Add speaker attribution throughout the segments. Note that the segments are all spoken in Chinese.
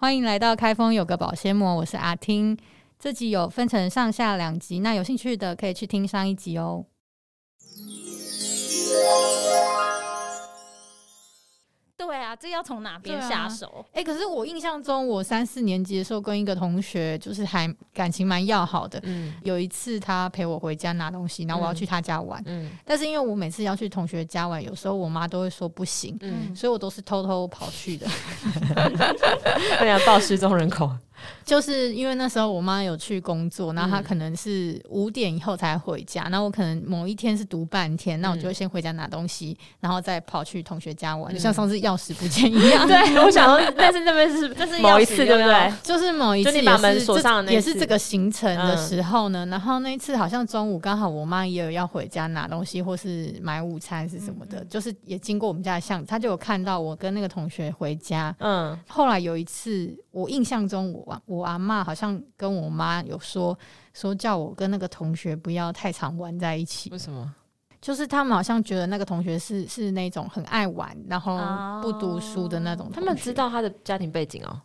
Speaker 1: 欢迎来到开封有个保鲜膜，我是阿听。这集有分成上下两集，那有兴趣的可以去听上一集哦。
Speaker 2: 对啊，这要从哪边
Speaker 1: 对啊
Speaker 2: 下手？
Speaker 1: 哎、可是我印象中，我三四年级的时候跟一个同学就是还感情蛮要好的。
Speaker 3: 嗯
Speaker 1: 有一次他陪我回家拿东西，然后我要去他家玩，
Speaker 3: 嗯
Speaker 1: 但是因为我每次要去同学家玩，有时候我妈都会说不行，
Speaker 3: 嗯，
Speaker 1: 所以我都是偷偷跑去的。
Speaker 3: 对啊，报失踪人口，
Speaker 1: 就是因为那时候我妈有去工作，然后她
Speaker 3: 嗯
Speaker 1: 可能是五点以后才回家，然后我可能某一天是读半天，
Speaker 3: 嗯
Speaker 1: 那我就会先回家拿东西，然后再跑去同学家玩，就像上次钥匙不见一 样。
Speaker 3: 对，我想说，但是那边是
Speaker 2: 但是
Speaker 3: 某
Speaker 2: 钥
Speaker 3: 一
Speaker 2: 匙
Speaker 3: 次，
Speaker 2: 又
Speaker 3: 对不
Speaker 2: 要
Speaker 3: 对？
Speaker 1: 就是某一次
Speaker 3: 就你把
Speaker 1: 也是
Speaker 3: 门锁
Speaker 1: 这
Speaker 3: 上的那一
Speaker 1: 也
Speaker 3: 次
Speaker 1: 是这个行程的
Speaker 3: 嗯
Speaker 1: 时候呢，然后那一次好像中午刚好我妈也有要回家拿东西或是买午餐是什么的，
Speaker 2: 嗯嗯
Speaker 1: 就是也经过我们家的巷子，她就有看到我跟那个同学回家，
Speaker 3: 嗯
Speaker 1: 后来有一次，我印象中我阿我阿嬷好像跟我妈有说说叫我跟那个同学不要太常玩在一起，
Speaker 3: 为什么？
Speaker 1: 就是他们好像觉得那个同学是是那种很爱玩，然后不读书的那种、
Speaker 3: 他哦们知，道他的家庭背景哦，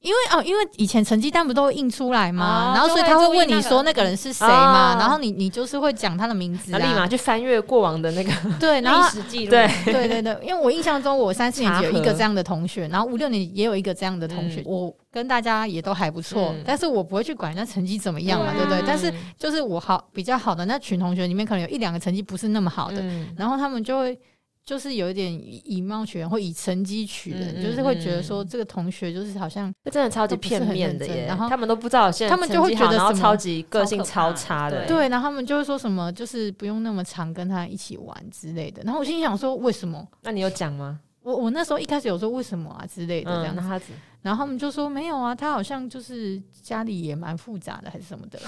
Speaker 1: 因为哦，因为以前成绩单不都会印出来吗？
Speaker 3: 哦
Speaker 1: 然后所以
Speaker 2: 就会
Speaker 1: 他会
Speaker 2: 注意
Speaker 1: 问你
Speaker 2: 那个
Speaker 1: 说那个人是谁嘛，
Speaker 3: 哦
Speaker 1: 然后你你就是会讲他的名字、啊，
Speaker 3: 那立马去翻阅过往的那个，
Speaker 1: 对，然后
Speaker 2: 历史记录，
Speaker 3: 啊 对，
Speaker 1: 对对对，因为我印象中我三四年级有一个
Speaker 3: 茶盒
Speaker 1: 这样的同学，然后五六年级也有一个这样的同学，
Speaker 3: 嗯
Speaker 1: 我跟大家也都还不错，
Speaker 3: 嗯
Speaker 1: 但是我不会去管人家成绩怎么样嘛，对
Speaker 2: 对啊
Speaker 1: 不对？但是就是我好比较好的那群同学里面，可能有一两个成绩不是那么好的，
Speaker 3: 嗯
Speaker 1: 然后他们就会。就是有一点以以貌取人，或以成绩取人，
Speaker 3: 嗯嗯
Speaker 1: 就是会觉得说这个同学就是好像
Speaker 3: 这真的超级片面的
Speaker 1: 都不是很认真
Speaker 3: 耶
Speaker 1: 然后，
Speaker 3: 他们都不知道有些人
Speaker 1: 他们就会
Speaker 3: 成绩好
Speaker 1: 觉得
Speaker 3: 然后
Speaker 1: 什么
Speaker 3: 超级个性
Speaker 2: 超
Speaker 3: 超
Speaker 2: 可怕
Speaker 3: 差的，
Speaker 2: 对
Speaker 1: 对，然后他们就会说什么就是不用那么常跟他一起玩之类的。然后我心里想说，为什么？
Speaker 3: 那你有讲吗？
Speaker 1: 我我那时候一开始有说为什么啊之类的这样
Speaker 3: 嗯，
Speaker 1: 子
Speaker 3: 那，他只
Speaker 1: 然后他们就说没有啊，他好像就是家里也蛮复杂的，还是什么的。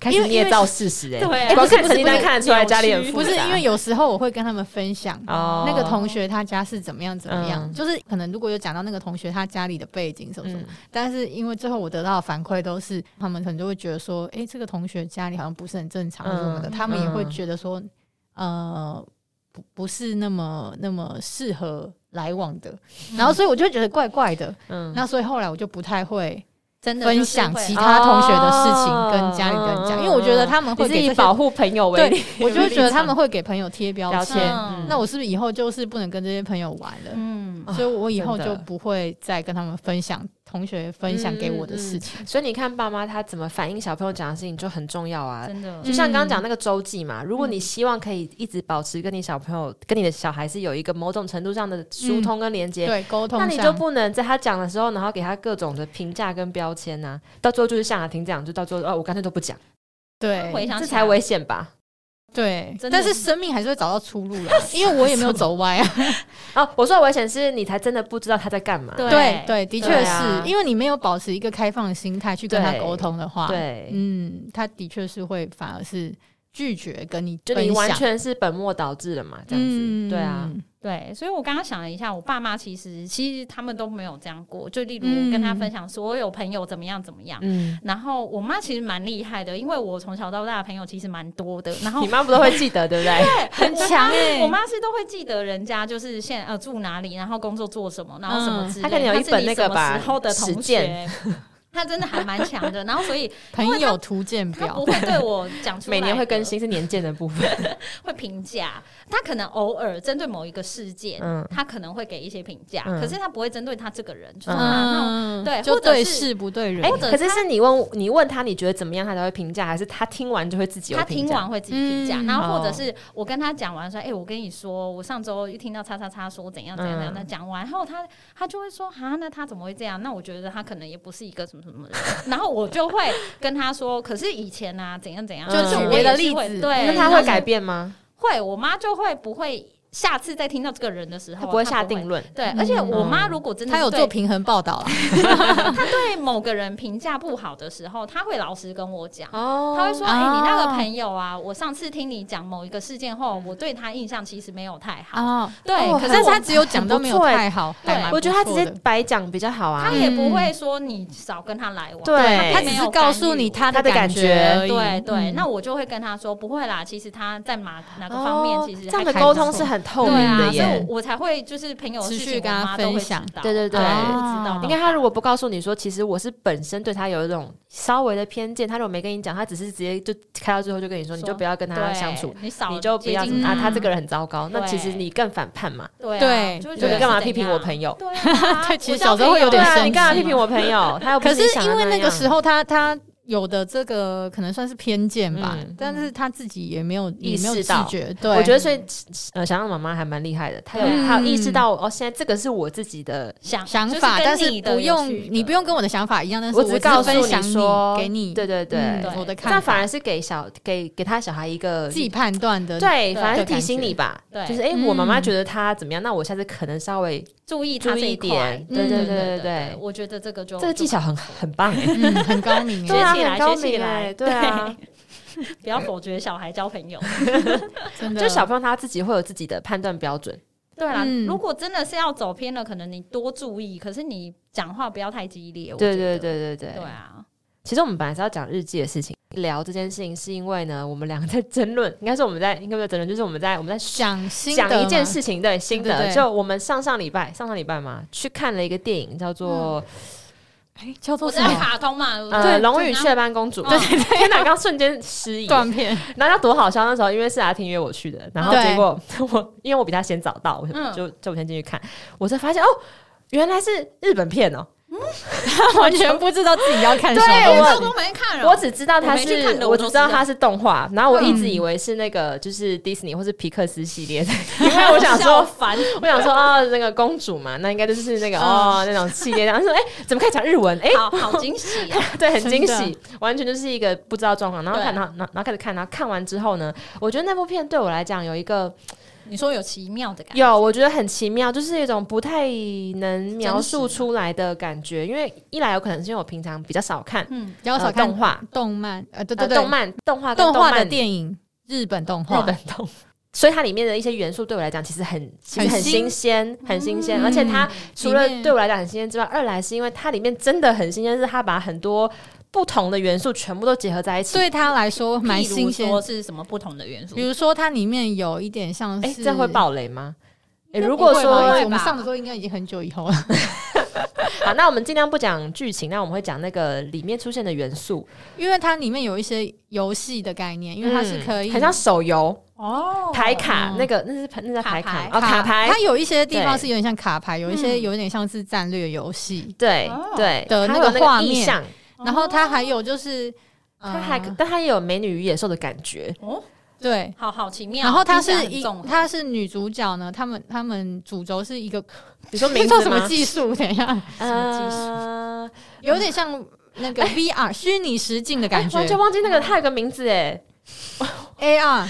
Speaker 3: 开
Speaker 1: 因
Speaker 3: 始
Speaker 1: 为
Speaker 3: 捏造事实哎，
Speaker 2: 对啊
Speaker 3: 哎光
Speaker 1: 不是
Speaker 3: 看成绩
Speaker 1: 不
Speaker 3: 单
Speaker 1: 是
Speaker 3: 看得出来家里很啊
Speaker 2: 扭曲
Speaker 3: 复
Speaker 1: 不
Speaker 3: 杂，
Speaker 1: 是因为有时候我会跟他们分享。
Speaker 3: 哦
Speaker 1: 那个同学他家是怎么样怎么样，
Speaker 3: 嗯
Speaker 1: 就是可能如果有讲到那个同学他家里的背景什么什么，
Speaker 3: 嗯
Speaker 1: 但是因为最后我得到的反馈都是他们可能就会觉得说，诶，这个同学家里好像不是很正常什么的，
Speaker 3: 嗯
Speaker 1: 他们也会
Speaker 3: 嗯
Speaker 1: 觉得说，呃，不不是那么那么适合来往的，然后所以我就会觉得怪怪的，
Speaker 3: 嗯
Speaker 1: 那所以后来我就不太会
Speaker 2: 真的
Speaker 1: 分享其他同学的事情跟家里人讲，
Speaker 3: 哦
Speaker 1: 因为我觉得他们
Speaker 3: 你
Speaker 1: 会
Speaker 3: 是
Speaker 1: 给
Speaker 3: 以
Speaker 1: 这些
Speaker 3: 保护朋友 为
Speaker 1: 对
Speaker 3: 例，，
Speaker 1: 我就会觉得他们会给朋友贴标
Speaker 3: 标签
Speaker 1: 签。
Speaker 2: 嗯，
Speaker 1: 那我是不是以后就是不能跟这些朋友玩了？
Speaker 2: 嗯，
Speaker 3: 哦
Speaker 1: 所以我以后
Speaker 3: 真
Speaker 1: 就
Speaker 3: 的
Speaker 1: 不会再跟他们分享同学分享给我的事情。
Speaker 3: 所以你看，爸妈他怎么反映小朋友讲的事情就很重要啊。
Speaker 2: 真的
Speaker 3: 就像刚刚讲那个周记嘛，如果你希望可以一直保持跟你小朋友、跟你的小孩是有一个某种程度上的疏通跟连接，
Speaker 1: 对，沟通
Speaker 3: 嗯那
Speaker 1: 上
Speaker 3: 你就不能在他讲的时候，然后给他各种的评价跟标签呐、到最后就是像阿婷这样，就到最后哦，我干脆都不讲，
Speaker 2: 回
Speaker 1: 对
Speaker 2: 想
Speaker 3: 这
Speaker 2: 起
Speaker 3: 才
Speaker 2: 来
Speaker 3: 危险吧？
Speaker 1: 对，
Speaker 2: 真的
Speaker 1: 但是生命还是会找到出 路啦，因为我也没有走歪啊。
Speaker 3: 哦，我说的危险是你才真的不知道他在干嘛。
Speaker 2: 对
Speaker 1: 对对，的确
Speaker 3: 对
Speaker 1: 是
Speaker 3: 啊
Speaker 1: 因为你没有保持一个开放的心态去跟他
Speaker 3: 对
Speaker 1: 沟通的话，
Speaker 3: 对
Speaker 1: 嗯，他的确是会反而是拒绝跟你
Speaker 3: 就
Speaker 1: 分
Speaker 3: 你
Speaker 1: 享
Speaker 3: 完全是本末倒置了嘛，这样子，
Speaker 1: 嗯
Speaker 3: 对啊，，
Speaker 2: 对，所以我刚刚想了一下，我爸妈其实其实他们都没有这样过，就例如
Speaker 1: 嗯
Speaker 2: 我跟他分享说我有朋友怎么样怎么样。
Speaker 3: 嗯，
Speaker 2: 然后我妈其实蛮厉害的，因为我从小到大的朋友其实蛮多的，然后
Speaker 3: 你欸妈不都会记得对不对？
Speaker 1: 很强哎、
Speaker 2: 我妈是都会记得人家就是现在呃住哪里，然后工作做什么，然后什么之类的。
Speaker 3: 嗯她可能有一
Speaker 2: 是
Speaker 3: 本
Speaker 2: 你
Speaker 3: 那
Speaker 2: 什
Speaker 3: 个
Speaker 2: 么
Speaker 3: 吧
Speaker 2: 时候的
Speaker 3: 实
Speaker 2: 同学
Speaker 3: 践，
Speaker 2: 她真的还蛮强的。然后所以
Speaker 1: 朋友图鉴
Speaker 2: 她
Speaker 1: 表
Speaker 2: 不，会对我讲出来，
Speaker 3: 每年会更，新是年鉴的部分，
Speaker 2: 会评价。她可能偶尔针对某一个事件，
Speaker 3: 嗯
Speaker 2: 她可能会给一些评价，
Speaker 3: 嗯
Speaker 2: 可是她不会针对她这个人，就是
Speaker 3: 嗯
Speaker 2: 啊那种对
Speaker 1: 就
Speaker 2: 或者
Speaker 1: 对
Speaker 2: 是
Speaker 1: 事不对人，
Speaker 2: 哎或者
Speaker 3: 可是是你问你问他，你觉得怎么样，他才会评价，还是他听完就会自己有
Speaker 2: 他
Speaker 3: 评
Speaker 2: 听
Speaker 3: 价
Speaker 2: 完会自己评价，
Speaker 1: 嗯
Speaker 2: 然后或者
Speaker 3: 哦
Speaker 2: 是我跟他讲完说，哎、我跟你说，我上周一听到叉叉叉说怎样怎样怎样，
Speaker 3: 嗯
Speaker 2: 那讲完后他他就会说，啊，那他怎么会这样？那我觉得他可能也不是一个什么什么人，然后我就会跟他说，可是以前啊，怎样怎样，
Speaker 3: 就
Speaker 2: 就是
Speaker 3: 举
Speaker 2: 我
Speaker 3: 别
Speaker 2: 也
Speaker 1: 的
Speaker 2: 是
Speaker 1: 例
Speaker 2: 会
Speaker 1: 子
Speaker 2: 对，
Speaker 3: 那他
Speaker 2: 就
Speaker 3: 会
Speaker 2: 是
Speaker 3: 改变吗？
Speaker 2: 会，我妈就会不会下次再听到这个人的时候，啊
Speaker 3: 他不会下定。论。
Speaker 2: 对，
Speaker 1: 嗯
Speaker 2: 而且我妈如果真的
Speaker 1: 他有
Speaker 2: 是对
Speaker 1: 做平衡报道啦， 啊
Speaker 2: 她对某个人评价不好的时候，她会老实跟我讲。
Speaker 3: 哦
Speaker 2: 他会说：“
Speaker 1: 哦
Speaker 2: 哎、你那个朋友啊，我上次听你讲某一个事件后，我对他印象其实没有太好。
Speaker 1: 哦，
Speaker 2: 对，
Speaker 3: 哦
Speaker 2: 可
Speaker 1: 可
Speaker 2: 是
Speaker 1: 是
Speaker 2: 我
Speaker 1: 他只有讲都没有太好，
Speaker 2: 对
Speaker 1: 还蛮
Speaker 3: 我觉得他
Speaker 1: 哦不
Speaker 3: 直
Speaker 1: 错
Speaker 3: 接
Speaker 1: 的
Speaker 3: 白讲比较好啊
Speaker 2: 他。也不会说你少跟他来往，
Speaker 3: 对
Speaker 2: 他
Speaker 1: 他
Speaker 2: 也
Speaker 1: 只
Speaker 2: 哎没
Speaker 1: 是
Speaker 2: 有
Speaker 1: 告诉你
Speaker 2: 干
Speaker 1: 他
Speaker 3: 他的
Speaker 1: 感
Speaker 3: 感
Speaker 1: 觉
Speaker 3: 觉
Speaker 1: 而
Speaker 2: 预
Speaker 1: 已，
Speaker 2: 我对对，
Speaker 1: 嗯
Speaker 2: 那我就会跟他说不会啦，其实他在哪哪个方面其实
Speaker 3: 哦
Speaker 1: 哦
Speaker 3: 这样的
Speaker 2: 还
Speaker 3: 沟通
Speaker 2: 不
Speaker 3: 是
Speaker 2: 错
Speaker 3: 很很透明
Speaker 2: 对啊，
Speaker 3: 的
Speaker 2: 所以
Speaker 3: 耶
Speaker 2: 我。我才会就是朋友的事
Speaker 1: 持
Speaker 2: 情
Speaker 1: 续跟他
Speaker 2: 我妈都会
Speaker 1: 分享
Speaker 2: 知道
Speaker 3: 对对对
Speaker 2: 我不知道
Speaker 1: 哦
Speaker 3: 应该他如果不告诉你说，其实我是本身对他有一种稍微的偏见，他如果没跟你讲，他只是直接就开到最后就跟你说，你就不要跟他
Speaker 2: 对
Speaker 3: 相处，，
Speaker 2: 你少
Speaker 3: 你就不要
Speaker 2: 接
Speaker 3: 什
Speaker 2: 近
Speaker 3: 么啊，
Speaker 1: 嗯
Speaker 3: 他这个人很糟糕。那
Speaker 2: 对
Speaker 3: 其实你更反叛嘛，
Speaker 2: 对啊
Speaker 1: 对
Speaker 2: 就会觉
Speaker 3: 就
Speaker 2: 得
Speaker 3: 你干嘛
Speaker 2: 是
Speaker 3: 批评
Speaker 2: 怎
Speaker 3: 我
Speaker 2: 样
Speaker 3: 朋友？
Speaker 2: 对 啊
Speaker 1: 对其实
Speaker 2: 我交
Speaker 1: 小时候会有
Speaker 3: 对
Speaker 1: 点
Speaker 2: 朋友
Speaker 3: 啊，
Speaker 1: 生
Speaker 3: 你
Speaker 1: 气
Speaker 3: 干嘛批评我朋友？他又不
Speaker 1: 可是
Speaker 3: 你想
Speaker 1: 因
Speaker 3: 的
Speaker 1: 为那个
Speaker 3: 样
Speaker 1: 时候他他有的这个可能算是偏见吧，
Speaker 3: 嗯
Speaker 1: 但是他自己也没有也没有
Speaker 3: 意识
Speaker 1: 自
Speaker 3: 到
Speaker 1: 觉。对，
Speaker 3: 我觉得所以呃，想让妈妈还蛮厉害的，她有
Speaker 1: 嗯
Speaker 2: 对
Speaker 3: 她有意识到哦，现在这个是我自己的，
Speaker 2: 想
Speaker 1: 想
Speaker 2: 就是
Speaker 1: 法，
Speaker 2: 跟
Speaker 1: 但
Speaker 2: 你的
Speaker 1: 不
Speaker 2: 有
Speaker 1: 用
Speaker 2: 区
Speaker 1: 你不
Speaker 2: 隔
Speaker 1: 用跟我的想法一样，但是
Speaker 3: 我
Speaker 1: 我
Speaker 3: 只
Speaker 1: 只
Speaker 3: 告诉
Speaker 1: 分
Speaker 3: 你
Speaker 1: 享
Speaker 3: 说
Speaker 1: 给你
Speaker 3: 对对对，
Speaker 1: 嗯
Speaker 2: 对
Speaker 1: 我的
Speaker 3: 这
Speaker 1: 看
Speaker 3: 样反
Speaker 1: 法，
Speaker 3: 而是给小给给他小孩一个
Speaker 1: 自己判断的
Speaker 3: 对，
Speaker 2: 对
Speaker 3: 反而是
Speaker 1: 的感
Speaker 3: 提醒
Speaker 1: 觉
Speaker 3: 你吧，
Speaker 2: 对
Speaker 3: 就是哎，我妈妈
Speaker 1: 嗯
Speaker 3: 觉得她怎么样，那我下次可能稍微
Speaker 2: 注意他
Speaker 3: 注
Speaker 2: 这
Speaker 3: 意一
Speaker 2: 块
Speaker 3: 点，
Speaker 2: 嗯
Speaker 3: 对对
Speaker 2: 对
Speaker 3: 对对
Speaker 2: 对
Speaker 3: 对，，
Speaker 2: 我觉得这个就
Speaker 3: 这个技巧很很棒 哎，
Speaker 1: 嗯，很高 明
Speaker 2: 对
Speaker 1: 哎，
Speaker 3: 啊，
Speaker 2: 学起
Speaker 3: 很
Speaker 2: 来
Speaker 3: 高
Speaker 2: 学起
Speaker 3: 明
Speaker 2: 来
Speaker 3: 哎，对啊，
Speaker 2: 就 不要否决小孩交朋友。
Speaker 1: 真的。
Speaker 3: 就小朋友他自己会有自己的判断标准，
Speaker 2: 对啦，
Speaker 1: 嗯
Speaker 2: 如果真的是要走偏了，可能你多注意，可是你讲话不要太激烈。我
Speaker 3: 对
Speaker 2: 觉
Speaker 3: 对
Speaker 2: 得
Speaker 3: 对对对
Speaker 2: 对啊，
Speaker 3: 其实我们本来是要讲日记的事情，聊这件事情是因为呢，我们两个在争论，应该是我们在应该不是在争论，就是我们在我们在
Speaker 1: 讲新的
Speaker 3: 讲一件
Speaker 1: 嘛，
Speaker 3: 事情，对心
Speaker 1: 对对
Speaker 3: 得。
Speaker 1: 对
Speaker 3: 就我们上上礼拜上上礼拜嘛，去看了一个电影，叫做
Speaker 1: 哎，叫做
Speaker 2: 我
Speaker 1: 什
Speaker 2: 在
Speaker 1: 么
Speaker 2: 卡通嘛，我
Speaker 3: 呃《
Speaker 2: 就
Speaker 3: 龙与
Speaker 2: 拿
Speaker 3: 雀斑公主》。
Speaker 2: 嗯对
Speaker 3: 天哪，刚瞬间失忆。
Speaker 1: 断片？
Speaker 3: 然后多好笑，那时候因为是阿婷约我去的，然后
Speaker 1: 对
Speaker 3: 结果 我因为我比他先找到，我
Speaker 2: 嗯
Speaker 3: 就就我先进去看，我才发现哦，原来是日本片哦。
Speaker 1: 完全不知道自己要看什
Speaker 3: 对
Speaker 1: 么。
Speaker 3: 我
Speaker 2: 这都没看啊了，
Speaker 3: 我只知道它
Speaker 2: 我没去看
Speaker 3: 是，
Speaker 2: 的
Speaker 3: 我
Speaker 2: 我
Speaker 3: 只
Speaker 2: 都
Speaker 3: 知
Speaker 2: 知
Speaker 3: 道
Speaker 2: 道
Speaker 3: 它是动画，然后我一直以为是那个就是迪士尼或是皮克斯系列的，因为我想说
Speaker 2: 笑，烦，
Speaker 3: 我想说哦，那个公主嘛，那应该就是那个
Speaker 1: 嗯
Speaker 3: 哦那种系列。然后说，哎，怎么可以讲日文？哎，
Speaker 2: 好好惊喜啊！
Speaker 3: 对，很惊
Speaker 1: 真
Speaker 3: 喜，完全就是一个不知道状况。然后看，然后然后然后开始看，然后看完之后呢，我觉得那部片对我来讲有一个
Speaker 2: 你说有奇妙的感觉，
Speaker 3: 有，我觉得很奇妙，就是一种不太能描述出来的感觉。因为一来有可能是因为我平常比较少看
Speaker 2: 嗯，
Speaker 1: 比较少
Speaker 3: 呃
Speaker 1: 看
Speaker 3: 动画，
Speaker 1: 动漫，呃，对
Speaker 3: 呃
Speaker 1: 对对，
Speaker 3: 动漫、动画跟
Speaker 1: 动画的
Speaker 3: 漫
Speaker 1: 电影，日本动
Speaker 2: 嗯
Speaker 3: 日
Speaker 1: 画，
Speaker 2: 哦
Speaker 3: 本动。所以它里面的一些元素对我来讲其实很其实
Speaker 1: 很
Speaker 3: 很
Speaker 1: 新
Speaker 3: 新鲜，很新鲜，
Speaker 1: 嗯
Speaker 3: 而且它除了
Speaker 1: 里面
Speaker 3: 对我来讲很新鲜之外，二来是因为它里面真的很新鲜，是它把很多不同的元素全部都结合在一起。
Speaker 1: 对他来说蛮
Speaker 2: 譬如
Speaker 1: 新鲜。
Speaker 2: 说是什么不同的元素
Speaker 1: 比？如说，它里面有一点像
Speaker 3: 哎，
Speaker 1: 是，
Speaker 3: 这样会爆雷吗？哎
Speaker 1: 应该
Speaker 3: 如
Speaker 1: 不
Speaker 3: 果
Speaker 1: 会吧。
Speaker 3: 说
Speaker 1: 我们上的时候应该已经很久以后了，
Speaker 3: 好，那我们尽量不讲剧情，那我们会讲那个里面出现的元素，
Speaker 1: 因为它里面有一些游戏的概念，因为它是可以
Speaker 3: 嗯很像手游
Speaker 2: 哦
Speaker 3: 牌卡
Speaker 1: 哦
Speaker 3: 那个，那是牌那叫
Speaker 2: 卡
Speaker 3: 牌嗯卡
Speaker 2: 牌
Speaker 3: 哦，卡牌
Speaker 1: 它有一些地方
Speaker 3: 对
Speaker 1: 是有点像卡牌，有一些
Speaker 2: 嗯
Speaker 1: 有点像是战略游戏，
Speaker 3: 对
Speaker 2: 哦
Speaker 3: 对
Speaker 1: 的
Speaker 3: 它
Speaker 1: 那
Speaker 3: 有
Speaker 1: 个画
Speaker 3: 意
Speaker 1: 面
Speaker 3: 象，
Speaker 1: 然后它还有就是，
Speaker 3: 它还
Speaker 1: 呃
Speaker 3: 但它也有美女与野兽的感觉，
Speaker 2: 哦，
Speaker 1: 对。
Speaker 2: 好好奇妙。
Speaker 1: 然后它
Speaker 2: 听起来
Speaker 1: 是
Speaker 2: 很
Speaker 1: 一
Speaker 2: 重，
Speaker 1: 它是女主角呢，他们他们主轴是一个，
Speaker 3: 你说名
Speaker 1: 叫
Speaker 3: 字
Speaker 1: 什么
Speaker 3: 吗？
Speaker 1: 技术？等一下，
Speaker 2: 么技术
Speaker 3: 呃
Speaker 1: 有点像那个 VR 虚拟实境的
Speaker 3: 哎
Speaker 1: 感觉
Speaker 3: 完全忘记那个它有个名字哎，
Speaker 1: ，AR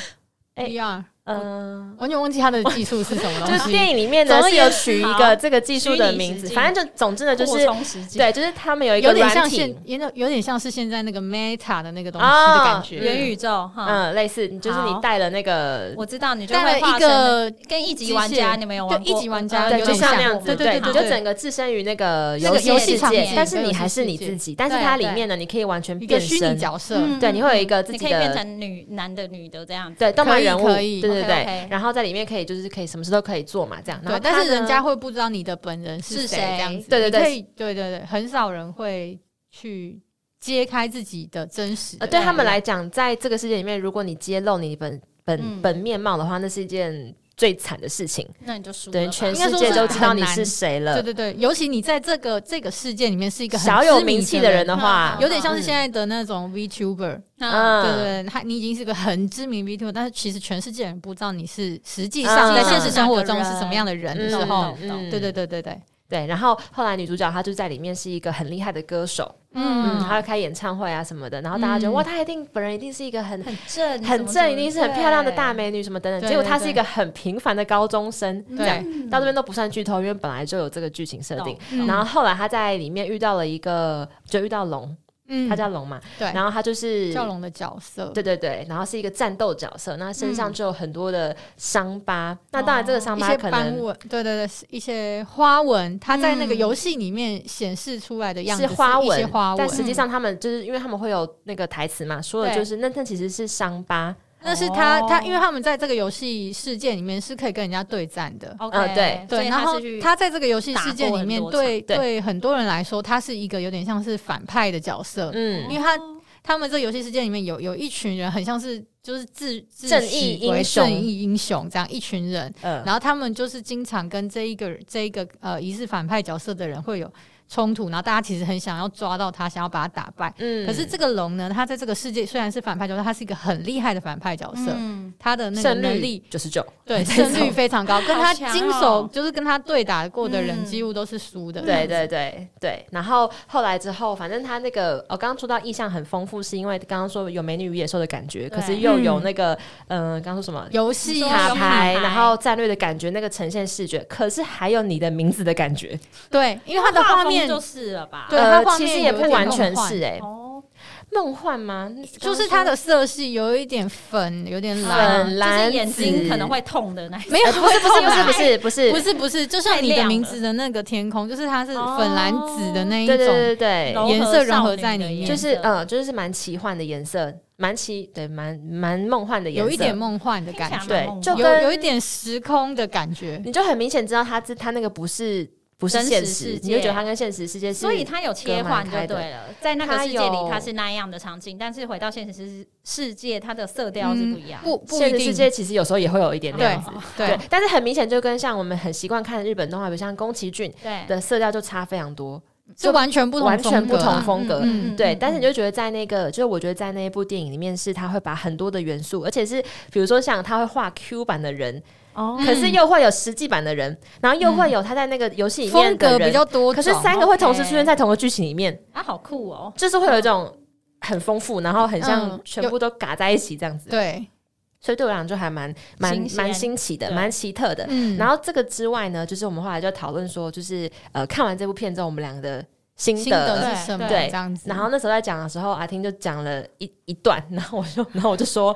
Speaker 3: 哎
Speaker 1: VR，
Speaker 3: 嗯。
Speaker 1: 完全忘记它的技术是什么
Speaker 3: 就
Speaker 1: 哦东
Speaker 3: 是
Speaker 1: 西。
Speaker 3: 电影里面呢
Speaker 2: 总而
Speaker 3: 是有
Speaker 2: 言之
Speaker 3: 取一
Speaker 2: 好
Speaker 3: 个这个技术的
Speaker 2: 虚拟
Speaker 3: 名字
Speaker 2: 实，境
Speaker 3: 反正就总之呢就
Speaker 1: 哦
Speaker 2: 扩
Speaker 3: 是
Speaker 2: 充实际，
Speaker 3: 对，就是他们有一
Speaker 1: 有
Speaker 3: 个
Speaker 1: 点
Speaker 3: 软
Speaker 1: 像现
Speaker 3: 体，，哦
Speaker 1: 有点有点像是现在那个 Meta 的那个东西的感觉，
Speaker 2: 元宇宙哈，
Speaker 3: 嗯，类似，就是你
Speaker 2: 好
Speaker 3: 带了那个
Speaker 2: 我知道你就
Speaker 1: 带
Speaker 2: 会
Speaker 1: 了
Speaker 2: 化
Speaker 1: 一
Speaker 2: 身
Speaker 1: 个
Speaker 2: 跟一级玩家，你们有
Speaker 1: 就
Speaker 2: 玩过
Speaker 1: 一级玩家，
Speaker 2: 呃
Speaker 3: 对，
Speaker 1: 有
Speaker 3: 就
Speaker 1: 点
Speaker 3: 像
Speaker 1: 像
Speaker 3: 那样子，
Speaker 1: 对对
Speaker 3: 你
Speaker 1: 对
Speaker 3: 就
Speaker 1: 对
Speaker 3: 整个置身于那个
Speaker 1: 那个
Speaker 3: 游
Speaker 1: 游
Speaker 3: 戏
Speaker 1: 戏
Speaker 3: 世
Speaker 1: 场
Speaker 3: 界
Speaker 1: 景，
Speaker 3: 但是
Speaker 1: 对
Speaker 3: 你
Speaker 1: 游戏
Speaker 3: 还是你
Speaker 1: 世
Speaker 3: 自
Speaker 1: 界
Speaker 3: 己，但是
Speaker 2: 对
Speaker 3: 它里
Speaker 2: 对
Speaker 3: 面呢，你可以完全
Speaker 1: 一个
Speaker 3: 变
Speaker 1: 虚拟
Speaker 3: 身，
Speaker 1: 角色，
Speaker 2: 嗯
Speaker 3: 对，你会有一个自
Speaker 2: 你
Speaker 3: 己
Speaker 2: 可以变
Speaker 3: 的。
Speaker 2: 成女男的、女的这样子。
Speaker 3: 对动
Speaker 1: 可
Speaker 3: 漫
Speaker 1: 以
Speaker 3: 人物，
Speaker 1: 可
Speaker 3: 对
Speaker 1: 以
Speaker 3: 对对
Speaker 2: OK，OK，
Speaker 3: 然后在里面可以就是可以什么事都可以做嘛，这样。然
Speaker 1: 对
Speaker 3: 后，
Speaker 1: 但
Speaker 3: 它
Speaker 1: 是
Speaker 3: 呢
Speaker 1: 人家会不知道你的本人
Speaker 2: 是
Speaker 1: 谁
Speaker 2: 谁
Speaker 1: 这样子，
Speaker 3: 对对对
Speaker 1: 你可以对对对，很少人会去揭开自己的真实的
Speaker 3: 呃，
Speaker 1: 样子，
Speaker 3: 对他们来讲，在这个世界里面，如果你揭露你本本
Speaker 2: 嗯
Speaker 3: 本面貌的话，那是一件最惨的事情，
Speaker 2: 那你就输了
Speaker 3: 等于
Speaker 2: 吧。
Speaker 3: 全
Speaker 1: 应该
Speaker 3: 世
Speaker 1: 说
Speaker 3: 界
Speaker 1: 是
Speaker 3: 都知道
Speaker 1: 很
Speaker 3: 你
Speaker 1: 难
Speaker 3: 是谁了
Speaker 1: 对。对对，尤其你在这个这个世界里面是一个很
Speaker 3: 小有
Speaker 1: 知名
Speaker 3: 名气的人哦
Speaker 1: 人，
Speaker 3: 的话
Speaker 2: 嗯，
Speaker 1: 有点像是现在的那种 VTuber，、
Speaker 2: 嗯，
Speaker 1: 对对对，他你已经是个很知名 VTuber，但是其实全世界人不知道你是实际
Speaker 3: 嗯
Speaker 1: 上在现实生活中是什么样的人的
Speaker 3: 嗯
Speaker 1: 时
Speaker 2: 懂
Speaker 1: 候，
Speaker 2: 懂懂
Speaker 1: 对对对对对，
Speaker 3: 对，然后后来女主角她就在里面是一个很厉害的歌手，嗯，
Speaker 1: 嗯
Speaker 3: 她会开演唱会啊什么的，然后大家觉得、
Speaker 1: 嗯
Speaker 3: 哇，她一定本人一定是一个很
Speaker 2: 很正，
Speaker 3: 很正，一定是很漂亮的大
Speaker 2: 美。
Speaker 3: 美女什么等等，
Speaker 1: 对
Speaker 3: 结果
Speaker 1: 对
Speaker 3: 她是一
Speaker 1: 对嗯
Speaker 3: 个很平凡的高中生，这样
Speaker 1: 对
Speaker 3: 到这边都不算剧透，因为本来就有这个剧情设定。
Speaker 1: 嗯
Speaker 3: 然后后来她在里面遇到了一个，就遇到龙，
Speaker 1: 嗯
Speaker 3: 她叫龙嘛，
Speaker 1: 对
Speaker 3: 然后她就是
Speaker 1: 教龙的角色，
Speaker 3: 对对对，然后是一个战斗角色，那身上就有很多的伤疤。那当然，这个伤
Speaker 1: 嗯哦一
Speaker 3: 疤
Speaker 1: 些
Speaker 3: 可
Speaker 1: 斑
Speaker 3: 能
Speaker 1: 纹，对对对，是一些花纹，它在那个
Speaker 2: 嗯
Speaker 1: 游戏里面显示出来的样子
Speaker 3: 是花
Speaker 1: 一些
Speaker 3: 纹，
Speaker 1: 花纹，
Speaker 3: 但实际上他们就是因为他们会有那个台词嘛，说的
Speaker 2: 对
Speaker 3: 就是那那其实是伤疤，
Speaker 1: 那是他
Speaker 2: 哦
Speaker 1: 他，因为他们在这个游戏事件里面是可以跟人家对战的。
Speaker 2: OK，、
Speaker 3: 嗯对
Speaker 2: 哦所
Speaker 1: 对，
Speaker 2: 以
Speaker 1: 然
Speaker 2: 他
Speaker 1: 后
Speaker 2: 是去
Speaker 1: 他在这个游戏事件里面
Speaker 2: 打，过很多
Speaker 1: 对
Speaker 3: 场对
Speaker 1: 对很多人来说，他是一个有点像是反派的角色，
Speaker 3: 嗯
Speaker 1: 因为他他们这个游戏事件里面有有一群人，很像是就是自自
Speaker 3: 正
Speaker 1: 诩
Speaker 3: 义
Speaker 1: 为
Speaker 3: 英雄
Speaker 1: 正义英雄这样一群人，
Speaker 3: 嗯
Speaker 1: 然后他们就是经常跟这一个这一个呃疑似反派角色的人会有冲突，然后大家其实很想要抓到他，想要把他打败。
Speaker 3: 嗯
Speaker 1: 可是这个龙呢，他在这个世界虽然是反派角色，他是一个很厉害的反派角色，
Speaker 2: 嗯，
Speaker 1: 他的那个
Speaker 3: 胜
Speaker 1: 能
Speaker 3: 率
Speaker 1: 力
Speaker 3: 九十九，
Speaker 1: 对胜率非常高，跟他
Speaker 2: 好强哦
Speaker 1: 经手就是跟他对打过的人
Speaker 2: 嗯
Speaker 1: 几乎都是输的。
Speaker 3: 对对对对，然后后来之后，反正他那个哦，刚刚说到意象很丰富，是因为刚刚说有美女与野兽的感觉，可是
Speaker 2: 对
Speaker 3: 又有
Speaker 1: 嗯
Speaker 3: 那个嗯，呃刚、刚说什么
Speaker 1: 游戏
Speaker 2: 你说
Speaker 3: 卡
Speaker 1: 啊
Speaker 2: 有，
Speaker 3: 牌，
Speaker 2: 卡牌
Speaker 3: 然后战略的感觉，那个呈现视觉，可是还有你的名字的感觉。
Speaker 1: 对，因为他的
Speaker 2: 画
Speaker 1: 画
Speaker 2: 风
Speaker 1: 面
Speaker 2: 就是了吧？
Speaker 1: 对
Speaker 3: 呃
Speaker 1: 它，画
Speaker 3: 其
Speaker 1: 面
Speaker 3: 实也
Speaker 1: 有
Speaker 3: 不
Speaker 1: 点
Speaker 3: 完
Speaker 1: 梦
Speaker 3: 全
Speaker 1: 幻
Speaker 3: 是哎、
Speaker 2: 哦，
Speaker 3: 梦幻吗？
Speaker 1: 就是它的色系有一点粉，有点蓝。
Speaker 3: 粉
Speaker 2: 就
Speaker 3: 蓝
Speaker 2: 是眼睛
Speaker 3: 紫
Speaker 2: 可能会痛的那一种。
Speaker 1: 没有，不是
Speaker 3: 呃不是不 是不是不是
Speaker 1: 不是不是，就
Speaker 2: 太
Speaker 1: 像你的
Speaker 2: 亮
Speaker 1: 名
Speaker 2: 了
Speaker 1: 字的那个天空，就是它是粉蓝紫的那一
Speaker 3: 哦对对
Speaker 1: 种，
Speaker 3: 对对
Speaker 2: 柔
Speaker 3: 对，
Speaker 2: 和
Speaker 1: 颜色融合
Speaker 2: 少女
Speaker 1: 在
Speaker 2: 的
Speaker 1: 里面
Speaker 2: 颜
Speaker 3: 就
Speaker 2: 色
Speaker 3: 是嗯，就是蛮奇幻的颜色，蛮奇对，蛮蛮梦幻的颜色，
Speaker 1: 有一点梦幻的
Speaker 2: 听起来
Speaker 1: 感觉，
Speaker 2: 蛮
Speaker 3: 对
Speaker 2: 梦
Speaker 3: 就
Speaker 2: 幻
Speaker 1: 有
Speaker 3: 跟
Speaker 1: 有一点时空的感觉。
Speaker 3: 你就很明显知道他这他那个不是不是
Speaker 2: 真实
Speaker 3: 现
Speaker 2: 世
Speaker 3: 你
Speaker 2: 界
Speaker 3: 就觉得他跟现实世界是，
Speaker 2: 所以它有切换就
Speaker 3: 隔
Speaker 2: 对
Speaker 3: 蛮
Speaker 2: 了，在那个世界里
Speaker 3: 它有
Speaker 2: 它是那样的场景，但是回到现实世世界，它的色调是不一样。
Speaker 1: 嗯不不
Speaker 3: 现
Speaker 1: 一
Speaker 3: 实世
Speaker 1: 定，
Speaker 3: 界其实有时候也会嗯有一点那
Speaker 1: 对
Speaker 3: 样子。
Speaker 1: 对，
Speaker 3: 但是很明显就跟像我们很习惯看日本动画，比如像宫崎骏
Speaker 2: 对，
Speaker 3: 的色调就差非常多，
Speaker 1: 是完全不同
Speaker 3: 完全
Speaker 1: 风
Speaker 3: 不
Speaker 1: 格
Speaker 3: 同
Speaker 1: 啊
Speaker 3: 风格。
Speaker 1: 嗯
Speaker 3: 对，但是你就觉得在那个，就是我觉得在那一部电影里面，是他会把很多的元素，而且是比如说像他会画 Q 版的人，
Speaker 2: 哦
Speaker 1: 嗯
Speaker 3: 可是又会有实际版的人，然后又会有他在那个游戏里面
Speaker 1: 风
Speaker 3: 的
Speaker 1: 格
Speaker 3: 人
Speaker 1: 比，较多
Speaker 3: 可
Speaker 1: 种，
Speaker 3: 是三个会同时
Speaker 2: OK
Speaker 3: 出现在同个剧情里面，
Speaker 2: 啊，好酷哦！
Speaker 3: 就是会有一种很丰富，然后很像
Speaker 1: 嗯
Speaker 3: 全部都嘎在一起这样子，
Speaker 1: 对，
Speaker 3: 所以对我来讲就还蛮蛮
Speaker 2: 新鲜
Speaker 3: 蛮新奇的，
Speaker 2: 对
Speaker 3: 蛮奇特的。
Speaker 1: 嗯
Speaker 3: 然后这个之外呢，就是我们后来就讨论说，就是呃看完这部片之后，我们两个的心
Speaker 1: 新
Speaker 3: 得。
Speaker 1: 的是
Speaker 2: 对
Speaker 1: 什么
Speaker 3: 对
Speaker 1: 这样子，
Speaker 3: 然后那时候在讲的时候，阿听就讲了一一段，然后我就然后我就说，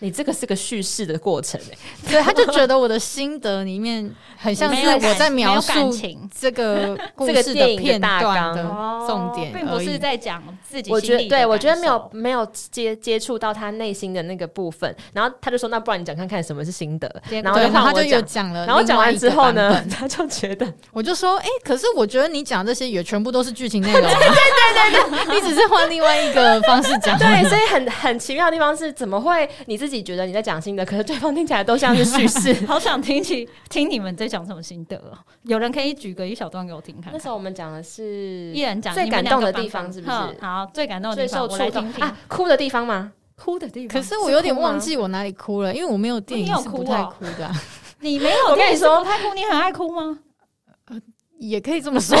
Speaker 3: 你这个是个叙事的过程、欸，
Speaker 1: 对他就觉得我的心得里面很像
Speaker 2: 没
Speaker 1: 是
Speaker 2: 有
Speaker 1: 我
Speaker 2: 感
Speaker 1: 在
Speaker 2: 没
Speaker 1: 描
Speaker 2: 有
Speaker 1: 述
Speaker 2: 感情
Speaker 1: 这个故
Speaker 3: 这个
Speaker 1: 事
Speaker 3: 电影的
Speaker 1: 片
Speaker 3: 大
Speaker 1: 段
Speaker 3: 纲
Speaker 1: 的
Speaker 2: 哦
Speaker 1: 重点而已，
Speaker 2: 并不是在讲自己
Speaker 3: 我觉
Speaker 2: 心
Speaker 3: 得
Speaker 2: 里的感受。
Speaker 3: 对我觉得没有没有接接触到他内心的那个部分。然后他就说，那不然你讲看看什么是心得，
Speaker 2: 结
Speaker 3: 然
Speaker 2: 果？
Speaker 3: 后
Speaker 1: 对，
Speaker 3: 就
Speaker 1: 然后
Speaker 3: 换
Speaker 1: 他
Speaker 3: 我
Speaker 1: 就有
Speaker 3: 讲。
Speaker 1: 讲了，
Speaker 3: 然后讲完之后呢，， 他就觉得
Speaker 1: 我就说，哎、可是我觉得你讲这些也全部都是剧情内容、啊， 对对对 对，你只是换另外一个方式讲，
Speaker 3: 对，啊所以很很奇妙的地方是，怎么会你自己觉得你在讲新的，可是对方听起来都像是叙事
Speaker 2: 好想听起听你们在讲什么心得哦！有人可以举个一小段给我听看
Speaker 3: 那时
Speaker 2: 看。
Speaker 3: 候我们讲的是
Speaker 2: 一人讲
Speaker 3: 最
Speaker 2: 你们
Speaker 3: 感动
Speaker 2: 两个
Speaker 3: 的地
Speaker 2: 版
Speaker 3: 方
Speaker 2: 本
Speaker 3: 是不
Speaker 2: 哼
Speaker 3: 是？
Speaker 2: 好，最感动的
Speaker 3: 最
Speaker 2: 地方，
Speaker 3: 受
Speaker 2: 我
Speaker 3: 触
Speaker 2: 来
Speaker 3: 动
Speaker 2: 听听。
Speaker 3: 啊，哭的地方吗？
Speaker 2: 哭的地
Speaker 1: 可是我有点忘记我哪里哭了，因为我没有电
Speaker 2: 你
Speaker 1: 影
Speaker 2: 有
Speaker 1: 是
Speaker 2: 哭
Speaker 1: 不太
Speaker 2: 哦
Speaker 1: 哭的啊、
Speaker 2: 你没有，
Speaker 3: 我跟你说
Speaker 2: 不太哭，你很爱哭吗？
Speaker 1: 也可以这么说。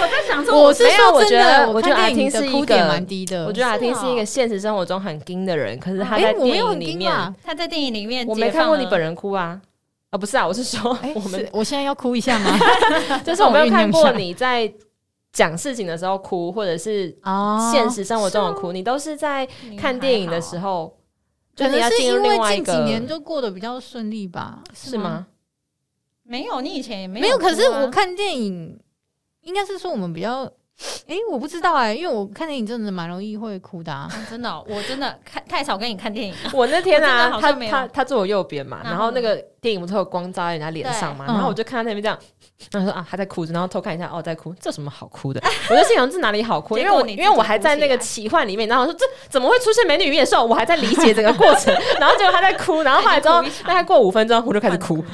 Speaker 2: 我在想
Speaker 1: 我是
Speaker 3: 没有
Speaker 1: 说
Speaker 3: 我
Speaker 1: 真
Speaker 3: 觉得
Speaker 1: 的，
Speaker 3: 我觉
Speaker 1: 看
Speaker 3: 得阿
Speaker 1: 电
Speaker 3: 婷
Speaker 1: 影
Speaker 3: 是
Speaker 1: 的
Speaker 3: 一
Speaker 1: 哭点
Speaker 3: 个
Speaker 1: 蛮低的。
Speaker 3: 我觉得阿
Speaker 1: 啊
Speaker 2: 是
Speaker 3: 听是一
Speaker 2: 哦
Speaker 3: 个现实生活中很硬的人，可是他
Speaker 1: 哎、
Speaker 3: 在
Speaker 1: 我没
Speaker 3: 电
Speaker 1: 有
Speaker 3: 影
Speaker 1: 很
Speaker 3: 里
Speaker 1: 惊啊
Speaker 3: 面，
Speaker 1: 讶。
Speaker 2: 他在电影里面，
Speaker 3: 我没看过你本。人哭啊。啊，不是啊，我是说，
Speaker 1: 哎、
Speaker 3: 我们
Speaker 1: 是我现在要哭一 下吗？
Speaker 3: 就是我没有看
Speaker 1: 我酝
Speaker 3: 过
Speaker 1: 酿一下
Speaker 3: 你在讲事情的时候哭，或者是
Speaker 1: 哦
Speaker 3: 现实生活中的哭，你都是在
Speaker 2: 啊
Speaker 3: 看电影的时
Speaker 2: 候，
Speaker 3: 候，
Speaker 1: 嗯
Speaker 3: 就
Speaker 1: 可
Speaker 3: 你
Speaker 1: 能
Speaker 3: 要
Speaker 1: 是
Speaker 3: 进入
Speaker 1: 因
Speaker 3: 另外
Speaker 1: 为
Speaker 3: 一
Speaker 1: 近
Speaker 3: 个
Speaker 1: 几年就过得比较顺利吧？
Speaker 3: 是？吗？
Speaker 2: 没有，你以前也没
Speaker 1: 没有，
Speaker 2: 有哭啊。
Speaker 1: 可是我看电影，应该是说我们比较，哎、我不知道哎、因为我看电影真的蛮容易会哭的、啊。
Speaker 2: 啊真的哦，我真的看太少跟你看电影了。
Speaker 3: 我那天
Speaker 2: 我真
Speaker 3: 啊
Speaker 2: 的，好
Speaker 3: 他
Speaker 2: 像没有嗯
Speaker 3: 他他坐我右边嘛，
Speaker 2: 然后
Speaker 3: 然后那个电影不是有光照在人家脸上嘛，
Speaker 1: 对
Speaker 2: 嗯
Speaker 3: 然后我就看他那边这样，然后说啊他在哭着，然后偷看一下，哦在哭，这有什么好哭的？ 我就心想这哪里好哭？因为
Speaker 2: 结
Speaker 3: 我
Speaker 2: 果你
Speaker 3: 因
Speaker 2: 自己
Speaker 3: 为我还在那个
Speaker 2: 哭
Speaker 3: 奇幻里面，然后我说这怎么会出现美女与野兽？我还在理解整个过程， 然后结果他在哭，然后后来之
Speaker 2: 他
Speaker 3: 后
Speaker 2: 已经哭一场
Speaker 3: 大概过五分钟，我就开始哭，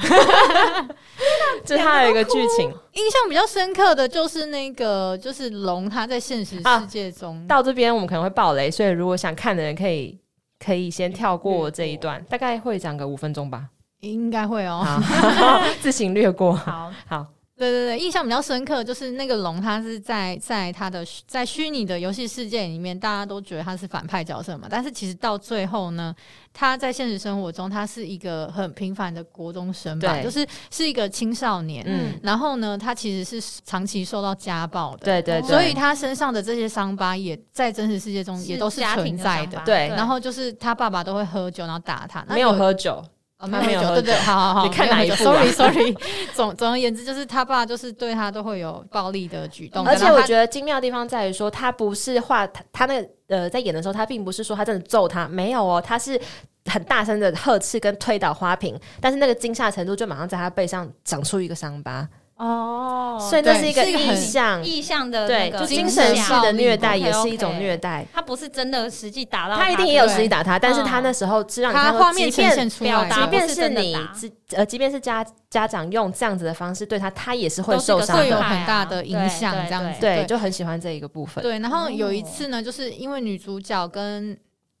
Speaker 3: 就是他有一个剧情。
Speaker 1: 印象比较深刻的就是那个，就是龙他在现实世界中，
Speaker 3: 到这边我们可能会爆雷，所以如果想看的人可以可以先跳过这一段，大概会讲个五分钟吧，
Speaker 1: 应该会哦。
Speaker 3: 啊 自行略过。
Speaker 2: 好，
Speaker 3: 好，
Speaker 1: 对对对，印象比较深刻就是那个龙，他是在在他的虚在虚拟的游戏世界里面，大家都觉得他是反派角色嘛，但是其实到最后呢，他在现实生活中他是一个很平凡的国中生吧，
Speaker 3: 对
Speaker 1: 就是是一个青少年。
Speaker 3: 嗯，
Speaker 1: 然后呢，他其实是长期受到家暴的，
Speaker 3: 对对对，
Speaker 1: 所以他身上的这些伤疤也在真实世界中也都是
Speaker 2: 家庭
Speaker 1: 存在
Speaker 2: 的想
Speaker 1: 的
Speaker 2: 法。
Speaker 3: 对
Speaker 1: 然后就是他爸爸都会喝酒，然后打他。那
Speaker 3: 没有喝酒，
Speaker 1: 啊，
Speaker 3: 他
Speaker 1: 没
Speaker 3: 没有
Speaker 1: 酒，
Speaker 3: 喝
Speaker 1: 对对，
Speaker 3: 酒
Speaker 1: 好好好，
Speaker 3: 你看
Speaker 1: 没有
Speaker 3: 哪一
Speaker 1: 喝酒
Speaker 3: 部啊
Speaker 1: ？Sorry，Sorry，总 总而言之，就是他爸就是对他都会有暴力的举动，
Speaker 3: 而且
Speaker 1: 然后
Speaker 3: 我
Speaker 1: 他
Speaker 3: 觉得精妙的地方在于说，他不是画他他那个呃，在演的时候，他并不是说他真的揍他，没有哦，他是很大声的呵斥跟推倒花瓶，但是那个惊吓程度就马上在他背上长出一个伤疤，
Speaker 2: 哦
Speaker 3: 所以那
Speaker 1: 对
Speaker 3: 是一个
Speaker 1: 是一个
Speaker 3: 意
Speaker 1: 很
Speaker 3: 向，
Speaker 2: 意向的那
Speaker 3: 对，
Speaker 2: 个
Speaker 3: 就精
Speaker 1: 惊
Speaker 3: 神
Speaker 1: 吓
Speaker 3: 式的虐待
Speaker 2: 暴力
Speaker 3: 也是一
Speaker 2: OK，OK
Speaker 3: 种虐待。
Speaker 2: 他不是真的实际打到
Speaker 3: 他一定也有
Speaker 1: 对
Speaker 3: 实力打他，但是
Speaker 2: 嗯
Speaker 3: 他那时候是让你
Speaker 1: 他
Speaker 3: 看
Speaker 1: 画
Speaker 3: 到，
Speaker 1: 面
Speaker 3: 即
Speaker 1: 呈
Speaker 3: 便
Speaker 1: 现出来
Speaker 2: 表
Speaker 1: 的，
Speaker 2: 达
Speaker 3: 即
Speaker 2: 不
Speaker 3: 便
Speaker 2: 是
Speaker 3: 是
Speaker 2: 真的
Speaker 3: 你
Speaker 2: 打
Speaker 3: 自呃，即便是家家长用这样子的方式对他，他也是会
Speaker 2: 都是一
Speaker 3: 受
Speaker 2: 个
Speaker 3: 伤
Speaker 1: 会有
Speaker 3: 的。
Speaker 1: 很大的影响，
Speaker 2: 对
Speaker 1: 这样子
Speaker 3: 对，就很喜欢这一个部分。
Speaker 1: 对，然后有一
Speaker 2: 哦
Speaker 1: 次呢，就是因为女主角跟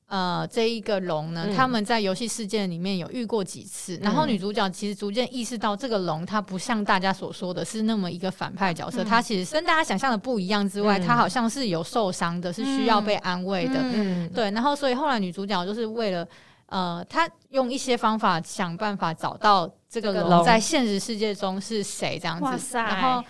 Speaker 1: 呃这一个龙呢，
Speaker 3: 嗯
Speaker 1: 他们在游戏事件里面有遇过几次，然后
Speaker 3: 嗯
Speaker 1: 女主角其实逐渐意识到这个龙它不像大家所说的是那么一个反派角色，
Speaker 2: 嗯
Speaker 1: 它其实跟大家想象的不一样之外，
Speaker 3: 嗯
Speaker 1: 它好像是有受伤的，是需要被安慰的。
Speaker 2: 嗯
Speaker 3: 嗯，
Speaker 1: 对，然后所以后来女主角就是为了呃，她用一些方法想办法找到这个
Speaker 2: 这个
Speaker 1: 龙
Speaker 3: 龙
Speaker 1: 在现实世界中是谁这样子。
Speaker 2: 哇塞
Speaker 1: 然后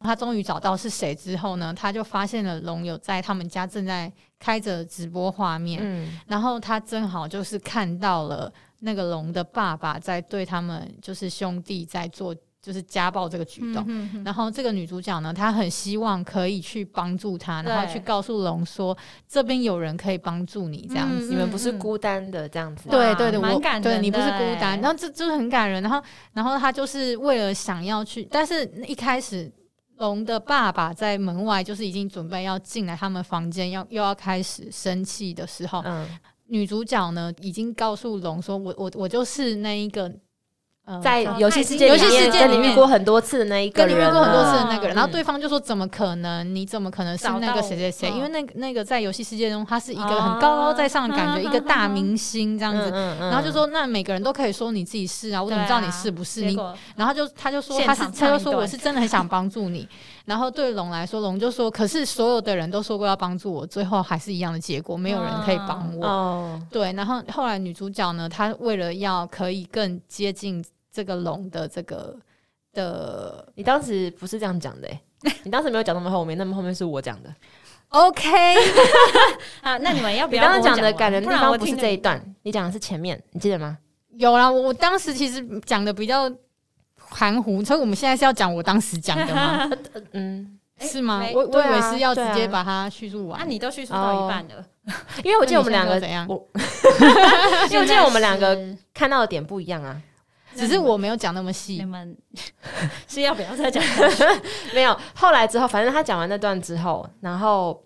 Speaker 1: 她终于找到是谁之后呢，她就发现了龙有在他们家正在开着直播画面，
Speaker 3: 嗯，
Speaker 1: 然后她正好就是看到了那个龙的爸爸在对他们就是兄弟在做就是家暴这个举动。
Speaker 2: 嗯嗯嗯
Speaker 1: 然后这个女主角呢，她很希望可以去帮助他，
Speaker 2: 对
Speaker 1: 然后去告诉龙说这边有人可以帮助你这样子。
Speaker 3: 你们不是
Speaker 2: 嗯嗯
Speaker 3: 孤单的这样子。嗯
Speaker 1: 对
Speaker 2: 哇
Speaker 1: 对对，
Speaker 2: 蛮
Speaker 1: 我
Speaker 2: 感
Speaker 1: 对
Speaker 2: 人
Speaker 1: 你不
Speaker 2: 的
Speaker 1: 是孤单，
Speaker 2: 欸
Speaker 1: 然后这就是很感人。然后，然后她就是为了想要去，但是一开始龙的爸爸在门外就是已经准备要进来他们房间，要又要开始生气的时候，
Speaker 3: 嗯，
Speaker 1: 女主角呢已经告诉龙说：“我我我就是那一个呃
Speaker 3: 在
Speaker 2: 哦
Speaker 3: 游
Speaker 2: 他
Speaker 3: 戏
Speaker 2: 已
Speaker 3: 世
Speaker 2: 经
Speaker 3: 界
Speaker 1: 游
Speaker 3: 里
Speaker 1: 戏世
Speaker 3: 面
Speaker 1: 界
Speaker 3: 跟
Speaker 1: 里
Speaker 3: 你遇
Speaker 1: 面
Speaker 3: 过很多次的那一个
Speaker 1: 跟
Speaker 3: 人
Speaker 1: 你
Speaker 3: 了，
Speaker 1: 遇过很多次的
Speaker 2: 了
Speaker 1: 那个人，然后
Speaker 3: 嗯
Speaker 1: 对方就说怎么可能？你怎么可能是
Speaker 2: 找
Speaker 1: 那个
Speaker 2: 到
Speaker 1: 谁谁谁？
Speaker 2: 我嗯
Speaker 1: 因为那个那个在游戏世界中，他是一个
Speaker 2: 哦
Speaker 1: 很高高在上的感觉，一个大明星这样
Speaker 3: 嗯
Speaker 1: 子。
Speaker 3: 嗯嗯
Speaker 1: 然后就说那每个人都可以说你自己是啊，我怎么知道你是不是
Speaker 2: 结
Speaker 1: 你？
Speaker 2: 果
Speaker 1: 然后就他就说
Speaker 2: 现
Speaker 1: 他是
Speaker 2: 场
Speaker 1: 他就
Speaker 2: 唱一
Speaker 1: 说我
Speaker 2: 段
Speaker 1: 是真的很想帮助你。 然后对龙来说，龙就说可是所有的人都说过要帮助我，最后还是一样的结果，没有人可以帮
Speaker 2: 嗯
Speaker 1: 我。
Speaker 3: 哦，
Speaker 1: 对，然后后来女主角呢，她为了要可以更接近这个龙的这个的
Speaker 3: 你当时不是这样讲的、 欸，你当时没有讲那么后面，那么后面是我讲的。
Speaker 1: OK，
Speaker 2: 啊，那你们要不
Speaker 3: 你
Speaker 2: 要
Speaker 3: 当时
Speaker 2: 跟我
Speaker 3: 讲的
Speaker 2: 完
Speaker 3: 感人地
Speaker 2: 不然
Speaker 3: 方
Speaker 2: 我
Speaker 3: 不是
Speaker 2: 听得
Speaker 3: 这一段，你讲的是前面，你记得吗？
Speaker 1: 有啦，我我当时其实讲的比较含糊，所以我们现在是要讲我当时讲的吗？
Speaker 3: 嗯，
Speaker 2: 诶
Speaker 1: 是吗？
Speaker 2: 没
Speaker 1: 我我
Speaker 3: 对
Speaker 1: 以为
Speaker 3: 啊
Speaker 1: 是要直
Speaker 3: 对啊
Speaker 1: 接把它叙述
Speaker 2: 那
Speaker 1: 完。
Speaker 2: 你都叙述到一半
Speaker 3: 哦
Speaker 2: 了，
Speaker 3: 因为我记得我们
Speaker 1: 那你现在
Speaker 3: 两个
Speaker 1: 又怎样，
Speaker 3: 我
Speaker 2: 因
Speaker 3: 为我记得我们两个看到的点不一样啊。
Speaker 1: 只是我没有讲那么细
Speaker 2: 你。们是要不要 再讲？
Speaker 3: 没有，后来之后，反正他讲完那段之后，然后，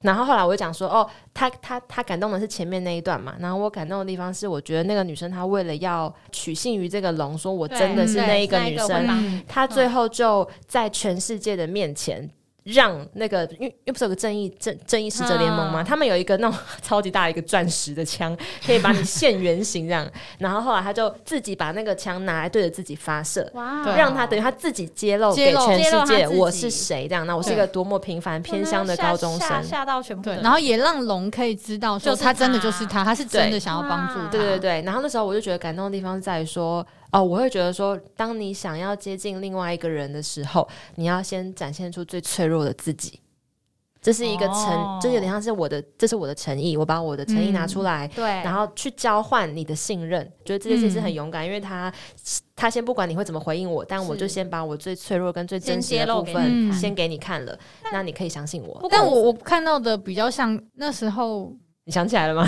Speaker 3: 然后后来我就讲说，哦，他他他感动的是前面那一段嘛，然后我感动的地方是，我觉得那个女生她为了要取信于这个龙，说我真的是
Speaker 2: 对
Speaker 3: 那一个
Speaker 2: 那一
Speaker 3: 女
Speaker 2: 个会
Speaker 3: 生，
Speaker 2: 帮
Speaker 1: 嗯
Speaker 3: 她最后就在全世界的面前。让那个，因为又不是有个正义正正义使者联盟嘛，
Speaker 2: 嗯
Speaker 3: 他们有一个那种超级大的一个钻石的枪，可以把你现原形这样。然后后来他就自己把那个枪拿来对着自己发射，
Speaker 2: 哇
Speaker 1: 对
Speaker 3: 让他等于他自己揭露
Speaker 1: 揭
Speaker 3: 给
Speaker 1: 露
Speaker 3: 全世
Speaker 2: 揭露
Speaker 3: 界
Speaker 2: 他自己
Speaker 3: 我是谁，这样，那我是一个多么平凡偏乡的高中
Speaker 2: 吓
Speaker 3: 生。
Speaker 2: 吓到全部
Speaker 1: 对
Speaker 2: 的，人
Speaker 1: 然后也让龙可以知道，说
Speaker 2: 就是
Speaker 1: 他真的
Speaker 2: 他
Speaker 1: 就是他，他是真的想要帮助
Speaker 2: 哇
Speaker 1: 他。
Speaker 3: 对对对，然后那时候我就觉得感动的地方是在于说，哦，我会觉得说，当你想要接近另外一个人的时候，你要先展现出最脆弱的自己。这是一个诚，
Speaker 2: 哦嗯
Speaker 3: 这有点像是我的，这是我的诚意，我把我的诚意拿出来，
Speaker 2: 对，
Speaker 3: 然
Speaker 2: 后
Speaker 3: 后去交换你的信任，觉得这件事是很勇敢，因为他他先不管你会怎么回应我，但我
Speaker 2: 是
Speaker 3: 就先把我最脆弱跟最真实
Speaker 2: 先揭
Speaker 3: 的
Speaker 2: 露
Speaker 3: 部
Speaker 2: 给
Speaker 1: 你
Speaker 3: 分
Speaker 1: 看
Speaker 3: 先给你看了，那你可以相信我。
Speaker 1: 但我我看到的比较像那时候，
Speaker 3: 你想起来了吗？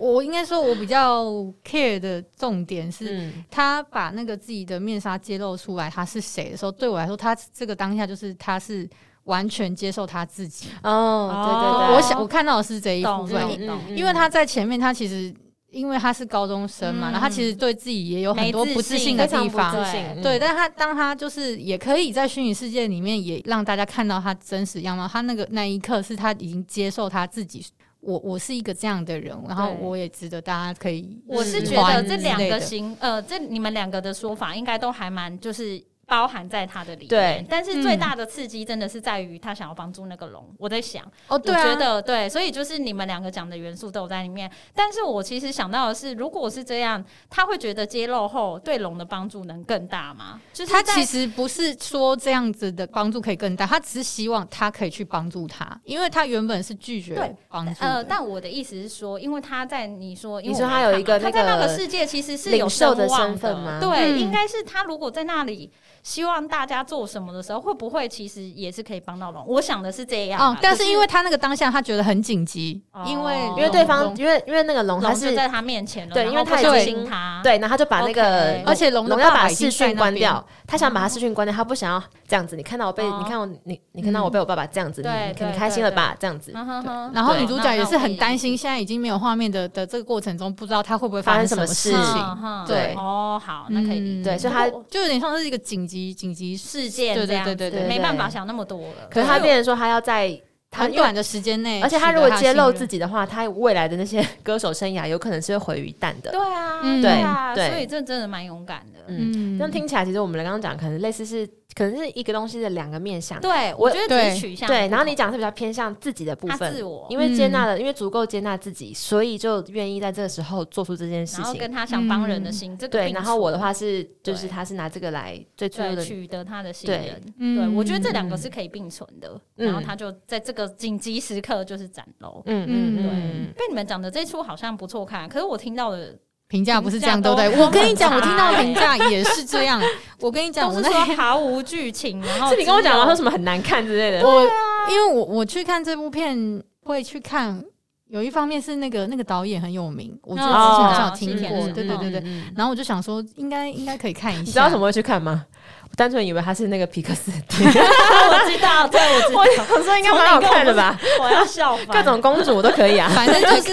Speaker 1: 我应该说，我比较 care 的重点是
Speaker 3: 嗯，
Speaker 1: 他把那个自己的面纱揭露出来他是谁的时候，对我来说，他这个当下就是他是完全接受他自己。
Speaker 3: 哦，对对
Speaker 2: 哦
Speaker 3: 对，
Speaker 1: 我想我看到的是这一部
Speaker 2: 懂
Speaker 1: 分，
Speaker 2: 懂
Speaker 1: 因
Speaker 3: 嗯嗯
Speaker 1: 因为他在前面，他其实因为他是高中生嘛，
Speaker 2: 嗯
Speaker 1: 然后他其实对自己也有很多
Speaker 2: 没自信
Speaker 1: 不自信的
Speaker 3: 非
Speaker 1: 地
Speaker 3: 常不
Speaker 1: 方。
Speaker 3: 自信，嗯
Speaker 1: 对，，但他当他就是也可以在虚拟世界里面也让大家看到他真实样貌，他那个那一刻是他已经接受他自己，我我是一个这样的人，然后
Speaker 2: 对
Speaker 1: 我也值得大家可以
Speaker 2: 我是
Speaker 1: 喜
Speaker 2: 觉得
Speaker 1: 欢
Speaker 2: 这
Speaker 1: 之
Speaker 2: 两
Speaker 1: 类
Speaker 2: 个
Speaker 1: 的
Speaker 2: 行，呃，这你们两个的说法应该都还蛮就是包含在他的里面
Speaker 3: 对。嗯
Speaker 2: 但是最大的刺激真的是在于他想要帮助那个龙。我在想，
Speaker 1: 哦，对啊，
Speaker 2: 我觉得对，所以就是你们两个讲的元素都有在里面。但是我其实想到的是，如果是这样，他会觉得揭露后对龙的帮助能更大吗？就是
Speaker 1: 他
Speaker 2: 在
Speaker 1: 其实不是说这样子的帮助可以更大，他只是希望他可以去帮助他，因为他原本是拒绝
Speaker 2: 对
Speaker 1: 帮助的
Speaker 2: 呃，但我的意思是说，因为他在你说，因为
Speaker 3: 你说
Speaker 2: 我
Speaker 3: 他
Speaker 2: 没
Speaker 3: 有
Speaker 2: 看
Speaker 3: 一
Speaker 2: 嘛
Speaker 3: 个
Speaker 2: 他
Speaker 3: 那
Speaker 2: 在那
Speaker 3: 个
Speaker 2: 个世界其实是
Speaker 3: 领
Speaker 2: 有
Speaker 3: 袖的
Speaker 2: 声望
Speaker 3: 身份吗
Speaker 2: 对，
Speaker 1: 嗯
Speaker 2: 应该是他如果在那里希望大家做什么的时候，会不会其实也是可以帮到龙？我想的是这样啊。
Speaker 1: 哦，但
Speaker 2: 可
Speaker 1: 是因为他那个当下他觉得很紧急，
Speaker 2: 哦
Speaker 1: 因为
Speaker 3: 因为对
Speaker 1: 龙
Speaker 3: 方，因为因为那个龙
Speaker 2: 龙
Speaker 3: 他
Speaker 2: 就是在他面前了，
Speaker 3: 对
Speaker 2: 然
Speaker 3: 因为
Speaker 2: 后
Speaker 3: 他
Speaker 2: 不
Speaker 1: 已
Speaker 2: 小
Speaker 1: 经
Speaker 2: 心他，
Speaker 3: 对，然后他就把那个
Speaker 2: OK
Speaker 1: 而且龙的
Speaker 3: 龙要
Speaker 1: 爸
Speaker 3: 把
Speaker 1: 爸已经
Speaker 3: 视
Speaker 1: 在
Speaker 3: 讯
Speaker 1: 那
Speaker 3: 关
Speaker 1: 边
Speaker 3: 掉，他想把他视讯关掉，他不想要这样子。你看到我被，你看我，你你看到我被我爸爸这样子，你
Speaker 2: 对
Speaker 3: 你
Speaker 2: 对
Speaker 3: 很开心了吧？这样子
Speaker 2: 嗯哼哼
Speaker 1: 然后
Speaker 3: 对
Speaker 1: 女主角也是很担心，现在已经没有画面的的这个过程中，不知道她会不会
Speaker 3: 发
Speaker 1: 生
Speaker 3: 生什么
Speaker 1: 么
Speaker 3: 事
Speaker 1: 事
Speaker 2: 嗯
Speaker 1: 情，
Speaker 2: 哼
Speaker 3: 对
Speaker 2: 哦，好，那可以理解。
Speaker 3: 对，所以他
Speaker 2: 不过
Speaker 1: 就有点像是一个紧急紧急事。
Speaker 2: 事件
Speaker 1: 对对
Speaker 2: 这样子，
Speaker 1: 对对
Speaker 3: 对
Speaker 2: 没
Speaker 3: 对
Speaker 2: 办法想那么多了。
Speaker 3: 可是他
Speaker 2: 所以
Speaker 3: 变成说他要在他
Speaker 1: 很
Speaker 3: 因为
Speaker 1: 短的时间内，
Speaker 3: 而且他如果揭露自
Speaker 1: 己，
Speaker 3: 己的话，他未来的那些 歌手生涯有可能是会毁于一旦的。
Speaker 2: 对啊，
Speaker 1: 嗯
Speaker 2: 对啊，
Speaker 3: 对
Speaker 2: 所以这真的蛮勇敢的。
Speaker 3: 嗯
Speaker 1: 嗯
Speaker 3: 这样听起来，其实我们刚刚讲，可能类似是，可能是一个东西的两个面向。
Speaker 2: 对，
Speaker 3: 我
Speaker 2: 我觉得只
Speaker 1: 对
Speaker 2: 是取向
Speaker 3: 对，
Speaker 2: 不
Speaker 3: 然后
Speaker 2: 同
Speaker 3: 你讲是比较偏向自己的部
Speaker 2: 他
Speaker 3: 分，
Speaker 2: 自我
Speaker 3: 因为接纳了，因为足够接纳自己，所以就愿意在这个时候做出这件事
Speaker 2: 然后
Speaker 3: 情。
Speaker 2: 跟他想帮人的心，这个
Speaker 3: 对，
Speaker 2: 并
Speaker 3: 然后我的
Speaker 2: 不
Speaker 3: 话是，就是
Speaker 2: 对
Speaker 3: 他是拿这个来最脆弱
Speaker 2: 对
Speaker 3: 的
Speaker 2: 取得他的信
Speaker 3: 对
Speaker 2: 任。
Speaker 1: 嗯
Speaker 2: 对，我觉得这两个是可以并存的，然后
Speaker 3: 嗯
Speaker 2: 他就在这个紧急时刻就是展露。
Speaker 3: 嗯
Speaker 1: 嗯
Speaker 3: 嗯
Speaker 2: 被你们讲的这出好像不错看，可是我听到的
Speaker 1: 评价不是这样，
Speaker 2: 评
Speaker 1: 对
Speaker 2: 价
Speaker 1: 不对？
Speaker 2: 都
Speaker 1: 我跟你讲，我
Speaker 2: 很
Speaker 1: 听到
Speaker 2: 差
Speaker 1: 的评价也是这 样。我跟你讲，
Speaker 2: 都
Speaker 1: 我
Speaker 2: 是
Speaker 1: 那
Speaker 2: 说
Speaker 1: 天
Speaker 2: 毫无剧情，然
Speaker 3: 嗯，
Speaker 2: 后
Speaker 3: 是你跟我讲
Speaker 2: 只有
Speaker 3: 了说什么很难看之类 的，
Speaker 1: 我
Speaker 3: 啊
Speaker 1: 因为我我去看这部片会去看，有一方面是那个那个导演很有名，我觉得之前好像有听
Speaker 2: 西田
Speaker 3: 哦
Speaker 1: 过，
Speaker 2: 是
Speaker 1: 对对对对。然后我就想说，应该应该可以看一下。
Speaker 3: 你知道什么？会去看吗？我单纯以为他是那个皮克斯的电影，
Speaker 2: 我知道，对，我知道，
Speaker 3: 我说应 该蛮好看的吧？
Speaker 2: 我要笑翻。
Speaker 3: 各种公主我都可以 啊，
Speaker 1: 反正就是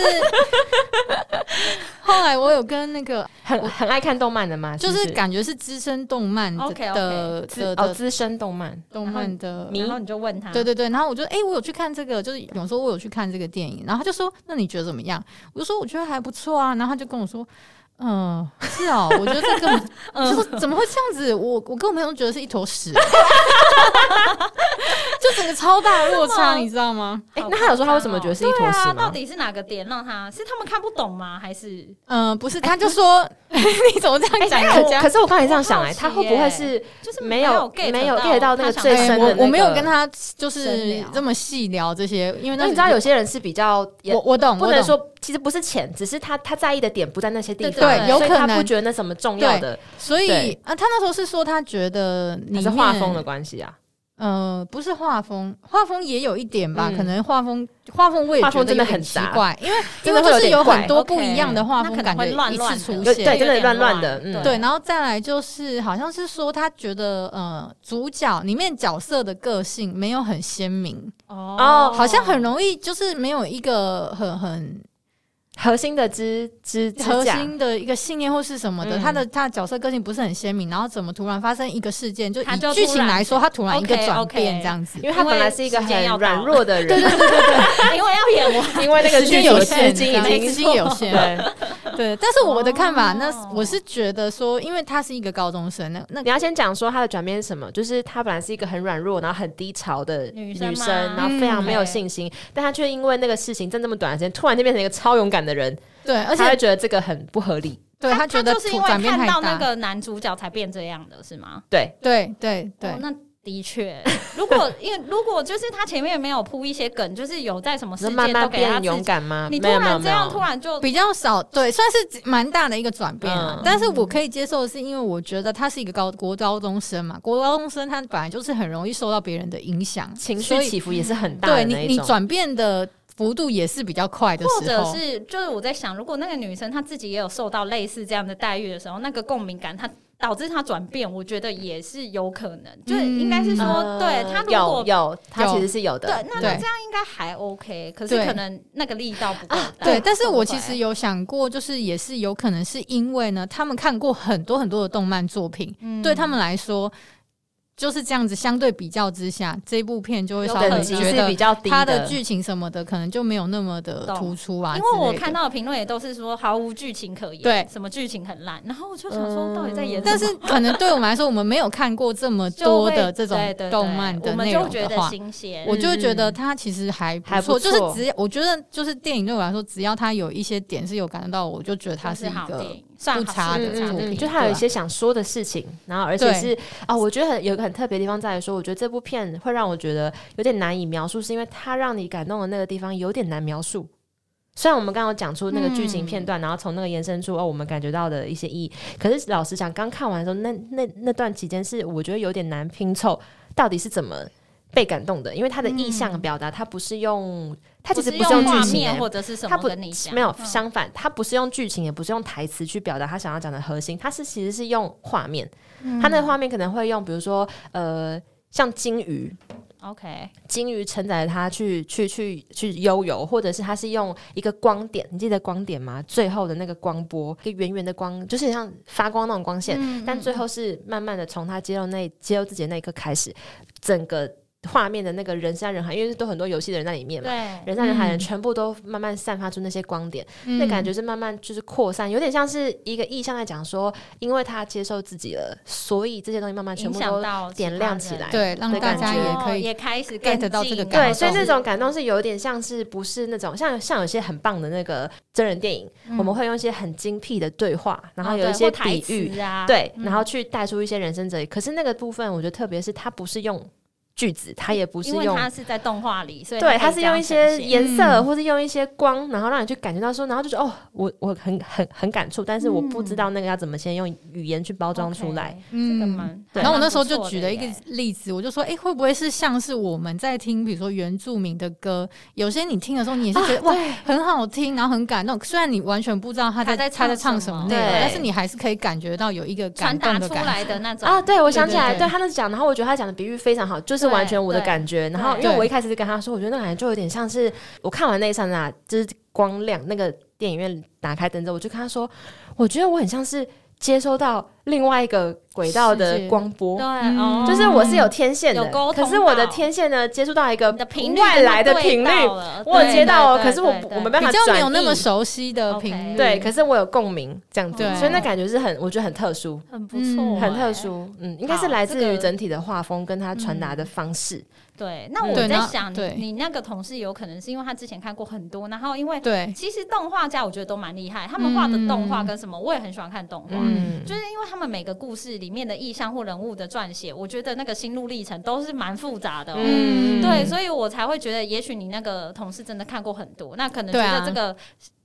Speaker 1: 后来我有跟那个，
Speaker 3: 很很爱看动漫的嘛，
Speaker 1: 就是是
Speaker 3: 不
Speaker 1: 感觉是资深动漫的
Speaker 2: OK，OK
Speaker 1: 的
Speaker 3: 资
Speaker 1: 的
Speaker 3: 哦
Speaker 1: 的
Speaker 3: 资深动漫，
Speaker 1: 动漫的
Speaker 3: 迷
Speaker 2: 然后你啊就问他，
Speaker 1: 对对对，然后我就哎、诶我有去看这个，就是有时候我有去看这个电影，然后他就说，那你觉得怎么样？我就说我觉得还不错啊，然后他就跟我说。嗯，是哦，我觉得这个就是怎么会这样子？我我跟我朋友都觉得是一坨屎， 就整个超大落差，你知道吗？
Speaker 3: 哎
Speaker 2: 好，
Speaker 3: 那他有说他
Speaker 2: 夸张
Speaker 3: 为什么
Speaker 2: 哦
Speaker 3: 觉得是一坨
Speaker 2: 对
Speaker 3: 屎
Speaker 2: 啊到
Speaker 3: 吗？
Speaker 2: 底是哪个点让他是他们看不懂吗？还是
Speaker 1: 嗯，不是，他就说 你怎么这样讲
Speaker 3: 哎
Speaker 1: 人
Speaker 3: 我
Speaker 1: 家？
Speaker 3: 可是我刚才这样想，
Speaker 2: 我好
Speaker 3: 哎，
Speaker 2: 奇
Speaker 3: 他会不会
Speaker 2: 耶
Speaker 3: 是
Speaker 2: 就是
Speaker 3: 没
Speaker 2: 有
Speaker 3: 有
Speaker 2: get
Speaker 3: 没有 get 到那个
Speaker 2: 他想
Speaker 3: 最
Speaker 1: 哎
Speaker 3: 深的那
Speaker 1: 我我没有
Speaker 3: 个
Speaker 1: 跟他就是
Speaker 2: 深聊
Speaker 1: 这么细聊这些，因为
Speaker 3: 那
Speaker 1: 那
Speaker 3: 你知道有些人是比较也
Speaker 1: 我我懂，
Speaker 3: 不
Speaker 1: 我
Speaker 3: 能
Speaker 1: 懂
Speaker 3: 说，其实不是钱，只是他他在意的点不在那些地方，
Speaker 2: 对对
Speaker 1: 有
Speaker 3: 所以
Speaker 1: 可
Speaker 3: 他
Speaker 1: 能
Speaker 3: 不觉得那什么重要的，
Speaker 1: 所以
Speaker 3: 对
Speaker 1: 啊，他那时候是说他觉得
Speaker 3: 还
Speaker 1: 你
Speaker 3: 是画风的关系啊。
Speaker 1: 呃，不是画风，画风也有一点吧，
Speaker 3: 嗯
Speaker 1: 可能画风画风我也
Speaker 3: 画
Speaker 1: 觉
Speaker 3: 风
Speaker 1: 得
Speaker 3: 真的
Speaker 1: 有点
Speaker 3: 很
Speaker 1: 奇
Speaker 3: 杂
Speaker 1: 怪， 因为
Speaker 3: 真
Speaker 1: 因
Speaker 3: 的
Speaker 1: 为
Speaker 3: 会有
Speaker 1: 就是
Speaker 3: 点
Speaker 1: 有
Speaker 3: 怪
Speaker 1: 很多不一样的画
Speaker 2: 那
Speaker 1: 风，
Speaker 2: 可能
Speaker 1: 感觉
Speaker 2: 会乱
Speaker 1: 一
Speaker 2: 乱
Speaker 1: 次出
Speaker 2: 的
Speaker 3: 有
Speaker 1: 现。
Speaker 3: 对真的
Speaker 2: 有点
Speaker 3: 乱乱的嗯
Speaker 1: 对，然后再来就是，好像是说他觉得呃，主角里面角色的个性没有很鲜明，
Speaker 2: 哦
Speaker 1: 好像很容易就是没有一个很很
Speaker 3: 核心的支支支
Speaker 1: 核
Speaker 3: 架，
Speaker 1: 心的一个信念或是什么的，
Speaker 3: 嗯
Speaker 1: 他的他的角色个性不是很鲜明，然后怎么突然发生一个事件，就
Speaker 2: 他
Speaker 1: 以
Speaker 2: 就
Speaker 1: 剧
Speaker 2: 突
Speaker 1: 情
Speaker 2: 然
Speaker 1: 来说，他突然一个
Speaker 2: OK，
Speaker 1: 转
Speaker 2: OK
Speaker 1: 变这样子，
Speaker 3: 因为他
Speaker 2: 因为
Speaker 3: 本来是一个
Speaker 2: 时间
Speaker 3: 很
Speaker 2: 要到
Speaker 3: 软弱的人，
Speaker 1: 对
Speaker 3: 对对
Speaker 2: 因为要演完，
Speaker 3: 对，因为那个
Speaker 1: 时间
Speaker 3: 剧组
Speaker 1: 有
Speaker 3: 的
Speaker 1: 限
Speaker 3: 资金已经
Speaker 1: 资金有限
Speaker 3: 对，
Speaker 1: 对，但是我的看法，那
Speaker 2: 哦
Speaker 1: 我是觉得说，因为他是一个高中生，那那
Speaker 3: 你要先讲说他的转变是什么，就是他本来是一个很软弱，然后很低潮的
Speaker 2: 女
Speaker 3: 女
Speaker 2: 生
Speaker 3: 生，
Speaker 2: 吗
Speaker 3: 然后非常
Speaker 2: 嗯
Speaker 3: 没有
Speaker 2: 对
Speaker 3: 信心，但他却因为那个事情在那么短的时间，突然就变成一个超勇敢的人，
Speaker 1: 对，而
Speaker 3: 他会
Speaker 1: 且
Speaker 3: 觉得这个很不合理。
Speaker 1: 对他觉得
Speaker 2: 就是因
Speaker 1: 突
Speaker 2: 为
Speaker 1: 转变
Speaker 2: 看
Speaker 1: 太
Speaker 2: 到那
Speaker 1: 大，
Speaker 2: 个男主角才变这样的，是吗？
Speaker 3: 对，
Speaker 1: 对对
Speaker 2: 哦
Speaker 1: 对，
Speaker 2: 那的确， 如果因为如果就是他前面没有铺一些梗，就是有在什么
Speaker 3: 是
Speaker 2: 世
Speaker 3: 慢
Speaker 2: 界都
Speaker 3: 慢
Speaker 2: 给他
Speaker 3: 变
Speaker 2: 自
Speaker 3: 勇
Speaker 2: 己，
Speaker 3: 敢吗？
Speaker 2: 你突
Speaker 3: 没有没有
Speaker 2: 然这
Speaker 3: 没
Speaker 2: 样
Speaker 3: 有，
Speaker 2: 突然就
Speaker 1: 比较少，对，算是蛮大的一个转变啊
Speaker 3: 嗯。
Speaker 1: 但是我可以接受，的是因为我觉得他是一个高国高中生嘛，国高中生他本来就是很容易受到别人的影响，
Speaker 3: 情
Speaker 1: 所
Speaker 3: 绪
Speaker 1: 以
Speaker 3: 起伏也是很大的
Speaker 1: 对
Speaker 3: 那
Speaker 1: 你
Speaker 3: 一
Speaker 1: 你
Speaker 3: 种。
Speaker 1: 转变的幅度也是比较快的
Speaker 2: 或
Speaker 1: 时
Speaker 2: 者
Speaker 1: 候，
Speaker 2: 是就是我在想，如果那个女生她自己也有受到类似这样的待遇的时候，那个共鸣感她。导致她转变，我觉得也是有可能，就是应该是说，
Speaker 3: 呃
Speaker 2: 对她如果
Speaker 3: 有有，他
Speaker 1: 有
Speaker 3: 其实是有
Speaker 2: 对
Speaker 3: 的，，
Speaker 2: 那
Speaker 1: 对
Speaker 2: 那这样应该还 OK，可是
Speaker 1: 对
Speaker 2: 可能那个力道不够大。
Speaker 1: 对，但是
Speaker 2: 会不
Speaker 1: 我
Speaker 2: 会
Speaker 1: 其实有想过，就是也是有可能是因为呢，他们看过很多很多的动漫作品，
Speaker 2: 嗯
Speaker 1: 对他们来说，就是这样子，相对比较之下，这部片就会稍
Speaker 3: 等
Speaker 1: 微
Speaker 3: 级
Speaker 1: 觉
Speaker 3: 是
Speaker 1: 得
Speaker 3: 比较低
Speaker 1: 它的剧情什么的，可能就没有那么的
Speaker 2: 懂
Speaker 1: 突出啊
Speaker 2: 因
Speaker 1: 之类的。
Speaker 2: 为我看到的评论也都是说毫无剧情可言，
Speaker 1: 对
Speaker 2: 什么剧情很烂，然后我就想说到底在演什么，
Speaker 1: 但是可能对我们来说，我们没有看过这么
Speaker 2: 就
Speaker 1: 多
Speaker 2: 会
Speaker 1: 的这种
Speaker 2: 对对对
Speaker 1: 动漫的
Speaker 2: 我们
Speaker 1: 内
Speaker 2: 就
Speaker 1: 容
Speaker 2: 觉
Speaker 1: 的
Speaker 2: 得
Speaker 1: 话，
Speaker 2: 新鲜。
Speaker 1: 我就会觉得
Speaker 3: 嗯
Speaker 1: 它其实还不
Speaker 3: 还不
Speaker 1: 错。就
Speaker 3: 错
Speaker 1: 是只要我觉得，就是电影对我来说，只要它有一些点是有感动到我，我就觉得它
Speaker 2: 就是
Speaker 1: 一
Speaker 2: 好
Speaker 1: 个
Speaker 2: 电影，算
Speaker 1: 不
Speaker 2: 好
Speaker 1: 差
Speaker 2: 是
Speaker 1: 的
Speaker 2: 不差
Speaker 1: 作品
Speaker 2: 电影嗯
Speaker 3: 就他有一些想说的事情，然后而且
Speaker 1: 对
Speaker 3: 是啊、我觉得很有一个很特别的地方在于说，我觉得这部片会让我觉得有点难以描述，是因为它让你感动的那个地方有点难描述。虽然我们刚刚有讲出那个剧情片段，然后从那个延伸出哦，我们感觉到的一些意义，可是老实讲，刚看完的时候，那那那段期间是我觉得有点难拼凑，到底是怎么被感动的？因为它的意象表达，它不是用，它其实
Speaker 2: 不
Speaker 3: 不
Speaker 2: 是
Speaker 3: 是用
Speaker 2: 画
Speaker 3: 剧情、
Speaker 2: 面
Speaker 3: 欸，
Speaker 2: 或者是什
Speaker 3: 他
Speaker 2: 么
Speaker 3: 不
Speaker 2: 跟你讲，嗯
Speaker 3: 没有，相反，他不是用剧情，也不是用台词去表达他想要讲的核心，他是其实是用画面。
Speaker 2: 嗯
Speaker 3: 他那个画面可能会用，比如说呃，像鲸鱼，
Speaker 2: OK，
Speaker 3: 鲸鱼承载着它去去去去悠游，或者是它是用一个光点，你记得光点吗？最后的那个光波，一个圆圆的光，就是像发光那种光
Speaker 2: 嗯
Speaker 3: 线，但最后是慢慢的从他接受那接受自己的那一刻开始，整个画面的那个人山人海，因为都很多游戏的人在里面嘛。
Speaker 2: 对，
Speaker 3: 人山人海的人
Speaker 1: 嗯
Speaker 3: 全部都慢慢散发出那些光点，那
Speaker 1: 那
Speaker 2: 嗯
Speaker 3: 感觉是慢慢就是扩散，有点像是一个意向在讲说，因为他接受自己了，所以这些东西慢慢全
Speaker 2: 影
Speaker 3: 部
Speaker 2: 响
Speaker 3: 都
Speaker 2: 到其
Speaker 3: 点
Speaker 2: 他
Speaker 3: 亮
Speaker 2: 人
Speaker 3: 起来
Speaker 1: 对，让
Speaker 3: 的
Speaker 1: 大
Speaker 3: 感
Speaker 1: 家
Speaker 3: 觉
Speaker 1: 也可
Speaker 2: 哦
Speaker 1: 以
Speaker 2: 也开始
Speaker 1: get
Speaker 2: 跟
Speaker 1: 到这
Speaker 2: 进
Speaker 1: 个
Speaker 3: 对，
Speaker 1: 感
Speaker 3: 所以
Speaker 1: 动
Speaker 3: 那种感动是有点像是不是那种像像有些很棒的那个真人电影，我们会用一些很精辟的对话，然
Speaker 2: 嗯哦
Speaker 3: 后有一
Speaker 2: 对
Speaker 3: 些
Speaker 2: 或台
Speaker 3: 比喻，
Speaker 2: 词啊，
Speaker 3: 对，
Speaker 2: 嗯
Speaker 3: 然后去带出一些人生哲理。可是那个部分，我觉得特别是它不是用句子，它也不是
Speaker 2: 因为
Speaker 3: 用
Speaker 2: 它是在动画里，所以
Speaker 3: 对，
Speaker 2: 它
Speaker 3: 它
Speaker 2: 可
Speaker 3: 是
Speaker 2: 以这样
Speaker 3: 用一些
Speaker 2: 呈现
Speaker 3: 颜色、
Speaker 1: 嗯
Speaker 3: 或是用一些光，然后让你去感觉到说，然后就是哦，我我很很很感触，但是我不知道那个要怎么先用语言去包装出来。
Speaker 2: OK，这个
Speaker 1: 嗯。
Speaker 2: 蛮。
Speaker 1: 然后我那时候就
Speaker 2: 还蛮不错
Speaker 1: 举了一个
Speaker 2: 耶
Speaker 1: 例子，我就说，哎，会不会是像是我们在听，比如说原住民的歌，有些你听的时候，你也
Speaker 2: 啊
Speaker 1: 是觉得、哇，很好听，然后很感动。虽然你完全不知道他
Speaker 2: 他
Speaker 1: 在
Speaker 2: 在
Speaker 1: 他在
Speaker 2: 唱
Speaker 1: 唱
Speaker 2: 什
Speaker 1: 什
Speaker 2: 么
Speaker 1: 么内容，
Speaker 3: 对
Speaker 1: 但是你还是可以感觉到有一个
Speaker 2: 传
Speaker 1: 感动
Speaker 2: 达
Speaker 1: 的
Speaker 2: 出
Speaker 1: 感觉。
Speaker 2: 来的那种
Speaker 3: 啊，对，我想起来，
Speaker 1: 对对
Speaker 3: 对他那讲，然后我觉得他讲的比喻非常好，就是完全我的
Speaker 2: 对
Speaker 3: 感觉。然后，
Speaker 2: 对
Speaker 3: 因为我一开始是跟他说，我觉得那个感觉就有点像是我看完那一刹那，就是光亮那个电影院打开灯之后，我就跟他说，我觉得我很像是接收到另外一个轨道
Speaker 1: 世
Speaker 3: 的
Speaker 1: 界
Speaker 3: 光波，
Speaker 2: 对，
Speaker 1: 嗯
Speaker 2: 哦
Speaker 3: 就是我是有天线的
Speaker 2: 有沟，通
Speaker 3: 可是我的
Speaker 2: 到
Speaker 3: 天线呢接触到一个
Speaker 2: 你的频率
Speaker 3: 外来的
Speaker 2: 跟它对
Speaker 3: 频率，
Speaker 2: 到了
Speaker 3: 我有接到哦，
Speaker 2: 对
Speaker 3: 可是我
Speaker 2: 对
Speaker 3: 不
Speaker 2: 对
Speaker 3: 我没办
Speaker 1: 比
Speaker 3: 法
Speaker 1: 较没有
Speaker 3: 转
Speaker 1: 那么
Speaker 3: 译
Speaker 1: 熟悉的
Speaker 2: OK
Speaker 1: 频率，
Speaker 3: 对，可是我有共鸣这样子
Speaker 1: 对，
Speaker 3: 所以那感觉是很，我觉得很特殊，
Speaker 2: 很不错，
Speaker 1: 嗯
Speaker 3: 很特。殊，嗯，应该
Speaker 2: 好
Speaker 3: 是来
Speaker 2: 这
Speaker 3: 自于
Speaker 2: 个
Speaker 3: 整体的画风跟他传达的方式，
Speaker 2: 对，那我
Speaker 1: 对
Speaker 2: 在
Speaker 1: 那
Speaker 2: 想，你
Speaker 1: 对
Speaker 2: 你那个同事有可能是因为他之前看过很多，然后因为
Speaker 1: 对
Speaker 2: 其实动画家我觉得都蛮厉害，他们画的动
Speaker 1: 嗯
Speaker 2: 画跟什么，我也很喜欢看动画。
Speaker 3: 嗯，
Speaker 2: 就是因为他们每个故事里面的意象或人物的撰写，我觉得那个心路历程都是蛮复杂的、哦。
Speaker 3: 嗯
Speaker 2: 对，所以我才会觉得，也许你那个同事真的看过很多，那可能觉
Speaker 1: 对
Speaker 2: 得
Speaker 1: 啊
Speaker 2: 这个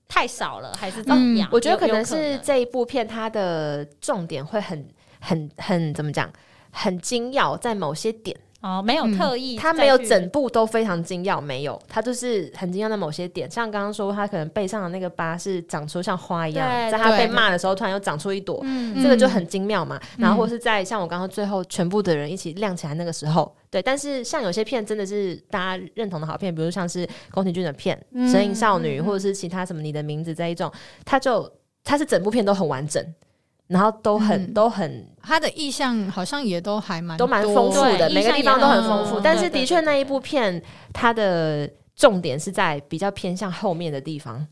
Speaker 2: 太少了，还是怎么样？
Speaker 1: 嗯
Speaker 3: 我觉得
Speaker 2: 有
Speaker 3: 可能
Speaker 2: 有
Speaker 3: 是这一部片它的重点会很很很怎么讲，很精要，在某些点。
Speaker 2: 哦，没有
Speaker 1: 嗯
Speaker 2: 特意再去，
Speaker 3: 他没有整部都非常精要，没有，他就是很精要的某些点，像刚刚说他可能背上的那个疤是长出像花一样
Speaker 2: 对，
Speaker 3: 在他
Speaker 1: 对
Speaker 3: 被骂的时候突然又长出一朵，
Speaker 2: 嗯，
Speaker 1: 嗯
Speaker 3: 这个就很精妙嘛。然后或是在像我刚刚最后全部的人一起亮起来那个时候，对。但是像有些片真的是大家认同的好片，比如像是宫崎骏的片
Speaker 2: 嗯
Speaker 3: 《神隐少
Speaker 2: 嗯
Speaker 3: 女》
Speaker 2: 嗯
Speaker 3: 或者是其他什么《你的名字》这一种，他就他是整部片都很完整，然后都很、
Speaker 1: 嗯
Speaker 3: 都很
Speaker 1: 他的意象好像也都还蛮
Speaker 3: 都蛮丰富的，
Speaker 2: 对
Speaker 3: 每个地方都很丰富。
Speaker 1: 印象也很
Speaker 3: 但是的确那一部片，它的重点是在比较偏向后面的地方。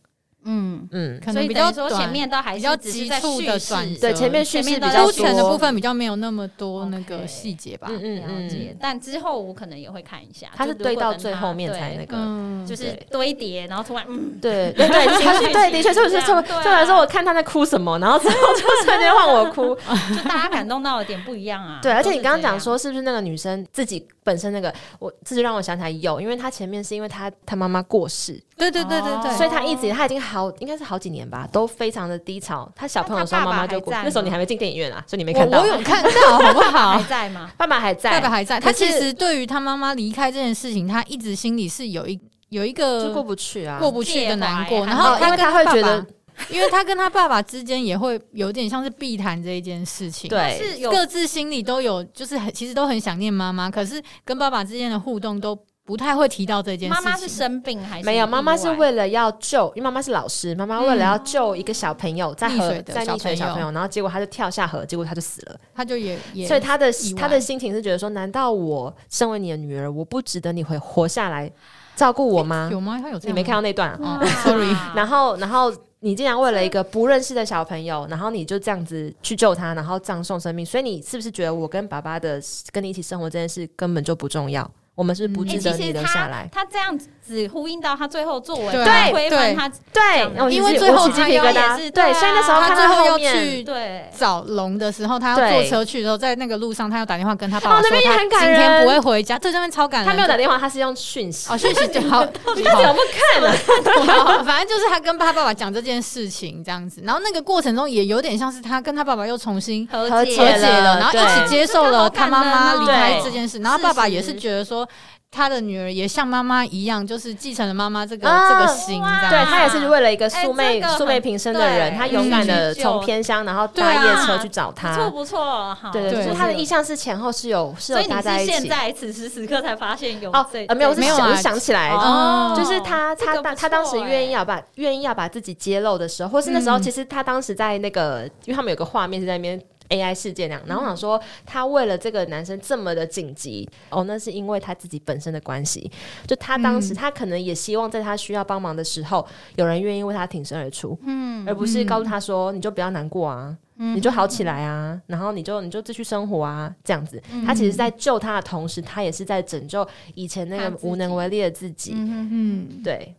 Speaker 2: 嗯，
Speaker 3: 嗯，
Speaker 1: 可
Speaker 2: 所
Speaker 1: 能
Speaker 2: 以
Speaker 1: 比
Speaker 2: 等
Speaker 1: 较
Speaker 2: 于说前面都还是
Speaker 1: 比较
Speaker 2: 只是
Speaker 1: 急
Speaker 2: 在
Speaker 1: 促
Speaker 2: 叙
Speaker 1: 的
Speaker 2: 事
Speaker 1: 转折
Speaker 3: 对前面叙事
Speaker 2: 前面
Speaker 3: 比
Speaker 2: 都
Speaker 1: 短
Speaker 2: 在
Speaker 3: 较
Speaker 1: 粗
Speaker 2: 说
Speaker 1: 浅的部
Speaker 3: 多，
Speaker 1: 分比较没有那么多
Speaker 2: OK
Speaker 1: 那个细节吧。
Speaker 3: 嗯嗯
Speaker 2: 了解
Speaker 3: 嗯，，
Speaker 2: 但之后我可能也会看一下，
Speaker 3: 它是
Speaker 2: 就如果
Speaker 3: 堆到
Speaker 2: 等
Speaker 3: 最
Speaker 2: 它
Speaker 3: 后面才
Speaker 2: 对
Speaker 3: 那个。
Speaker 1: 嗯，
Speaker 2: 就是
Speaker 3: 对
Speaker 2: 堆叠，然后突然嗯，
Speaker 3: 对 对对，
Speaker 2: 情
Speaker 3: 他是
Speaker 2: 绪
Speaker 3: 对，
Speaker 2: 起
Speaker 3: 的确就
Speaker 2: 伏这
Speaker 3: 是这
Speaker 2: 样
Speaker 3: 么。
Speaker 2: 对啊
Speaker 3: 对我来说，我看他在哭什么，然后之后就瞬间换我 哭。
Speaker 2: 就大家感动到的点不一样啊。
Speaker 3: 对，而且
Speaker 2: 都是
Speaker 3: 你刚刚
Speaker 2: 这
Speaker 3: 讲
Speaker 2: 样
Speaker 3: 说是不是那个女生自己本身那个，我这就让我想起来有，因为她前面是因为她她妈妈过世，
Speaker 1: 对对对对
Speaker 2: 哦
Speaker 1: 对，
Speaker 3: 所以她一直她已经好应该是好几年吧，都非常的低潮。她小朋友的时候
Speaker 2: 那她
Speaker 3: 妈
Speaker 2: 爸爸
Speaker 3: 妈就过
Speaker 2: 还在，吗
Speaker 3: 那时候你还没进电影院啊，所以你没看
Speaker 1: 我
Speaker 3: 到
Speaker 1: 我。有看到，好不
Speaker 2: 还
Speaker 1: 好？
Speaker 2: 在吗？
Speaker 3: 爸 爸还在，
Speaker 1: 爸爸还在，
Speaker 3: 可
Speaker 1: 他
Speaker 3: 是
Speaker 1: 其实对于他妈妈离开这件事情，他一直心里是有一有一
Speaker 3: 就
Speaker 1: 个
Speaker 3: 过不去啊，
Speaker 1: 过不去的难过，
Speaker 2: 介怀
Speaker 1: 然
Speaker 3: 哦
Speaker 1: 后
Speaker 3: 因为他
Speaker 1: 他
Speaker 3: 会
Speaker 1: 跟
Speaker 3: 觉
Speaker 1: 爸
Speaker 3: 得
Speaker 1: 爸，因为他跟他爸爸之间也会有点像是避谈这一件事情，
Speaker 3: 对，
Speaker 2: 是有
Speaker 1: 各自心里都有，就是很其实都很想念妈妈，可是跟爸爸之间的互动都不太会提到这件事
Speaker 2: 妈
Speaker 1: 情。
Speaker 2: 妈是生病还是
Speaker 3: 没有，妈妈是
Speaker 2: 意外
Speaker 3: 为了要救，因为妈妈是老师，妈妈为了要救一个小朋友在
Speaker 1: 溺
Speaker 3: 河
Speaker 1: 水的
Speaker 3: 在嗯溺水的
Speaker 1: 小朋
Speaker 3: 小朋友，然后结果他就跳下河，结果他就死了。
Speaker 1: 他就也也，
Speaker 3: 所以他的
Speaker 1: 意外
Speaker 3: 他的心情是觉得说，难道我身为你的女儿，我不值得你会活下来照顾我吗？
Speaker 1: 有吗？他有这
Speaker 3: 你
Speaker 1: 样
Speaker 3: 没看
Speaker 1: 吗
Speaker 3: 到那段啊？
Speaker 2: 哦哇 哎
Speaker 1: Sorry
Speaker 3: 然后，然后你竟然为了一个不认识的小朋友，然后你就这样子去救他，然后葬送生命，所以你是不是觉得我跟爸爸的跟你一起生活这件事根本就不重要？我们是不
Speaker 1: 嗯
Speaker 2: 哎
Speaker 3: 值
Speaker 2: 其
Speaker 3: 得你
Speaker 2: 实
Speaker 3: 留下来
Speaker 2: 他。他这样子呼应到他最后作为
Speaker 1: 对
Speaker 2: 他
Speaker 3: 对
Speaker 2: 规范
Speaker 1: 对
Speaker 2: 他
Speaker 3: 对，然后我
Speaker 1: 因为
Speaker 3: 起
Speaker 1: 最后
Speaker 3: 我起鸡
Speaker 1: 他
Speaker 3: 皮
Speaker 1: 要
Speaker 3: 疙
Speaker 2: 也是
Speaker 3: 瘩，
Speaker 2: 对啊
Speaker 3: 对，所以那时候
Speaker 1: 他
Speaker 3: 看
Speaker 1: 最
Speaker 3: 到
Speaker 1: 后要
Speaker 3: 面，
Speaker 1: 去
Speaker 2: 对
Speaker 1: 找龙的时候，他要坐
Speaker 3: 对
Speaker 1: 车去的时候，在那个路上，他要打电话跟他爸
Speaker 3: 哦
Speaker 1: 爸
Speaker 3: 那
Speaker 1: 说
Speaker 3: 边也
Speaker 1: 他
Speaker 3: 很
Speaker 1: 今
Speaker 3: 感
Speaker 1: 天
Speaker 3: 人
Speaker 1: 不会回家，这真的超感人。
Speaker 3: 他没有打电话，他是用讯息。
Speaker 1: 哦，讯息就好，
Speaker 3: 他
Speaker 1: 好
Speaker 3: 怎么看呢？
Speaker 1: 好反正就是他跟他爸爸讲这件事情这样子，然后那个过程中也有点像是他跟他爸爸又重新
Speaker 2: 和
Speaker 3: 和
Speaker 1: 和
Speaker 2: 解
Speaker 3: 解
Speaker 1: 解
Speaker 3: 了
Speaker 1: 了，然后
Speaker 3: 对
Speaker 1: 一起接受了他妈妈离开
Speaker 3: 对
Speaker 1: 这件事，
Speaker 2: 事
Speaker 1: 然后爸爸
Speaker 2: 实
Speaker 1: 也是觉得说。他的女儿也像妈妈一样，就是继承了妈妈这个、
Speaker 3: 啊
Speaker 1: 这个心，
Speaker 2: 哇
Speaker 1: 这
Speaker 3: 对
Speaker 1: 样
Speaker 3: 他也是为了一个
Speaker 2: 哎
Speaker 3: 素昧
Speaker 2: 这个很
Speaker 3: 素昧平生的人，
Speaker 2: 对
Speaker 3: 他勇敢的
Speaker 2: 嗯
Speaker 3: 从偏乡，然后
Speaker 1: 对
Speaker 3: 搭
Speaker 1: 啊
Speaker 3: 夜车去找他
Speaker 2: 不。错不错，好，
Speaker 3: 对对
Speaker 1: 对
Speaker 3: 对，所
Speaker 2: 就
Speaker 3: 以
Speaker 2: 是
Speaker 3: 他的意向是前后是有是
Speaker 2: 所
Speaker 3: 有
Speaker 2: 以你
Speaker 3: 搭在
Speaker 2: 是
Speaker 3: 一
Speaker 2: 现
Speaker 3: 起。
Speaker 2: 在此时此刻才发现有
Speaker 3: 哦
Speaker 2: 这，
Speaker 3: 呃，没有，我
Speaker 2: 这
Speaker 3: 是
Speaker 1: 没有
Speaker 3: 想
Speaker 1: 啊
Speaker 3: 我是想起来，
Speaker 2: 哦
Speaker 3: 就是他
Speaker 2: 这
Speaker 3: 他
Speaker 2: 个
Speaker 3: 当
Speaker 2: 不
Speaker 3: 他当时
Speaker 2: 错
Speaker 3: 愿意
Speaker 2: 欸
Speaker 3: 要把愿意要把自己揭露的时候，或是那时候
Speaker 1: 嗯
Speaker 3: 其实他当时在那个，因为他们有个画面是在那边。AI 事件那样，然后
Speaker 2: 嗯
Speaker 3: 我想说，他为了这个男生这么的紧急，哦，那是因为他自己本身的关系。就他当时，
Speaker 1: 嗯
Speaker 3: 他可能也希望在他需要帮忙的时候，有人愿意为他挺身而出，嗯，而不是告诉他说，你就不要难过啊，你就好起来啊，然后你就你就继续生活啊，这样子。他其实在救他的同时，他也是在拯救以前那
Speaker 2: 嗯他
Speaker 3: 个
Speaker 2: 自己
Speaker 3: 无能为力的自己。
Speaker 1: 嗯，
Speaker 3: 对，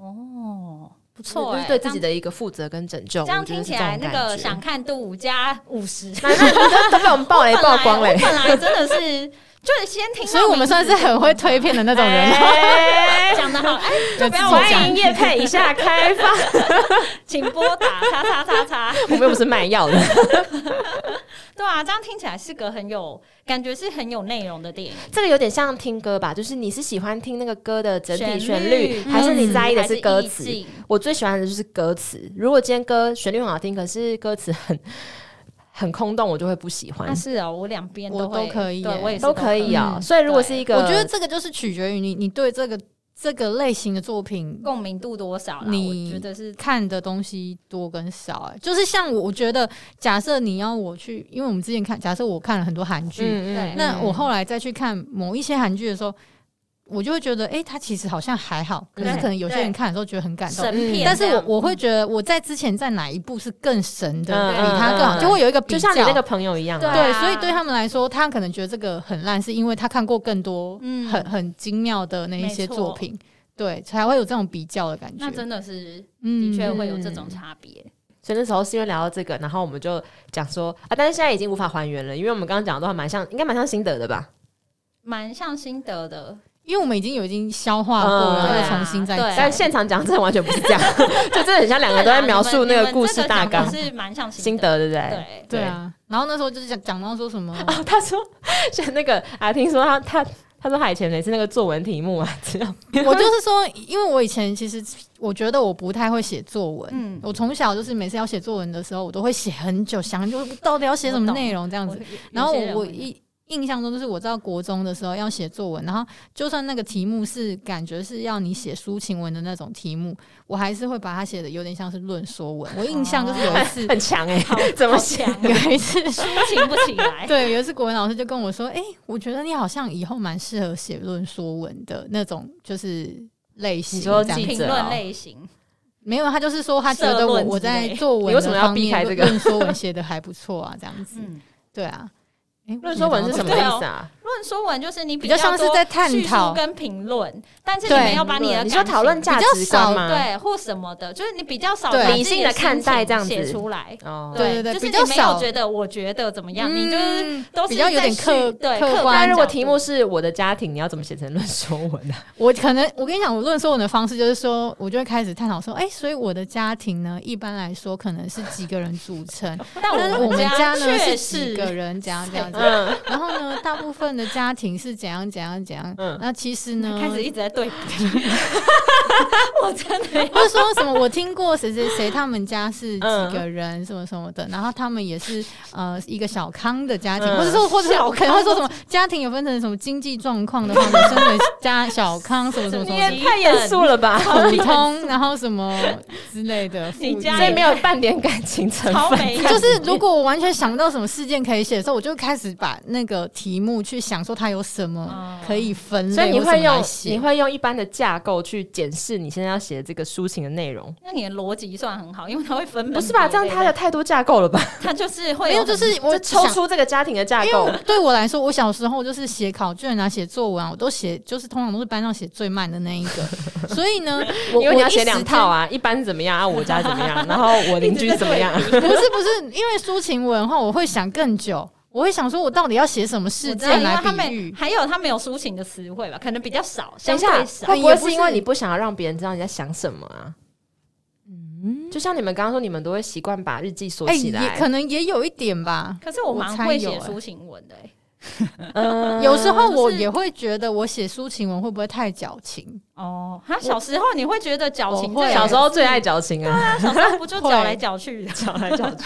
Speaker 2: 不错
Speaker 3: 就是
Speaker 2: 哎，
Speaker 3: 哦对自己的一个负责跟拯救。
Speaker 2: 这样
Speaker 3: 我觉
Speaker 2: 听
Speaker 3: 得是
Speaker 2: 起来
Speaker 3: 这种
Speaker 2: 那
Speaker 3: 感
Speaker 2: 个
Speaker 3: 觉
Speaker 2: 想看度加五十，
Speaker 3: 那那都被我们 爆雷
Speaker 2: 本
Speaker 3: 曝
Speaker 2: 来
Speaker 3: 光 嘞
Speaker 2: 我。本来真的是就是先听到
Speaker 1: 嗯
Speaker 2: 名字，
Speaker 1: 所以我们算是很会推片的那种人。
Speaker 3: 哎
Speaker 2: 讲的好， 哎，就不要我
Speaker 3: 欢
Speaker 2: 讲
Speaker 3: 迎，叶配一下开放，
Speaker 2: 请拨打叉叉叉叉。
Speaker 3: 我们又不是卖药的，
Speaker 2: 对啊，这样听起来是个很有感觉，是很有内容的电影。
Speaker 3: 这个有点像听歌吧，就是你是喜欢听那个歌的整体旋律，
Speaker 2: 嗯
Speaker 3: 还是你在意的是歌
Speaker 2: 还
Speaker 3: 词
Speaker 2: 是？意境
Speaker 3: 我最喜欢的就是歌词。如果今天歌旋律很好听，可是歌词很很空洞，我就会不喜欢
Speaker 2: 啊，。是哦，我两边
Speaker 1: 我
Speaker 2: 会，
Speaker 1: 都可以
Speaker 2: 对
Speaker 1: 耶
Speaker 2: 我也是
Speaker 3: 都嗯可以啊、
Speaker 1: 嗯
Speaker 3: 所以如果是一个，
Speaker 1: 我觉得这个就是取决于你，你对这个这个类型的作品
Speaker 2: 共鸣度多少啦？
Speaker 1: 你
Speaker 2: 我觉得是
Speaker 1: 看的东西多跟少、哎，就是像我，我觉得假设你要我去，因为我们之前看，假设我看了很多韩
Speaker 3: 嗯
Speaker 1: 剧，
Speaker 2: 对
Speaker 1: 那我后来再去看某一些韩剧的时候，我就会觉得，哎、它其实好像还好，可是
Speaker 2: 对
Speaker 1: 可能有些人看的时候觉得很感动
Speaker 2: 神。
Speaker 3: 嗯
Speaker 2: 片这样，嗯
Speaker 1: 但是我我会觉得我在之前在哪一部是更神的，
Speaker 3: 嗯
Speaker 1: 比它更
Speaker 3: 嗯嗯
Speaker 1: 好，就会有一个比
Speaker 3: 就
Speaker 1: 较。
Speaker 3: 像你那个朋友一样、啊，
Speaker 2: 对
Speaker 1: 对，
Speaker 2: 啊
Speaker 1: 所以对他们来说，他可能觉得这个很烂，是因为他看过更多
Speaker 2: 嗯
Speaker 1: 很很精妙的那一些
Speaker 2: 没错
Speaker 1: 作品，对，才会有这种比较的感觉。
Speaker 2: 那真的是
Speaker 1: 嗯
Speaker 2: 的确会有这种差别。
Speaker 3: 所以那时候是因为聊到这个，然后我们就讲说啊，但是现在已经无法还原了，因为我们刚刚讲的都还蛮像，应该蛮像心得的吧？
Speaker 2: 蛮像心得的，
Speaker 1: 因为我们已经有已经消化过
Speaker 3: 嗯
Speaker 1: 了，然后
Speaker 2: 对
Speaker 1: 又
Speaker 2: 啊
Speaker 1: 重新再
Speaker 2: 对
Speaker 3: 但现场讲真的完全不是这样，就真的很像两个都在描述那个故事大纲
Speaker 2: 你们，是蛮像
Speaker 3: 心
Speaker 2: 心得，
Speaker 3: 得对不对？
Speaker 2: 对，
Speaker 1: 对啊。然后那时候就是讲讲到说什么，
Speaker 3: 哦，他说是那个啊，听说他他他说海前每次那个作文题目啊，只要
Speaker 1: 我就是说，因为我以前其实我觉得我不太会写作文，
Speaker 2: 嗯
Speaker 1: 我从小就是每次要写作文的时候，我都会写很久，想就是到底要写什么内容这样
Speaker 2: 我
Speaker 1: 子。
Speaker 2: 有
Speaker 1: 然后
Speaker 2: 有些人
Speaker 1: 我我
Speaker 2: 会
Speaker 1: 印印象中就是我到国中的时候要写作文，然后就算那个题目是感觉是要你写抒情文的那种题目，我还是会把它写的有点像是论说文。我印象就是有一次，
Speaker 3: 很强哎、怎么写？
Speaker 2: 好强啊
Speaker 1: 有一次
Speaker 2: 抒情不起 来，
Speaker 1: 对，有一次国文老师就跟我说：“哎、我觉得你好像以后蛮适合写论说文的那种，就是类型。”
Speaker 3: 你说记
Speaker 2: 评
Speaker 3: 者哦
Speaker 2: 论类型，
Speaker 1: 没有，他就是说他觉得
Speaker 2: 社
Speaker 1: 我
Speaker 2: 论
Speaker 1: 我
Speaker 2: 之类
Speaker 1: 在作文
Speaker 3: 你为什么要
Speaker 1: 的方面
Speaker 3: 避开这个
Speaker 1: 论说文写的还不错啊，这样子。
Speaker 2: 嗯，
Speaker 1: 对啊，诶
Speaker 3: 论说文是什么意思啊？
Speaker 2: 论说文就是你
Speaker 1: 比较像是在探
Speaker 2: 多叙述
Speaker 1: 讨
Speaker 2: 跟评论，但哦是你
Speaker 1: 对
Speaker 2: 们要把你的
Speaker 3: 你说讨论
Speaker 2: 价
Speaker 3: 价值观吗？
Speaker 2: 对或什么的，就是你比较少
Speaker 1: 对
Speaker 2: 把
Speaker 1: 理
Speaker 2: 自己
Speaker 3: 性地
Speaker 2: 心
Speaker 3: 看待
Speaker 2: 情
Speaker 3: 这样子
Speaker 2: 写出来。
Speaker 3: 哦，
Speaker 1: 对对对
Speaker 2: 就是
Speaker 1: 比较
Speaker 2: 你没有
Speaker 1: 少
Speaker 2: 觉得我觉得怎么样，你就是
Speaker 1: 嗯
Speaker 2: 都是
Speaker 1: 比较有点
Speaker 2: 在叙
Speaker 1: 客
Speaker 2: 对
Speaker 1: 客
Speaker 2: 客
Speaker 1: 观
Speaker 3: 那
Speaker 2: 观
Speaker 3: 如果
Speaker 2: 角
Speaker 3: 题
Speaker 2: 度
Speaker 3: 目是我的家庭，你要怎么写成论说文呢、啊？
Speaker 1: 我可能我跟你讲，我论说文的方式就是说，我就会开始探讨说，哎、所以我的家庭呢，一般来说可能是几个人组成，
Speaker 2: 但
Speaker 1: 但是我们
Speaker 2: 家
Speaker 1: 呢
Speaker 2: 确
Speaker 1: 是
Speaker 2: 实
Speaker 1: 几个人，这样这样子。
Speaker 2: 嗯
Speaker 1: 然后呢，大部分的家庭是怎样怎样怎样。
Speaker 3: 嗯
Speaker 1: 那其实呢，
Speaker 2: 开始一直在对比， 我真的
Speaker 1: 不是说什么我听过谁谁谁他们家是几个人什么什么的，然后他们也是呃一个小康的家庭，
Speaker 3: 嗯
Speaker 1: 或者说或者是
Speaker 3: 小康
Speaker 1: 我可能会说什么家庭有分成什么经济状况的话，女生的家小康什么什么什
Speaker 2: 你
Speaker 1: 么
Speaker 2: 也
Speaker 1: 什
Speaker 2: 太
Speaker 1: 么
Speaker 2: 严肃
Speaker 3: 了吧
Speaker 1: 普通，然后什么之类的，
Speaker 2: 你
Speaker 1: 富裕
Speaker 2: 家
Speaker 3: 所以没有半点感情成
Speaker 2: 超
Speaker 3: 分。
Speaker 2: 美，
Speaker 1: 就是如果我完全想不到什么事件可以写的时候，我就开始把那个题目去想说它有什么
Speaker 2: 哦
Speaker 1: 可以分类，
Speaker 3: 所以你
Speaker 1: 或什
Speaker 3: 会
Speaker 1: 么来
Speaker 3: 用
Speaker 1: 写
Speaker 3: 你会用一般的架构去检视你现在要写的这个抒情的内容，
Speaker 2: 那你的逻辑算很好，因为它会分
Speaker 1: 嗯
Speaker 2: 门
Speaker 3: 不是吧？
Speaker 2: 别
Speaker 3: 这样
Speaker 2: 类
Speaker 3: 它有太多架构了吧？
Speaker 2: 它就是会
Speaker 1: 没有，
Speaker 2: 很
Speaker 1: 就是我
Speaker 3: 就抽
Speaker 1: 想
Speaker 3: 出这个家庭的架
Speaker 1: 因为
Speaker 3: 构
Speaker 1: 我，对我来说，我小时候就是写考卷啊、写作文啊，我都写，就是通常都是班上写最慢的那一个。所以 呢，我
Speaker 3: 因为你要
Speaker 1: 我一时
Speaker 3: 写两套
Speaker 1: 间。
Speaker 3: 啊，一般是怎么样 啊？我家怎么样？然后我邻居怎么样？
Speaker 1: 不是不是，因为抒情文的话，我会想更久，我会想说我到底要写什么事
Speaker 2: 我知道
Speaker 1: 件
Speaker 2: 因为
Speaker 1: 来
Speaker 2: 他
Speaker 1: 比
Speaker 2: 们
Speaker 1: 喻。
Speaker 2: 还有他们有抒情的词汇吧，可能比较少，
Speaker 3: 等
Speaker 2: 相
Speaker 3: 一下
Speaker 2: 对，少。
Speaker 3: 会不会
Speaker 1: 也不
Speaker 3: 是
Speaker 1: 是
Speaker 3: 因为你不想要让别人知道你在想什么啊？
Speaker 1: 嗯，
Speaker 3: 就像你们刚刚说，你们都会习惯把日记锁
Speaker 1: 哎、
Speaker 3: 起
Speaker 1: 也
Speaker 3: 来
Speaker 1: 可。能也有一点吧。
Speaker 2: 可是我蛮
Speaker 1: 我猜
Speaker 2: 会
Speaker 1: 有
Speaker 2: 写
Speaker 1: 欸
Speaker 2: 抒情文的、欸，
Speaker 3: 嗯
Speaker 1: 有时候我
Speaker 2: 就是
Speaker 1: 也会觉得我写抒情文会不会太矫情？
Speaker 2: 哦，他小时候你会觉得矫情
Speaker 1: 我会
Speaker 2: 这两个字，
Speaker 3: 欸小时候最爱矫情啊，
Speaker 2: 他小时候不就
Speaker 1: 会
Speaker 2: 搅来搅去的，搅来搅去。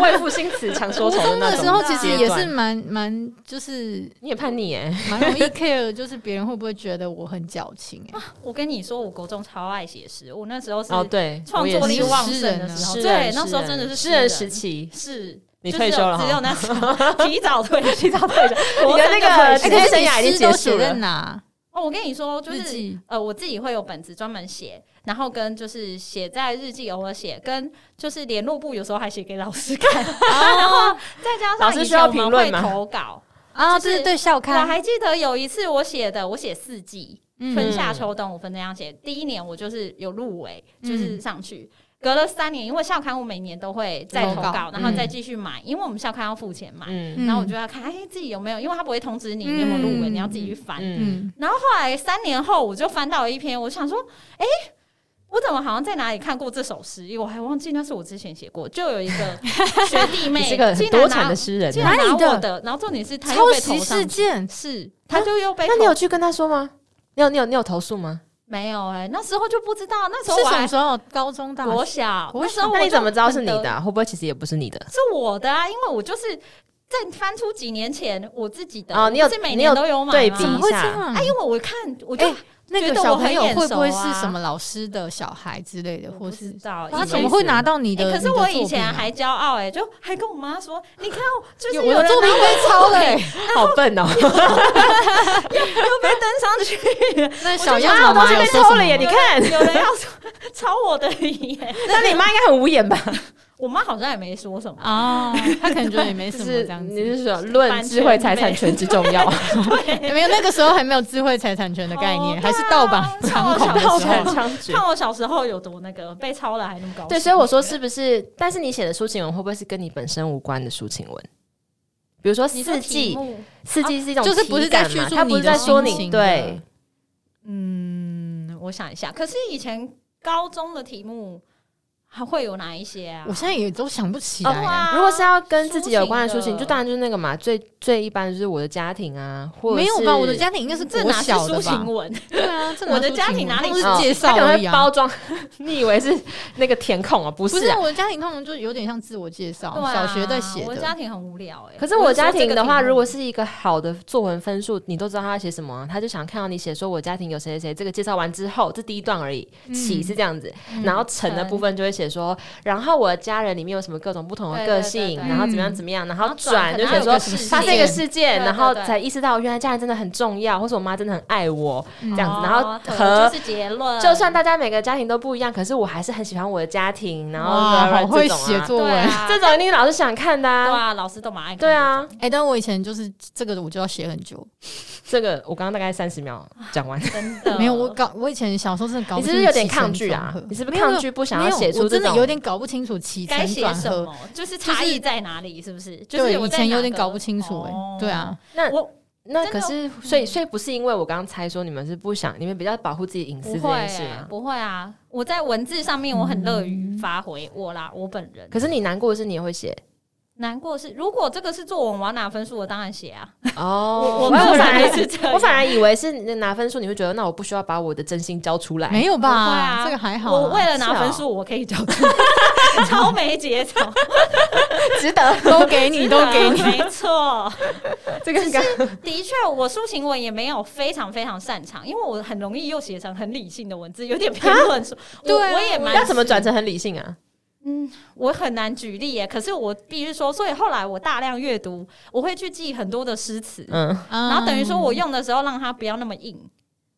Speaker 3: 会赋新词强说
Speaker 1: 国
Speaker 3: 愁的
Speaker 1: 中
Speaker 3: 那
Speaker 1: 的
Speaker 3: 种
Speaker 1: 时候其实也
Speaker 3: 阶
Speaker 1: 是
Speaker 3: 段
Speaker 1: 蛮蛮，就是
Speaker 3: 你也叛逆哎、
Speaker 1: 蛮容易 care，就是别人会不会觉得我很矫情、哎
Speaker 2: 我跟你说，我国中超爱写诗，我那时候是
Speaker 3: 哦，对，
Speaker 2: 创
Speaker 3: 我也
Speaker 2: 作力
Speaker 3: 是
Speaker 2: 旺盛的时候，
Speaker 3: 诗
Speaker 2: 对
Speaker 3: 人，，
Speaker 2: 那时候
Speaker 3: 诗人
Speaker 2: 真的是
Speaker 3: 诗人时，期，
Speaker 2: 是。
Speaker 3: 你
Speaker 2: 就是
Speaker 3: 退休了哈
Speaker 2: 只有那时候提早退， 提早退休。
Speaker 3: 你
Speaker 2: 我
Speaker 3: 的那个
Speaker 1: 哎
Speaker 3: 职
Speaker 1: 可
Speaker 3: 业
Speaker 1: 是
Speaker 3: 生
Speaker 1: 你
Speaker 3: 涯已经
Speaker 1: 诗都
Speaker 3: 结
Speaker 1: 写
Speaker 3: 束
Speaker 1: 在
Speaker 3: 了。
Speaker 1: 哪？
Speaker 2: 哦，我跟你说，就
Speaker 1: 日
Speaker 2: 是
Speaker 1: 记
Speaker 2: 呃，我自己会有本子专门写，然后跟就是写在日记，偶尔写，跟就是联络部有时候还写给老师看，然后再加上
Speaker 3: 哦老
Speaker 2: 以
Speaker 3: 师
Speaker 2: 前
Speaker 3: 需要
Speaker 2: 我们
Speaker 3: 评论
Speaker 2: 会
Speaker 3: 吗
Speaker 2: 投稿。
Speaker 1: 啊，
Speaker 2: 就是
Speaker 1: 对对，校
Speaker 2: 我
Speaker 1: 刊
Speaker 2: 还记得有一次我写的，我写四季，春
Speaker 1: 嗯
Speaker 2: 夏秋冬，我分这样写。第一年我就是有入围，
Speaker 1: 嗯
Speaker 2: 就是上去。隔了三年，因为校刊我每年都会再投
Speaker 1: 投
Speaker 2: 稿
Speaker 1: 稿，
Speaker 2: 然后再
Speaker 1: 嗯
Speaker 2: 继续买，因为我们校刊要付钱买，
Speaker 3: 嗯
Speaker 2: 然后我就要看，哎，自己有没有，因为他不会通知你你有没有入围，
Speaker 1: 嗯
Speaker 2: 你要自己去翻。
Speaker 3: 嗯，
Speaker 1: 嗯，
Speaker 2: 然后后来三年后，我就翻到了一篇，我想说，哎、我怎么好像在哪里看过这首诗？我还忘记那是我之前写过，就有一 个学弟妹，
Speaker 3: 你是个很
Speaker 2: 竟然
Speaker 3: 多
Speaker 2: 拿
Speaker 3: 产的诗人
Speaker 2: 竟
Speaker 3: 啊。
Speaker 2: 然拿
Speaker 1: 哪里的
Speaker 2: 我的，然后重点是他又
Speaker 1: 抄
Speaker 2: 被
Speaker 1: 袭
Speaker 2: 投上
Speaker 1: 事件，
Speaker 2: 是，他就又被
Speaker 3: 啊那你
Speaker 2: 投
Speaker 3: 有去跟他说吗？你有你有你有投诉吗？
Speaker 2: 没有哎、那时候就不知道，那时候
Speaker 1: 是
Speaker 2: 我
Speaker 1: 什么
Speaker 2: 还
Speaker 1: 时候？高中大
Speaker 2: 国
Speaker 1: 学
Speaker 2: 小，
Speaker 1: 国
Speaker 2: 那时候
Speaker 3: 啊那
Speaker 2: 我就
Speaker 3: 你怎么知道是
Speaker 2: 很
Speaker 3: 你
Speaker 2: 得
Speaker 3: 的啊？会不会其实也不是你的？
Speaker 2: 是我的啊，因为我就是在翻出几年前我自己的
Speaker 3: 哦你有
Speaker 2: 是每
Speaker 3: 你
Speaker 2: 年
Speaker 3: 有
Speaker 2: 都有买
Speaker 3: 对
Speaker 2: 吗
Speaker 3: 比
Speaker 1: 怎么会这
Speaker 3: 一下
Speaker 1: 样
Speaker 2: 啊，？因为我看我就
Speaker 1: 哎那
Speaker 2: 觉
Speaker 1: 个
Speaker 2: 得
Speaker 1: 小
Speaker 2: 我很
Speaker 1: 朋友
Speaker 2: 眼
Speaker 1: 会不会
Speaker 2: 熟
Speaker 1: 是
Speaker 2: 啊
Speaker 1: 什么老师的小孩之类的，
Speaker 2: 我
Speaker 1: 或
Speaker 2: 不知
Speaker 1: 是
Speaker 2: 道，
Speaker 1: 他
Speaker 2: 因
Speaker 1: 怎
Speaker 2: 为
Speaker 1: 么会拿到你
Speaker 2: 欸
Speaker 1: 的？
Speaker 2: 可
Speaker 1: 你
Speaker 2: 是
Speaker 1: 的
Speaker 2: 我
Speaker 1: 作
Speaker 2: 以
Speaker 1: 品
Speaker 2: 前
Speaker 1: 啊
Speaker 2: 还骄傲哎、就还跟我妈说：“你看，哦就是
Speaker 1: 有
Speaker 2: 有
Speaker 1: 我的
Speaker 2: 人
Speaker 1: 作品被抄了欸，
Speaker 3: 好笨哦！
Speaker 2: 又被登上去，
Speaker 1: 那
Speaker 2: 就
Speaker 1: 小
Speaker 2: 觉
Speaker 1: 样
Speaker 2: 得啊
Speaker 1: 妈妈
Speaker 2: 我都
Speaker 1: 有
Speaker 3: 被
Speaker 1: 说
Speaker 3: 偷
Speaker 1: 什
Speaker 3: 了
Speaker 1: 么
Speaker 3: 耶！
Speaker 1: 吗
Speaker 3: 你看，
Speaker 2: 有人要说抄我的耶。
Speaker 3: 那你妈应该很无言吧？”
Speaker 2: 我妈好像也没说什么，
Speaker 1: 哦，他可能觉得也没
Speaker 3: 就
Speaker 1: 什么
Speaker 3: 是
Speaker 1: 这样
Speaker 3: 你
Speaker 1: 子，
Speaker 3: 是说论智慧财产权之重要？
Speaker 1: 没有那个时候还没有智慧财产权的概念，
Speaker 2: 哦
Speaker 1: 还是盗版
Speaker 2: 对
Speaker 1: 猖
Speaker 2: 啊
Speaker 1: 狂的
Speaker 2: 盗
Speaker 1: 时
Speaker 2: 版
Speaker 1: 候。
Speaker 3: 枪决。
Speaker 2: 看我小时候有多那个，被抄了还那么高兴。
Speaker 3: 对，所以我说是不是？但是你写的抒情文会不会是跟你本身无关的抒情文？比如说
Speaker 2: 你
Speaker 3: 四
Speaker 2: 说
Speaker 3: 季
Speaker 2: 题，目
Speaker 3: 四季是一种
Speaker 1: 啊就是
Speaker 3: 体
Speaker 1: 不是在
Speaker 3: 感嘛
Speaker 1: 叙述
Speaker 3: 它不
Speaker 1: 你
Speaker 3: 是
Speaker 1: 的
Speaker 3: 在说
Speaker 1: 心
Speaker 3: 你
Speaker 1: 情
Speaker 3: 对，
Speaker 2: 嗯，我想一下，可是以前高中的题目还会有哪一些啊
Speaker 1: 我？现在也都想不起
Speaker 3: 哦
Speaker 1: 来
Speaker 2: 对
Speaker 1: 欸。
Speaker 2: 啊
Speaker 3: 如果是要跟自己有关的抒
Speaker 2: 抒情
Speaker 3: 情，
Speaker 2: 的
Speaker 3: 就当然就是那个嘛，最最一般就是我的家庭啊，或者
Speaker 1: 没有
Speaker 3: 是
Speaker 1: 吧？我的家庭应该是
Speaker 2: 这
Speaker 1: 国
Speaker 2: 哪是
Speaker 1: 小的
Speaker 2: 抒
Speaker 1: 吧
Speaker 2: 情？文？
Speaker 1: 对啊，这哪
Speaker 2: 我的
Speaker 1: 是抒
Speaker 2: 家
Speaker 1: 情
Speaker 2: 庭
Speaker 1: 文
Speaker 2: 哪里
Speaker 1: 他们
Speaker 3: 哦
Speaker 1: 是介
Speaker 3: 他
Speaker 1: 绍
Speaker 3: 可
Speaker 1: 而
Speaker 3: 能
Speaker 1: 已
Speaker 3: 会
Speaker 1: 啊
Speaker 3: 包装， 你以为是那个填空啊？不
Speaker 1: 不
Speaker 3: 是
Speaker 1: 是
Speaker 3: 啊。
Speaker 1: 我的家庭，通常就有点像自我介绍
Speaker 2: 对，啊
Speaker 1: 哦小学在写
Speaker 2: 我的
Speaker 1: 的
Speaker 2: 家。庭很无聊哎、
Speaker 3: 可是我家庭的话，
Speaker 2: 我说这个题目
Speaker 3: 如果是一个好的作文分数，你都知道他要写什么啊、他就想看到你写说我家庭有谁谁谁。这个介绍完之后，这第一段而已，
Speaker 1: 嗯
Speaker 3: 起是这样子，然后成的
Speaker 2: 成
Speaker 3: 部分就会写说，然后我的家人里面有什么各种不同的
Speaker 2: 对
Speaker 3: 个
Speaker 2: 对对
Speaker 3: 性，
Speaker 2: 对
Speaker 3: 然后怎么样
Speaker 1: 嗯
Speaker 3: 怎么样，然
Speaker 2: 然
Speaker 3: 后
Speaker 2: 后
Speaker 3: 转
Speaker 2: 可
Speaker 3: 就
Speaker 2: 能
Speaker 3: 写
Speaker 2: 有
Speaker 3: 说
Speaker 2: 个哦事
Speaker 1: 发
Speaker 3: 发
Speaker 1: 现
Speaker 3: 生
Speaker 2: 件
Speaker 3: 一个事件，
Speaker 2: 对
Speaker 3: 然后
Speaker 2: 对对
Speaker 3: 才意识到原来家人真的很重要，或是我妈真的很爱我
Speaker 1: 嗯
Speaker 3: 这样子，然后
Speaker 2: 哦
Speaker 3: 和
Speaker 2: 就是结论，
Speaker 3: 就算大家每个家庭都不一样，可是我还是很喜欢我的家庭，
Speaker 2: 哦
Speaker 3: 然后
Speaker 1: 哇，好会
Speaker 3: 这种啊
Speaker 1: 写作
Speaker 2: 对
Speaker 1: 文。
Speaker 2: 啊，
Speaker 3: 这种一定老师想看的
Speaker 2: 对
Speaker 3: 啊。
Speaker 2: 啊，老师都蛮爱看
Speaker 3: 对啊，
Speaker 1: 哎，但我以前就是这个，我就要写很久。
Speaker 3: 这个我刚刚大概三十秒讲完。
Speaker 2: 这种，真的
Speaker 1: 没有，我搞，我以前小时候真的搞
Speaker 3: 你
Speaker 1: 不
Speaker 3: 是
Speaker 1: 清楚
Speaker 3: 不是有点
Speaker 1: 起承
Speaker 3: 抗拒啊
Speaker 1: 转合？
Speaker 3: 你是不是
Speaker 1: 没有
Speaker 3: 抗拒不想要
Speaker 1: 没有
Speaker 3: 写出
Speaker 1: 我
Speaker 3: 这
Speaker 1: 真的
Speaker 3: 种？
Speaker 1: 有点搞不清楚起
Speaker 2: 该
Speaker 1: 承
Speaker 2: 写
Speaker 1: 转
Speaker 2: 什
Speaker 1: 合。
Speaker 2: 么，就是差异在哪里，是不是？就是
Speaker 1: 对，
Speaker 2: 我
Speaker 1: 以
Speaker 2: 在
Speaker 1: 前有
Speaker 2: 哪
Speaker 1: 点
Speaker 2: 个哦
Speaker 1: 搞不清楚哎。对，啊，
Speaker 3: 那
Speaker 2: 我
Speaker 3: 那
Speaker 2: 真
Speaker 3: 可
Speaker 2: 的
Speaker 1: 嗯
Speaker 3: 是，所以所以不是因为我刚刚猜说你们是不想，你们比较保护自己隐私
Speaker 2: 不
Speaker 3: 这
Speaker 2: 会
Speaker 3: 件事
Speaker 2: 欸
Speaker 3: 吗？
Speaker 2: 不会啊，我
Speaker 1: 嗯
Speaker 2: 在文字上面我很乐于发挥我啦，我本人
Speaker 3: 可是你难过的是你也会写，
Speaker 2: 难过是，如果这个是作文，我要拿分数，我当然写啊。
Speaker 3: 哦，
Speaker 2: 我我
Speaker 3: 反
Speaker 2: 个人
Speaker 3: 而
Speaker 2: 是这样，
Speaker 3: 我反而以为是你拿分数，你会觉得那我不需要把我的真心交出来。
Speaker 1: 没有吧？
Speaker 2: 不会啊
Speaker 1: 这个还好啊、
Speaker 2: 我为了拿分
Speaker 3: 是
Speaker 2: 数，我可以交出 来超没节操，
Speaker 3: 值得。
Speaker 1: 都给你，都给你。
Speaker 2: 你，没错。
Speaker 3: 这个感
Speaker 2: 的确，我抒情文也没有非常非常擅长，因为我很容易又写成很理性的文字，有点偏论述。我
Speaker 1: 对啊
Speaker 2: 我也蛮
Speaker 3: 要怎么转成很理性啊？
Speaker 2: 我很难举例耶。可是我必须说，所以后来我大量阅读，我会去记很多的诗词，
Speaker 3: 嗯，
Speaker 1: 然
Speaker 2: 然后等于说我用的时候让它不要那么硬，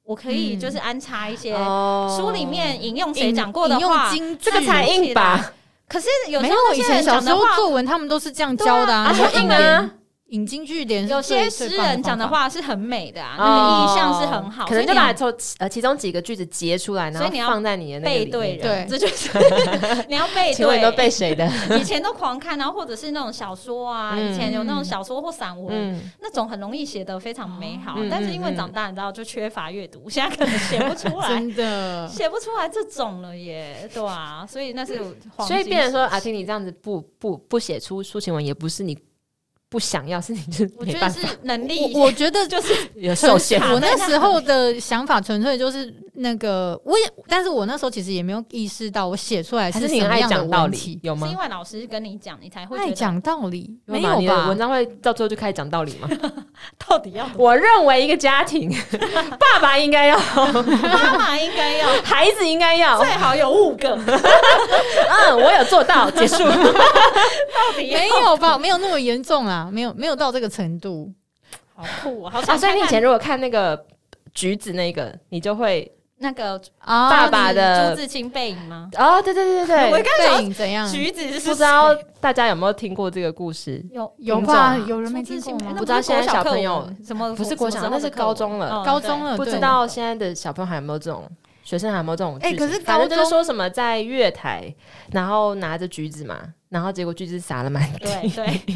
Speaker 2: 我可以就是安插一些
Speaker 3: 哦
Speaker 2: 书里面引用谁讲过的
Speaker 1: 引用
Speaker 2: 话。
Speaker 1: 京剧
Speaker 3: 这个才硬吧？
Speaker 2: 可是有
Speaker 1: 没
Speaker 2: 时
Speaker 1: 有
Speaker 2: 候，
Speaker 1: 以
Speaker 2: 那些
Speaker 1: 前
Speaker 2: 人
Speaker 1: 小
Speaker 2: 讲
Speaker 1: 时
Speaker 2: 的
Speaker 1: 候
Speaker 2: 话，
Speaker 1: 作文他们都是这样教的啊，
Speaker 3: 对啊
Speaker 1: 然后引
Speaker 3: 而且他
Speaker 1: 言
Speaker 3: 们
Speaker 1: 引经据典，
Speaker 2: 有些诗人讲的，话是很美的啊，那
Speaker 3: 哦
Speaker 2: 个意象是很好，
Speaker 3: 可
Speaker 2: 所以
Speaker 3: 能就
Speaker 2: 你
Speaker 3: 把从呃其中几个句子截出来，然
Speaker 2: 所以你
Speaker 3: 后
Speaker 2: 要
Speaker 3: 放在你的
Speaker 2: 背
Speaker 3: 那个里
Speaker 2: 对
Speaker 3: 面
Speaker 2: 人，
Speaker 1: 对
Speaker 2: 这就是 你要背
Speaker 3: 请问你都
Speaker 2: 对。
Speaker 3: 背谁的？
Speaker 2: 以前都狂看，然后或者是那种小说啊，
Speaker 3: 嗯
Speaker 2: 以前有那种小说或散文，
Speaker 3: 嗯，
Speaker 2: 那种很容易写得非常美好
Speaker 3: 嗯嗯。
Speaker 2: 但是因为长大，你知道就缺乏阅读，现在可能写不出来，
Speaker 1: 真的。
Speaker 2: 写不出来这种了耶，对啊，所以那是黄金
Speaker 3: 嗯所以变成说啊阿听你这样子不不不写出抒情文，也不是你不想要，是你就是
Speaker 2: 我
Speaker 3: 没
Speaker 2: 觉得
Speaker 3: 办法，
Speaker 2: 是能力
Speaker 1: 我我觉得
Speaker 2: 就是
Speaker 3: 有
Speaker 1: 首
Speaker 3: 受
Speaker 1: 先
Speaker 3: 限。
Speaker 1: 我那时候的想法纯粹就是那个，我也，但是我那时候其实也没有意识到我写出来
Speaker 3: 还是你
Speaker 1: 什
Speaker 3: 很
Speaker 1: 么
Speaker 3: 爱
Speaker 1: 样的
Speaker 3: 讲道
Speaker 1: 问
Speaker 3: 理
Speaker 1: 题，，
Speaker 3: 有
Speaker 2: 是因
Speaker 3: 吗？
Speaker 2: 为老师跟你讲，你才会
Speaker 1: 爱
Speaker 2: 觉得
Speaker 1: 讲道理没
Speaker 3: 吗
Speaker 1: 有
Speaker 3: 你的
Speaker 1: 吧
Speaker 3: 文？章会到最后就开始讲道理吗？
Speaker 2: 到底要
Speaker 3: 我认为一个家庭， 爸爸应该要，
Speaker 2: 妈妈应该要
Speaker 3: 孩子应该要，
Speaker 2: 最好有五 个，
Speaker 3: 嗯，我有做到，结束。
Speaker 2: 到底要
Speaker 1: 没有吧？没有那么严重啊，没有没有到这个程度。
Speaker 2: 好酷哦，好
Speaker 3: 啊，
Speaker 2: 想
Speaker 3: 所以
Speaker 2: 看
Speaker 3: 你以
Speaker 2: 看
Speaker 3: 前如果看那个橘子那个，你就会
Speaker 2: 那个嗯
Speaker 1: 啊
Speaker 3: 爸爸的
Speaker 2: 朱自清背影吗？
Speaker 3: 哦，对对对
Speaker 2: 我
Speaker 3: 对对，
Speaker 2: 刚刚
Speaker 1: 背影怎样？
Speaker 2: 橘子是
Speaker 3: 不知道大家有没有听过这个故事？
Speaker 2: 有
Speaker 1: 有
Speaker 3: 品种
Speaker 1: 吧？
Speaker 3: 啊
Speaker 1: 有人没
Speaker 2: 朱
Speaker 1: 听
Speaker 2: 自
Speaker 1: 过
Speaker 2: 清哎
Speaker 1: 吗
Speaker 2: 那
Speaker 3: 不？知道
Speaker 2: 是
Speaker 3: 现在
Speaker 2: 国小
Speaker 3: 小
Speaker 2: 课
Speaker 3: 朋友
Speaker 2: 文什么
Speaker 3: 不是国小
Speaker 2: 什么时候
Speaker 3: 那是
Speaker 2: 的课
Speaker 3: 高中了
Speaker 2: 文嗯
Speaker 1: 高中
Speaker 2: 对
Speaker 1: 了，
Speaker 3: 不知
Speaker 1: 对
Speaker 3: 道现在的小朋友还有没有这种学生还有没有这种句子？
Speaker 1: 哎可是
Speaker 3: 反正
Speaker 1: 高
Speaker 3: 就
Speaker 1: 中
Speaker 3: 是说什么在月台，然后拿着橘子嘛，然后结果橘子撒了满地。
Speaker 2: 对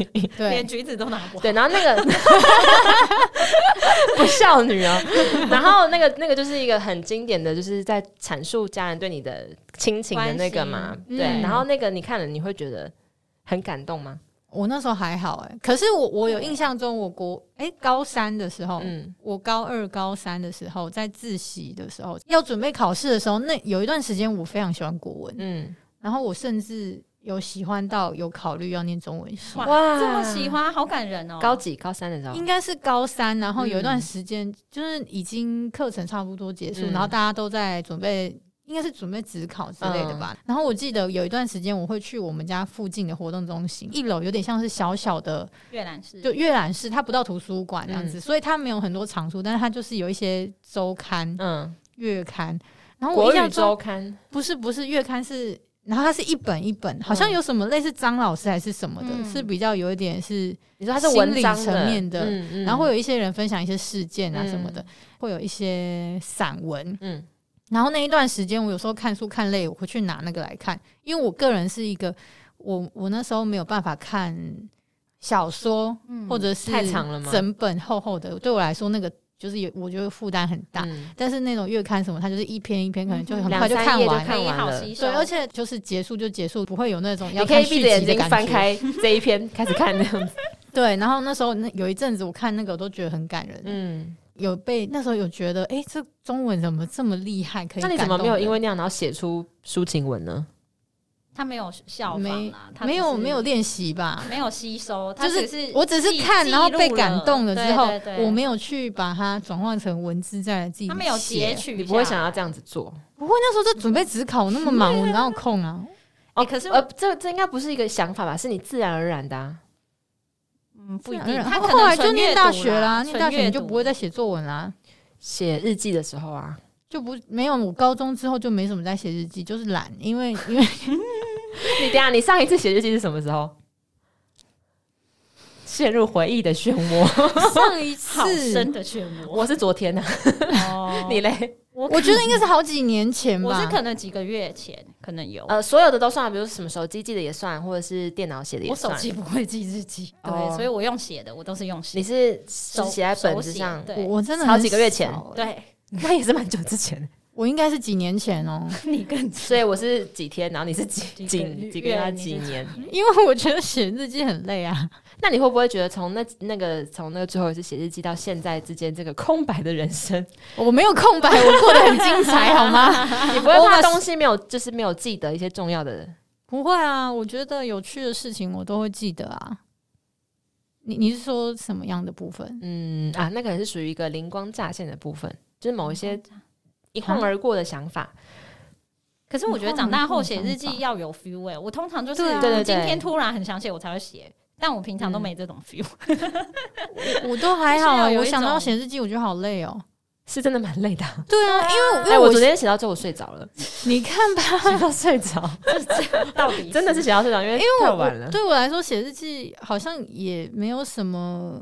Speaker 2: 对，
Speaker 1: 对
Speaker 2: 连，橘子都拿不好。
Speaker 3: 对，然后那个不孝女哦， 然后那个那个就是一个很经典的，就是在阐述家人对你的亲情的那个嘛
Speaker 2: 关，
Speaker 1: 系
Speaker 3: 对，
Speaker 1: 嗯
Speaker 3: 然后那个你看了你会觉得很感动吗？
Speaker 1: 我那时候还好哎、可是我我有印象中，我国哎、高三的时候，
Speaker 3: 嗯，
Speaker 1: 我高二、高三的时候，在自习的时候，要准备考试的时候，那有一段时间我非常喜欢国文，
Speaker 3: 嗯，
Speaker 1: 然后我甚至有喜欢到有考虑要念中文系，
Speaker 2: 哇，
Speaker 3: 哇
Speaker 2: 这么喜欢，好感人哦。
Speaker 3: 高几高三的时候
Speaker 1: 应，该是高三，然后有一段时间就是已经课程差不多结束，
Speaker 3: 嗯
Speaker 1: 然后大家都在准备。应该是准备职考之类的吧。
Speaker 3: 嗯
Speaker 1: 然后我记得有一段时间，我会去我们家附近的活动中心，一楼有点像是小小的
Speaker 2: 阅览室
Speaker 1: 就阅览室，它不到图书馆这样
Speaker 3: 嗯
Speaker 1: 子，所以它没有很多藏书，但是它就是有一些周刊、
Speaker 3: 嗯，
Speaker 1: 月刊。然后我
Speaker 3: 国
Speaker 1: 印
Speaker 3: 语
Speaker 1: 象
Speaker 3: 周
Speaker 1: 中
Speaker 3: 刊，
Speaker 1: 不是不是月刊是，然后它是一本一本，好像
Speaker 3: 嗯
Speaker 1: 有什么类似张老师还是什么的，
Speaker 2: 嗯
Speaker 1: 是比较有一点是，
Speaker 3: 你说它是文章
Speaker 1: 心理层面的
Speaker 3: 嗯嗯
Speaker 1: 然后会有一些人分享一些事件啊
Speaker 3: 嗯
Speaker 1: 什么的，会有一些散文。
Speaker 3: 嗯
Speaker 1: 然后那一段时间，我有时候看书看累，我会去拿那个来看，因为我个人是一个，我我那时候没有办法看小说，
Speaker 2: 嗯
Speaker 1: 或者是
Speaker 3: 嗯太长了吗
Speaker 1: 整本厚厚的，对我来说那个就是有，我觉得负担很大。
Speaker 3: 嗯
Speaker 1: 但是那种月刊什么，它就是一篇一篇，可能就
Speaker 2: 嗯
Speaker 1: 很
Speaker 3: 两
Speaker 1: 快就
Speaker 3: 三
Speaker 1: 看
Speaker 3: 页就
Speaker 1: 完了。
Speaker 2: 可以
Speaker 3: 看完
Speaker 2: 好
Speaker 3: 了
Speaker 2: 吸收，
Speaker 1: 对，而且就是结束就结束，不会有那种要
Speaker 3: 你可
Speaker 1: 看
Speaker 3: 以
Speaker 1: 续
Speaker 3: 闭着眼
Speaker 1: 集的
Speaker 3: 睛
Speaker 1: 感
Speaker 3: 翻
Speaker 1: 觉。
Speaker 3: 开这一篇开始看这样子，
Speaker 1: 对，然后那时候那有一阵子我看那个，我都觉得很感人。
Speaker 3: 嗯，
Speaker 1: 有被那时候有觉得，哎、这中文怎么这么厉害？可以
Speaker 3: 那你
Speaker 1: 感
Speaker 3: 怎么
Speaker 1: 动
Speaker 3: 没有
Speaker 1: 人
Speaker 3: 因为那样然后写出抒情文呢？
Speaker 2: 他没有效仿
Speaker 1: 没
Speaker 2: 啊，他只
Speaker 1: 没有
Speaker 2: 是
Speaker 1: 没有练习吧？
Speaker 2: 没有吸收，他
Speaker 1: 就是
Speaker 2: 是
Speaker 1: 我只是
Speaker 2: 记
Speaker 1: 看，
Speaker 2: 记
Speaker 1: 然后被
Speaker 2: 录
Speaker 1: 感动了
Speaker 2: 了
Speaker 1: 之后，
Speaker 2: 对对对
Speaker 1: 我没有去把它转换成文字再来自己
Speaker 2: 他没有截
Speaker 1: 写。
Speaker 2: 取，
Speaker 3: 你不会想要这样子做？
Speaker 1: 不会，那时候就准备只考，我那么忙，我哪有空啊？
Speaker 2: 哎可是
Speaker 3: 呃，这这应该不是一个想法吧？是你自然而然的、啊。
Speaker 2: 嗯不一
Speaker 1: 自
Speaker 2: 定，
Speaker 1: 然
Speaker 2: 他可能
Speaker 1: 后来就
Speaker 2: 纯阅
Speaker 1: 念大
Speaker 2: 读
Speaker 1: 学啦，念
Speaker 2: 纯
Speaker 1: 大学
Speaker 2: 阅
Speaker 1: 你就
Speaker 2: 读
Speaker 1: 不会再写作文啦，
Speaker 3: 写日记的时候啊，
Speaker 1: 就不没有。我高中之后就没什么在写日记，就是懒，因为因 为
Speaker 3: 你等一下，你上一次写日记是什么时候？陷入回忆的漩涡。
Speaker 1: 上一
Speaker 2: 好
Speaker 1: 次。
Speaker 2: 深的漩 涡。
Speaker 3: 我是昨天呢、啊
Speaker 2: 哦
Speaker 3: 你嘞？
Speaker 2: 我
Speaker 1: 我觉得应该是好几年前吧，哦
Speaker 2: 我是可能几个月前可能有，
Speaker 3: 呃，所有的都算，比如什么手机记的也算，啊或者是电脑写的也
Speaker 2: 我手
Speaker 3: 算。
Speaker 2: 机不会记日记，对
Speaker 3: 哦，
Speaker 2: 所以我用写的，我都是用写
Speaker 3: 你，是
Speaker 2: 手
Speaker 3: 是写在本子
Speaker 2: 手写
Speaker 3: 上，
Speaker 1: 我
Speaker 2: 对
Speaker 1: 我真的
Speaker 3: 好
Speaker 1: 很
Speaker 3: 几个月前
Speaker 1: 少欸
Speaker 2: 对，
Speaker 3: 那也是蛮久之前。
Speaker 1: 我应该是几年前哦、
Speaker 2: 你更
Speaker 3: 所以我是几天，然后你是几
Speaker 2: 几
Speaker 3: 几
Speaker 2: 个
Speaker 3: 几个月，
Speaker 2: 月
Speaker 3: 他
Speaker 2: 你
Speaker 3: 几
Speaker 2: 是
Speaker 3: 年？
Speaker 1: 因为我觉得写日记很累啊。
Speaker 3: 那你会不会觉得从那那个从那个最后一次写日记到现在之间这个空白的人生，
Speaker 1: 我没有空白，我过得很精 彩，好吗？
Speaker 3: 你不会啊怕
Speaker 1: Almost
Speaker 3: 东西没有就是没有记得一些重要的？
Speaker 1: 不会啊，我觉得有趣的事情我都会记得啊。你你是说什么样的部分？
Speaker 3: 嗯啊，那可能是属于一个灵光乍现的部分，就是某一些一晃而过的想法。
Speaker 2: 可是我觉得长大后写日记要有 feel 哎、我通常就是
Speaker 1: 对啊嗯
Speaker 3: 对对对
Speaker 2: 今天突然很想写，我才会写，但我平常都没这种 feel。
Speaker 1: 我都还好
Speaker 2: 就是要
Speaker 1: 啊，
Speaker 2: 有
Speaker 1: 我
Speaker 2: 一
Speaker 1: 想
Speaker 2: 种
Speaker 1: 到写日记我觉得好累哦、
Speaker 3: 是真的蛮累的，
Speaker 1: 对啊，因为因为
Speaker 3: 哎、我昨天写到之后我睡 着了，
Speaker 1: 你看吧，
Speaker 3: 写到睡着，
Speaker 1: 哦
Speaker 2: 到底
Speaker 3: 真的是写到睡着，因为
Speaker 1: 因
Speaker 3: 因
Speaker 1: 为
Speaker 3: 太
Speaker 1: 我
Speaker 3: 晚了。
Speaker 1: 对我来说写日记好像也没有什么，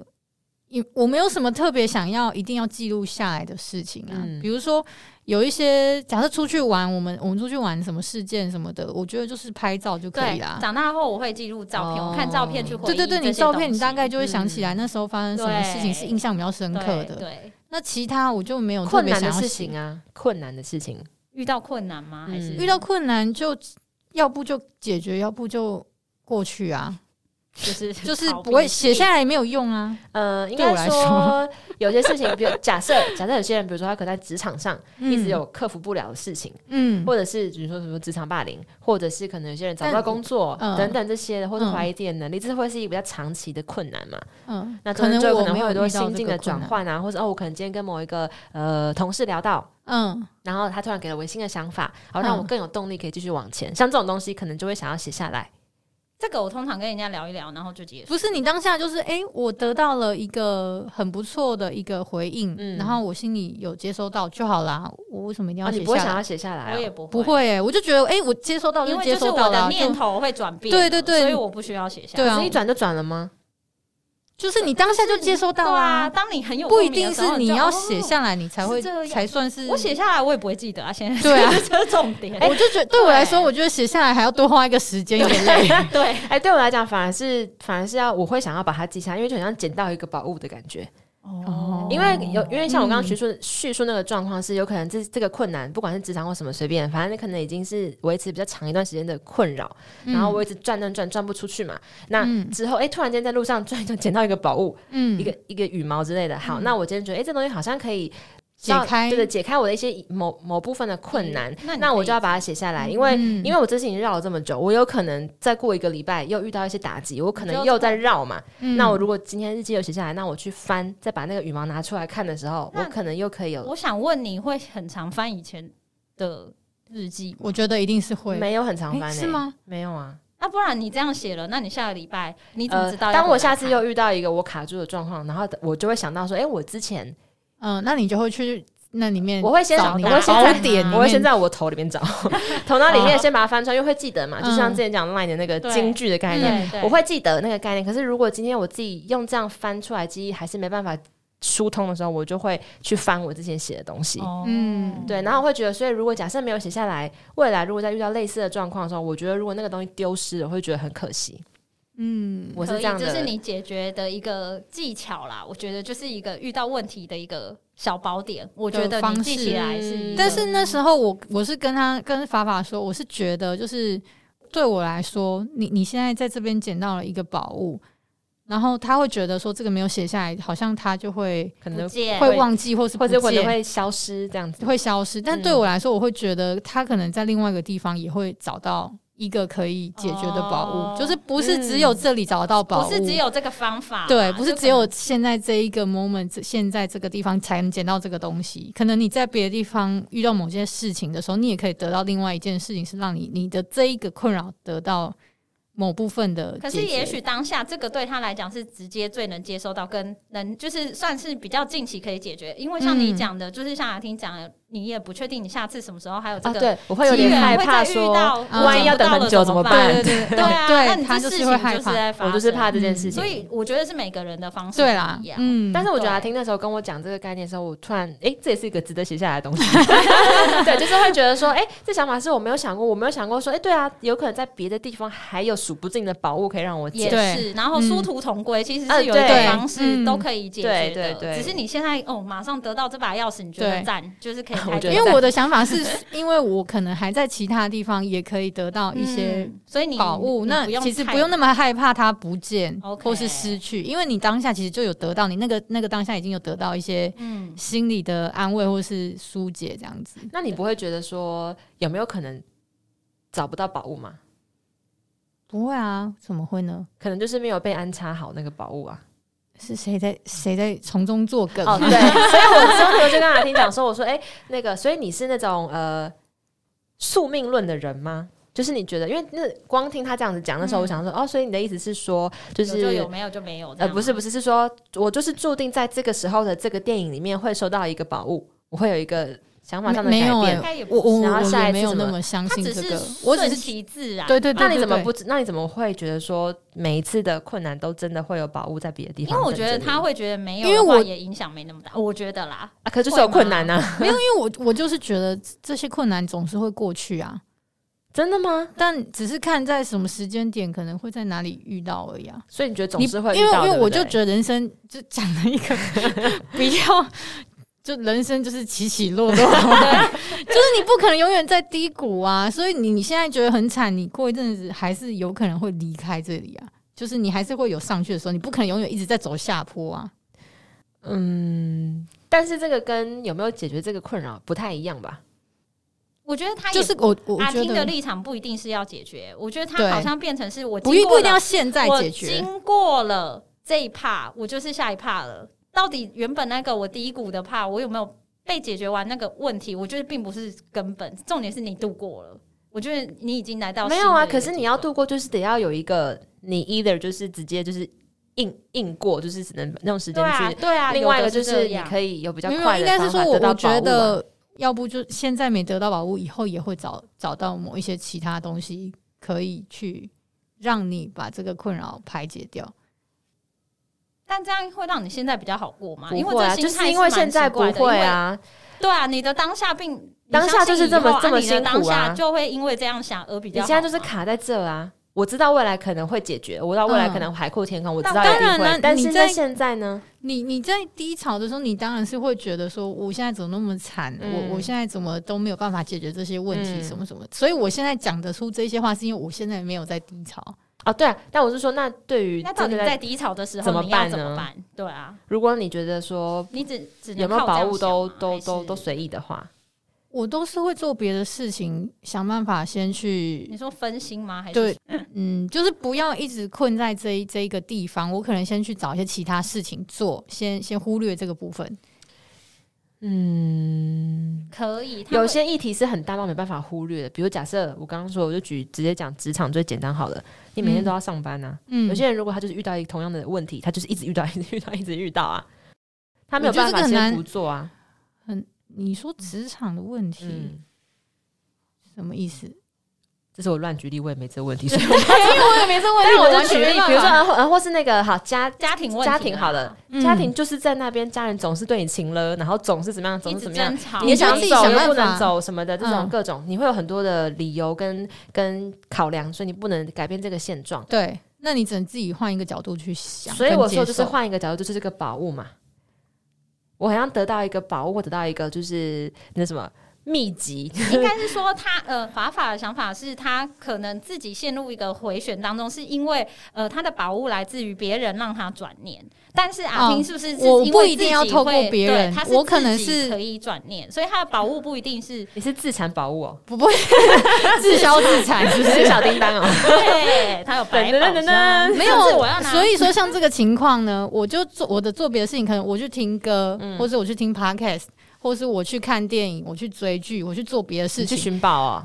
Speaker 1: 也我没有什么特别想要一定要记录下来的事情啊。
Speaker 3: 嗯
Speaker 1: 比如说有一些假设出去玩，我们我们出去玩什么事件什么的，我觉得就是拍照就可以
Speaker 2: 对
Speaker 1: 啦。
Speaker 2: 长大后我会记录照片，
Speaker 3: 哦
Speaker 2: 我看照片去回
Speaker 1: 对
Speaker 2: 忆
Speaker 1: 对对，
Speaker 2: 这些
Speaker 1: 你照片
Speaker 2: 东
Speaker 1: 你
Speaker 2: 西
Speaker 1: 大概就会想
Speaker 3: 嗯
Speaker 1: 起来那时候发生什么事情是印象比较深
Speaker 2: 对
Speaker 1: 刻的。
Speaker 2: 对，
Speaker 1: 那其他我就没有特
Speaker 3: 困
Speaker 1: 别
Speaker 3: 难
Speaker 1: 想
Speaker 3: 的
Speaker 1: 要
Speaker 3: 事
Speaker 1: 写
Speaker 3: 情啊，困难的事情，
Speaker 2: 遇到困难吗？还是
Speaker 3: 嗯
Speaker 1: 遇到困难就要不就解决，要不就过去啊，
Speaker 2: 就是
Speaker 1: 就是
Speaker 2: 逃避
Speaker 1: 不会写下来也没有用啊。
Speaker 3: 呃，应
Speaker 1: 对我
Speaker 3: 该
Speaker 1: 来
Speaker 3: 说有些事情，比如假设假设有些人，比如说他可能在职场上
Speaker 1: 嗯
Speaker 3: 一直有克服不了的事情，
Speaker 1: 嗯，
Speaker 3: 或者是比如说什么职场霸凌，或者是可能有些人找不
Speaker 1: 但
Speaker 3: 到工作、
Speaker 1: 嗯
Speaker 3: 等等这些的，或者
Speaker 1: 嗯
Speaker 3: 怀疑自己的能力，这会是一个比较长期的困难嘛？
Speaker 1: 嗯，
Speaker 3: 那
Speaker 1: 可能
Speaker 3: 就
Speaker 1: 我
Speaker 3: 可能
Speaker 1: 没
Speaker 3: 会
Speaker 1: 有
Speaker 3: 很
Speaker 1: 遇
Speaker 3: 多
Speaker 1: 到
Speaker 3: 心
Speaker 1: 这
Speaker 3: 境
Speaker 1: 个
Speaker 3: 的转
Speaker 1: 困难。
Speaker 3: 换啊，或者哦，我可能今天跟某一个呃同事聊到。
Speaker 1: 嗯，
Speaker 3: 然后他突然给了我新的想法，然后让我
Speaker 1: 嗯
Speaker 3: 更有动力可以继续往前。像这种东西，可能就会想要写下来。
Speaker 2: 这个我通常跟人家聊一聊，然后就结束。
Speaker 1: 不是你当下就是诶，我得到了一个很不错的一个回应，
Speaker 3: 嗯
Speaker 1: 然后我心里有接收到就好啦。我为什么一定
Speaker 3: 啊，
Speaker 1: 要
Speaker 3: 你
Speaker 1: 写
Speaker 3: 不会
Speaker 1: 下
Speaker 3: 想
Speaker 1: 来？
Speaker 3: 要写下来、
Speaker 2: 我也
Speaker 3: 哦？
Speaker 2: 不
Speaker 1: 不会诶，我就觉得诶，我接收到
Speaker 2: 因为
Speaker 1: 接
Speaker 2: 就是
Speaker 1: 收
Speaker 2: 我
Speaker 1: 到
Speaker 2: 的
Speaker 1: 啦，
Speaker 2: 念
Speaker 1: 就
Speaker 2: 头会转变，
Speaker 1: 对对对
Speaker 2: 所以我不需要写下来。
Speaker 1: 对
Speaker 3: 可
Speaker 1: 啊
Speaker 3: 是你转啊就转了吗？
Speaker 1: 就是你当下就接收到
Speaker 2: 对啊，
Speaker 1: 啊，
Speaker 2: 当你很有
Speaker 1: 不一
Speaker 2: 共鸣
Speaker 1: 定
Speaker 2: 的时候
Speaker 1: 是你要
Speaker 2: 就哦
Speaker 1: 写下来你才会
Speaker 2: 是这样
Speaker 1: 才算是
Speaker 2: 我。写下来，我也不会记得啊。现在
Speaker 1: 对啊
Speaker 2: 这是重点。
Speaker 1: 我就觉得对我来说，
Speaker 2: 对
Speaker 1: 我觉得写下来还要多花一个时间，有点累。
Speaker 2: 对，
Speaker 3: 哎、对我来讲，反而是反而是要我会想要把它记下来，因为就很像捡到一个宝物的感觉。
Speaker 1: 哦嗯
Speaker 3: 因为有，因为像我刚刚
Speaker 2: 嗯
Speaker 3: 叙述、叙述那个状况是，有可能这这个困难，不管是职场或什么，随便，反正可能已经是维持比较长一段时间的困扰，然后我一直转转转转不出去嘛。那
Speaker 1: 嗯
Speaker 3: 之后，哎、突然间在路上 转一转，捡到一个宝物，
Speaker 1: 嗯
Speaker 3: 一个一个羽毛之类的。好，
Speaker 2: 嗯
Speaker 3: 那我今天觉得，哎、这东西好像可以
Speaker 1: 解
Speaker 3: 让
Speaker 1: 开
Speaker 3: 对的，解开我的一些某某部分的困难。
Speaker 2: 嗯那你
Speaker 3: 那我
Speaker 2: 可以
Speaker 3: 就要把它写下来，因为、
Speaker 1: 嗯
Speaker 3: 因为我这次已经绕了这么久，我有可能再过一个礼拜又遇到一些打击，我可
Speaker 2: 你
Speaker 3: 能
Speaker 2: 就
Speaker 3: 又在绕嘛。
Speaker 1: 嗯
Speaker 3: 那我如果今天日记有写下来，那我去翻，再把那个羽毛拿出来看的时候，
Speaker 2: 那
Speaker 3: 我可能又可以有
Speaker 2: 我想问你会很常翻以前的日记吗？
Speaker 1: 我觉得一定是会
Speaker 3: 没有很常
Speaker 1: 诶
Speaker 3: 翻、欸、
Speaker 1: 是？吗？
Speaker 3: 没有啊。
Speaker 2: 啊，不然你这样写了，那你下个礼拜你怎么
Speaker 3: 呃，
Speaker 2: 知道要回来看？
Speaker 3: 当我下次又遇到一个我卡住的状况，然后我就会想到说，哎、我之前
Speaker 1: 嗯，那你就会去那里
Speaker 2: 嗯
Speaker 1: 面，
Speaker 3: 我会先
Speaker 1: 找
Speaker 3: 找
Speaker 1: 你
Speaker 3: 我
Speaker 2: 啊
Speaker 1: 的
Speaker 3: 会先
Speaker 1: 宝
Speaker 3: 在
Speaker 1: 典里面，
Speaker 3: 我会先在我头里面找， 头脑里面
Speaker 1: 哦
Speaker 3: 先把它翻出来，因为会记得嘛。就像之前讲 Line 的那个
Speaker 2: 对
Speaker 3: 京剧的概念，
Speaker 2: 嗯对对
Speaker 3: 我会记得那个概念。可是如果今天我自己用这样翻出来记忆还是没办法疏通的时候，我就会去翻我之前写的东西。
Speaker 2: 哦
Speaker 1: 嗯
Speaker 3: 对，然后我会觉得，所以如果假设没有写下来，未来如果再遇到类似的状况的时候，我觉得如果那个东西丢失了，我会觉得很可惜。
Speaker 1: 嗯，
Speaker 3: 我是
Speaker 2: 可
Speaker 3: 这
Speaker 2: 以，
Speaker 3: 样的，
Speaker 2: 这是你解决的一个技巧啦。我觉得就是一个遇到问题的一个小宝典。我觉得
Speaker 1: 方
Speaker 2: 你记
Speaker 1: 式
Speaker 2: 起来是
Speaker 3: 嗯
Speaker 2: 一个，
Speaker 1: 但是那时候我我是跟他跟法法说，我是觉得就是对我来说，你你现在在这边捡到了一个宝物，然后他会觉得说这个没有写下来，好像他就会
Speaker 3: 可
Speaker 2: 不
Speaker 3: 能
Speaker 2: 见
Speaker 1: 会忘记或是不
Speaker 3: 或者可能
Speaker 1: 见
Speaker 3: 会嗯消失这样子。
Speaker 1: 会消失。但对我来说，我会觉得他可能在另外一个地方也会找到一个可以解决的宝
Speaker 2: 哦
Speaker 1: 物，就是不是只
Speaker 3: 嗯
Speaker 1: 有这里找到宝物，
Speaker 2: 不是只。啊有这个方法啦，
Speaker 1: 对，不是
Speaker 2: 就可
Speaker 1: 只有现在这一个 moment，这现在这个地方才能捡到这个东西。可能你在别的地方遇到某件事情的时候，你也可以得到另外一件事情，是让你你的这一个困扰得到某部分的
Speaker 2: 可
Speaker 1: 解
Speaker 2: 是，
Speaker 1: 决
Speaker 2: 也许当下这个对他来讲是直接最能接收到，跟能就是算是比较近期可以解决。因为像你
Speaker 1: 嗯
Speaker 2: 讲的，就是像阿听讲的，你也不确定你下次什么时候还有这
Speaker 3: 啊，
Speaker 2: 个
Speaker 3: 对，我会有
Speaker 2: 机
Speaker 3: 点
Speaker 2: 缘
Speaker 3: 害
Speaker 2: 会
Speaker 3: 怕
Speaker 2: 再遇
Speaker 3: 说，
Speaker 2: 到
Speaker 1: 嗯
Speaker 3: 万一要等很久怎么办
Speaker 1: 对对对
Speaker 2: 对啊，那
Speaker 1: 对，
Speaker 2: 你
Speaker 1: 他就
Speaker 2: 这事
Speaker 1: 是
Speaker 2: 情
Speaker 1: 会害
Speaker 2: 是
Speaker 1: 怕，
Speaker 2: 在发
Speaker 3: 我就是
Speaker 2: 生
Speaker 3: 怕这件
Speaker 1: 嗯
Speaker 3: 事情。
Speaker 2: 所以我觉得是每个人的方式
Speaker 1: 对啦
Speaker 2: 不一，样。
Speaker 1: 嗯，
Speaker 3: 但是我觉得
Speaker 2: 对
Speaker 3: 啊阿听那时候跟我讲这个概念的时候，我突然哎、诶这也是一个值得写下来的东西。 对，就是会觉得说，哎、这想法是我没有想过，我没有想过说，哎、对啊，有可能在别的地方还有数不尽的宝物可以让我
Speaker 2: 也
Speaker 3: 捡。
Speaker 1: 对
Speaker 2: 是，然后殊途同归，其实
Speaker 3: 啊
Speaker 2: 是有一个
Speaker 3: 对
Speaker 2: 方式
Speaker 1: 嗯
Speaker 2: 都可以解决的，
Speaker 3: 对对对
Speaker 2: 只是你现在哦，马上得到这把钥匙，你觉得
Speaker 1: 对
Speaker 2: 赞，就是可以
Speaker 3: 我
Speaker 2: 太
Speaker 3: 觉
Speaker 2: 多
Speaker 3: 得
Speaker 1: 因为我的想法是，因为我可能还在其他地方也可以得到一些
Speaker 2: 嗯所以你
Speaker 1: 宝物，
Speaker 2: 你
Speaker 1: 那
Speaker 2: 用
Speaker 1: 其实
Speaker 2: 太
Speaker 1: 不用那么害怕它不见
Speaker 2: OK
Speaker 1: 或是失去，因为你当下其实就有得到，你那个那个当下已经有得到一些
Speaker 2: 嗯，
Speaker 1: 心理的安慰或是疏解这样子。
Speaker 3: 那你不会觉得说有没有可能找不到宝物吗？
Speaker 1: 不会啊，怎么会呢？
Speaker 3: 可能就是没有被安插好那个宝物啊。
Speaker 1: 是谁在谁在从中作梗？啊
Speaker 3: 哦，对，所以我之后我就跟阿婷讲说，我说，哎、那个，所以你是那种呃宿命论的人吗？就是你觉得，因为那光听他这样子讲的时候，
Speaker 2: 嗯
Speaker 3: 我想说，哦，所以你的意思是说，就
Speaker 2: 有就是有，没有就没有这
Speaker 3: 呃，
Speaker 2: 样吗，
Speaker 3: 不是不是，是说我就是注定在这个时候的这个电影里面会收到一个宝物，我会有一个想法上的
Speaker 1: 没
Speaker 3: 改
Speaker 1: 没有
Speaker 3: 变
Speaker 2: 应。该也不
Speaker 1: 我我
Speaker 3: 然后
Speaker 1: 我
Speaker 3: 下
Speaker 1: 也
Speaker 3: 一次
Speaker 1: 没有
Speaker 3: 怎
Speaker 1: 那
Speaker 3: 么
Speaker 1: 么相
Speaker 2: 他
Speaker 1: 信
Speaker 2: 只
Speaker 1: 这
Speaker 2: 是
Speaker 1: 个，我只
Speaker 2: 顺
Speaker 1: 是
Speaker 2: 其自然，嗯
Speaker 1: 对对对，
Speaker 3: 那你怎么
Speaker 1: 对
Speaker 3: 不？知？那你怎么会觉得说每一次的困难都真的会有宝物在别的地
Speaker 2: 因
Speaker 3: 方？
Speaker 2: 为我觉得他会觉得没有，
Speaker 1: 因为我
Speaker 2: 也影响没那么大，我觉得啦，
Speaker 3: 啊，可就是有
Speaker 2: 会吗
Speaker 3: 困难啊，
Speaker 1: 没有，因为我我就是觉得这些困难总是会过去啊，
Speaker 3: 真的吗？
Speaker 1: 但只是看在什么时间点可能会在哪里遇到而已啊。
Speaker 3: 所以你觉得总
Speaker 1: 你
Speaker 3: 是会
Speaker 1: 因
Speaker 3: 遇
Speaker 1: 为
Speaker 3: 到
Speaker 1: 因为我就
Speaker 3: 对不对
Speaker 1: 觉得人生就讲了一个比较，就人生就是起起落落， 就是你不可能永远在低谷啊，所以你你现在觉得很惨，你过一阵子还是有可能会离开这里啊，就是你还是会有上去的时候，你不可能永远一直在走下坡啊。
Speaker 3: 嗯，但是这个跟有没有解决这个困扰不太一样吧？
Speaker 2: 我觉得他也
Speaker 1: 就是我我我
Speaker 2: 阿
Speaker 1: 觉
Speaker 2: 听的
Speaker 1: 得
Speaker 2: 立场不一定是要解决，我觉得他
Speaker 1: 对
Speaker 2: 好像变成是我
Speaker 1: 不
Speaker 2: 经
Speaker 1: 一
Speaker 2: 过
Speaker 1: 不一定要
Speaker 2: 了
Speaker 1: 现在
Speaker 2: 我
Speaker 1: 解决，
Speaker 2: 经过了这一趴，我就是下一趴了。到底原本那个我低谷的趴，我有没有被解决完那个问题？我觉得并不是根本，重点是你度过了。我觉得你已经来到
Speaker 3: 没有啊，
Speaker 2: 新的
Speaker 3: 可
Speaker 2: 一个
Speaker 3: 是
Speaker 2: 阶
Speaker 3: 你要
Speaker 2: 段
Speaker 3: 度过，就是得要有一个你 either 就是直接就是硬硬过，就是只能用时间
Speaker 2: 对啊
Speaker 3: 去。
Speaker 2: 对啊，
Speaker 3: 另外一
Speaker 2: 有的
Speaker 3: 个就是是
Speaker 2: 这
Speaker 3: 你
Speaker 2: 样
Speaker 3: 可以有比较
Speaker 1: 没有，啊
Speaker 3: 快
Speaker 1: 应
Speaker 3: 的
Speaker 1: 该是
Speaker 3: 方
Speaker 1: 说
Speaker 3: 法
Speaker 1: 我
Speaker 3: 得到
Speaker 1: 我
Speaker 3: 宝
Speaker 1: 觉
Speaker 3: 物啊吧。
Speaker 1: 得，要不就现在没得到宝物，以后也会找找到某一些其他东西可以去让你把这个困扰排解掉。
Speaker 2: 但这样会让你现在比较好过吗？因
Speaker 3: 不
Speaker 2: 为
Speaker 3: 会
Speaker 2: 这
Speaker 3: 啊，
Speaker 2: 心
Speaker 3: 就
Speaker 2: 态
Speaker 3: 是因为
Speaker 2: 蛮
Speaker 3: 现在
Speaker 2: 奇
Speaker 3: 不
Speaker 2: 怪的
Speaker 3: 会，啊，
Speaker 2: 因为对啊，你的当下并
Speaker 3: 当下就是这么这么
Speaker 2: 你的
Speaker 3: 辛
Speaker 2: 当
Speaker 3: 苦
Speaker 2: 下
Speaker 3: 啊
Speaker 2: 就会因为这样想而比
Speaker 3: 你
Speaker 2: 较好嘛。
Speaker 3: 现在就是卡在这啊。我知道未来可能会解决，我知道未来可能海阔天空，我知道一
Speaker 1: 当
Speaker 3: 定
Speaker 1: 然了
Speaker 3: 会。但
Speaker 1: 你
Speaker 3: 是在
Speaker 1: 在
Speaker 3: 现在呢？
Speaker 1: 你你在低潮的时候，你当然是会觉得说，我现在怎么那么惨？
Speaker 3: 嗯
Speaker 1: 我我现在怎么都没有办法解决这些问题，
Speaker 3: 嗯
Speaker 1: 什么什么？所以我现在讲得出这些话，是因为我现在没有在低潮。
Speaker 3: 哦，对啊，但我是说，那对于
Speaker 2: 那到
Speaker 3: 真
Speaker 2: 底
Speaker 3: 的
Speaker 2: 在
Speaker 3: 在，
Speaker 2: 低潮的时候
Speaker 3: 怎么
Speaker 2: 你要
Speaker 3: 办
Speaker 2: 怎么
Speaker 3: 呢
Speaker 2: 办？对啊，
Speaker 3: 如果你觉得说
Speaker 2: 你只只能
Speaker 3: 有没有
Speaker 2: 靠这样
Speaker 3: 宝物都
Speaker 2: 想吗
Speaker 3: 都
Speaker 2: 还
Speaker 3: 都
Speaker 2: 是
Speaker 3: 都随意的话，
Speaker 1: 我都是会做别的事情，想办法先去
Speaker 2: 你说分心吗？还是
Speaker 1: 对，嗯，就是不要一直困在这一这一个地方。我可能先去找一些其他事情做，先先忽略这个部分。嗯
Speaker 2: 可以？他
Speaker 3: 有
Speaker 2: 会
Speaker 3: 些议题是很大到没办法忽略的，比如假设我刚刚说，我就举直接讲职场最简单好了，你每天都要上班啊。
Speaker 1: 嗯，
Speaker 3: 有些人如果他就是遇到一个同样的问题，他就是一直遇到， 一直遇到，一直遇到啊，他没有
Speaker 1: 我觉得
Speaker 3: 办
Speaker 1: 这
Speaker 3: 法
Speaker 1: 个很
Speaker 3: 先
Speaker 1: 难
Speaker 3: 不做啊。
Speaker 1: 你说职场的问题、
Speaker 3: 嗯，
Speaker 1: 什么意思？
Speaker 3: 这是我乱举例，我也没这 个问题，所以
Speaker 1: 我也没这问
Speaker 3: 但哎是我就
Speaker 1: 完全
Speaker 3: 举
Speaker 1: 没
Speaker 3: 例，
Speaker 1: 办
Speaker 3: 比如说
Speaker 1: 法
Speaker 3: 呃或呃或是那个好家
Speaker 2: 家庭问题啊
Speaker 3: 家庭好
Speaker 2: 啦
Speaker 3: 了，，家庭就是在那边，家人总是对你情了，然后总是怎么样，总
Speaker 2: 一
Speaker 3: 是怎
Speaker 2: 直
Speaker 3: 么样
Speaker 2: 争。吵，
Speaker 1: 你
Speaker 3: 也
Speaker 1: 就
Speaker 3: 想
Speaker 1: 自 己
Speaker 3: 走
Speaker 1: 想
Speaker 3: 又不
Speaker 1: 办法
Speaker 3: 能走什么的，这种
Speaker 1: 嗯
Speaker 3: 各种，你会有很多的理由跟跟考量，所以你不能改变这个现状。
Speaker 1: 对，那你只能自己换一个角度去想。
Speaker 3: 所以我
Speaker 1: 跟接
Speaker 3: 说，就是
Speaker 1: 受
Speaker 3: 换一个角度，就是这个宝物嘛。我好像得到一个宝物，或得到一个就是那什么秘籍，
Speaker 2: 应该是说他呃，法法的想法是他可能自己陷入一个回旋当中，是因为呃他的宝物来自于别人让他转念，但是阿
Speaker 1: 哦
Speaker 2: 听是不是是
Speaker 1: 我
Speaker 2: 因
Speaker 1: 不
Speaker 2: 为
Speaker 1: 一
Speaker 2: 自
Speaker 1: 定要
Speaker 2: 己
Speaker 1: 透过
Speaker 2: 会
Speaker 1: 别
Speaker 2: 对
Speaker 1: 人
Speaker 2: 他
Speaker 1: 我可能
Speaker 2: 自己
Speaker 1: 是
Speaker 2: 可以转念，所以他的宝物不一定 是
Speaker 3: 你是自产宝物哦，
Speaker 1: 不 不自消自产，是
Speaker 3: 你
Speaker 1: 不
Speaker 3: 是
Speaker 1: 是？
Speaker 3: 小叮当哦。
Speaker 2: 对他有百宝
Speaker 3: 噔噔噔
Speaker 2: 箱
Speaker 3: 噔
Speaker 1: 没
Speaker 2: 上次
Speaker 1: 有，
Speaker 2: 我要拿
Speaker 1: 所以说像这个情况呢，我就做我的做别的事情，可能我去听歌，
Speaker 3: 嗯
Speaker 1: 或者我去听 podcast，或是我去看电影，我去追剧，我去做别的事
Speaker 3: 你去嗯
Speaker 1: 情，
Speaker 3: 寻宝哦，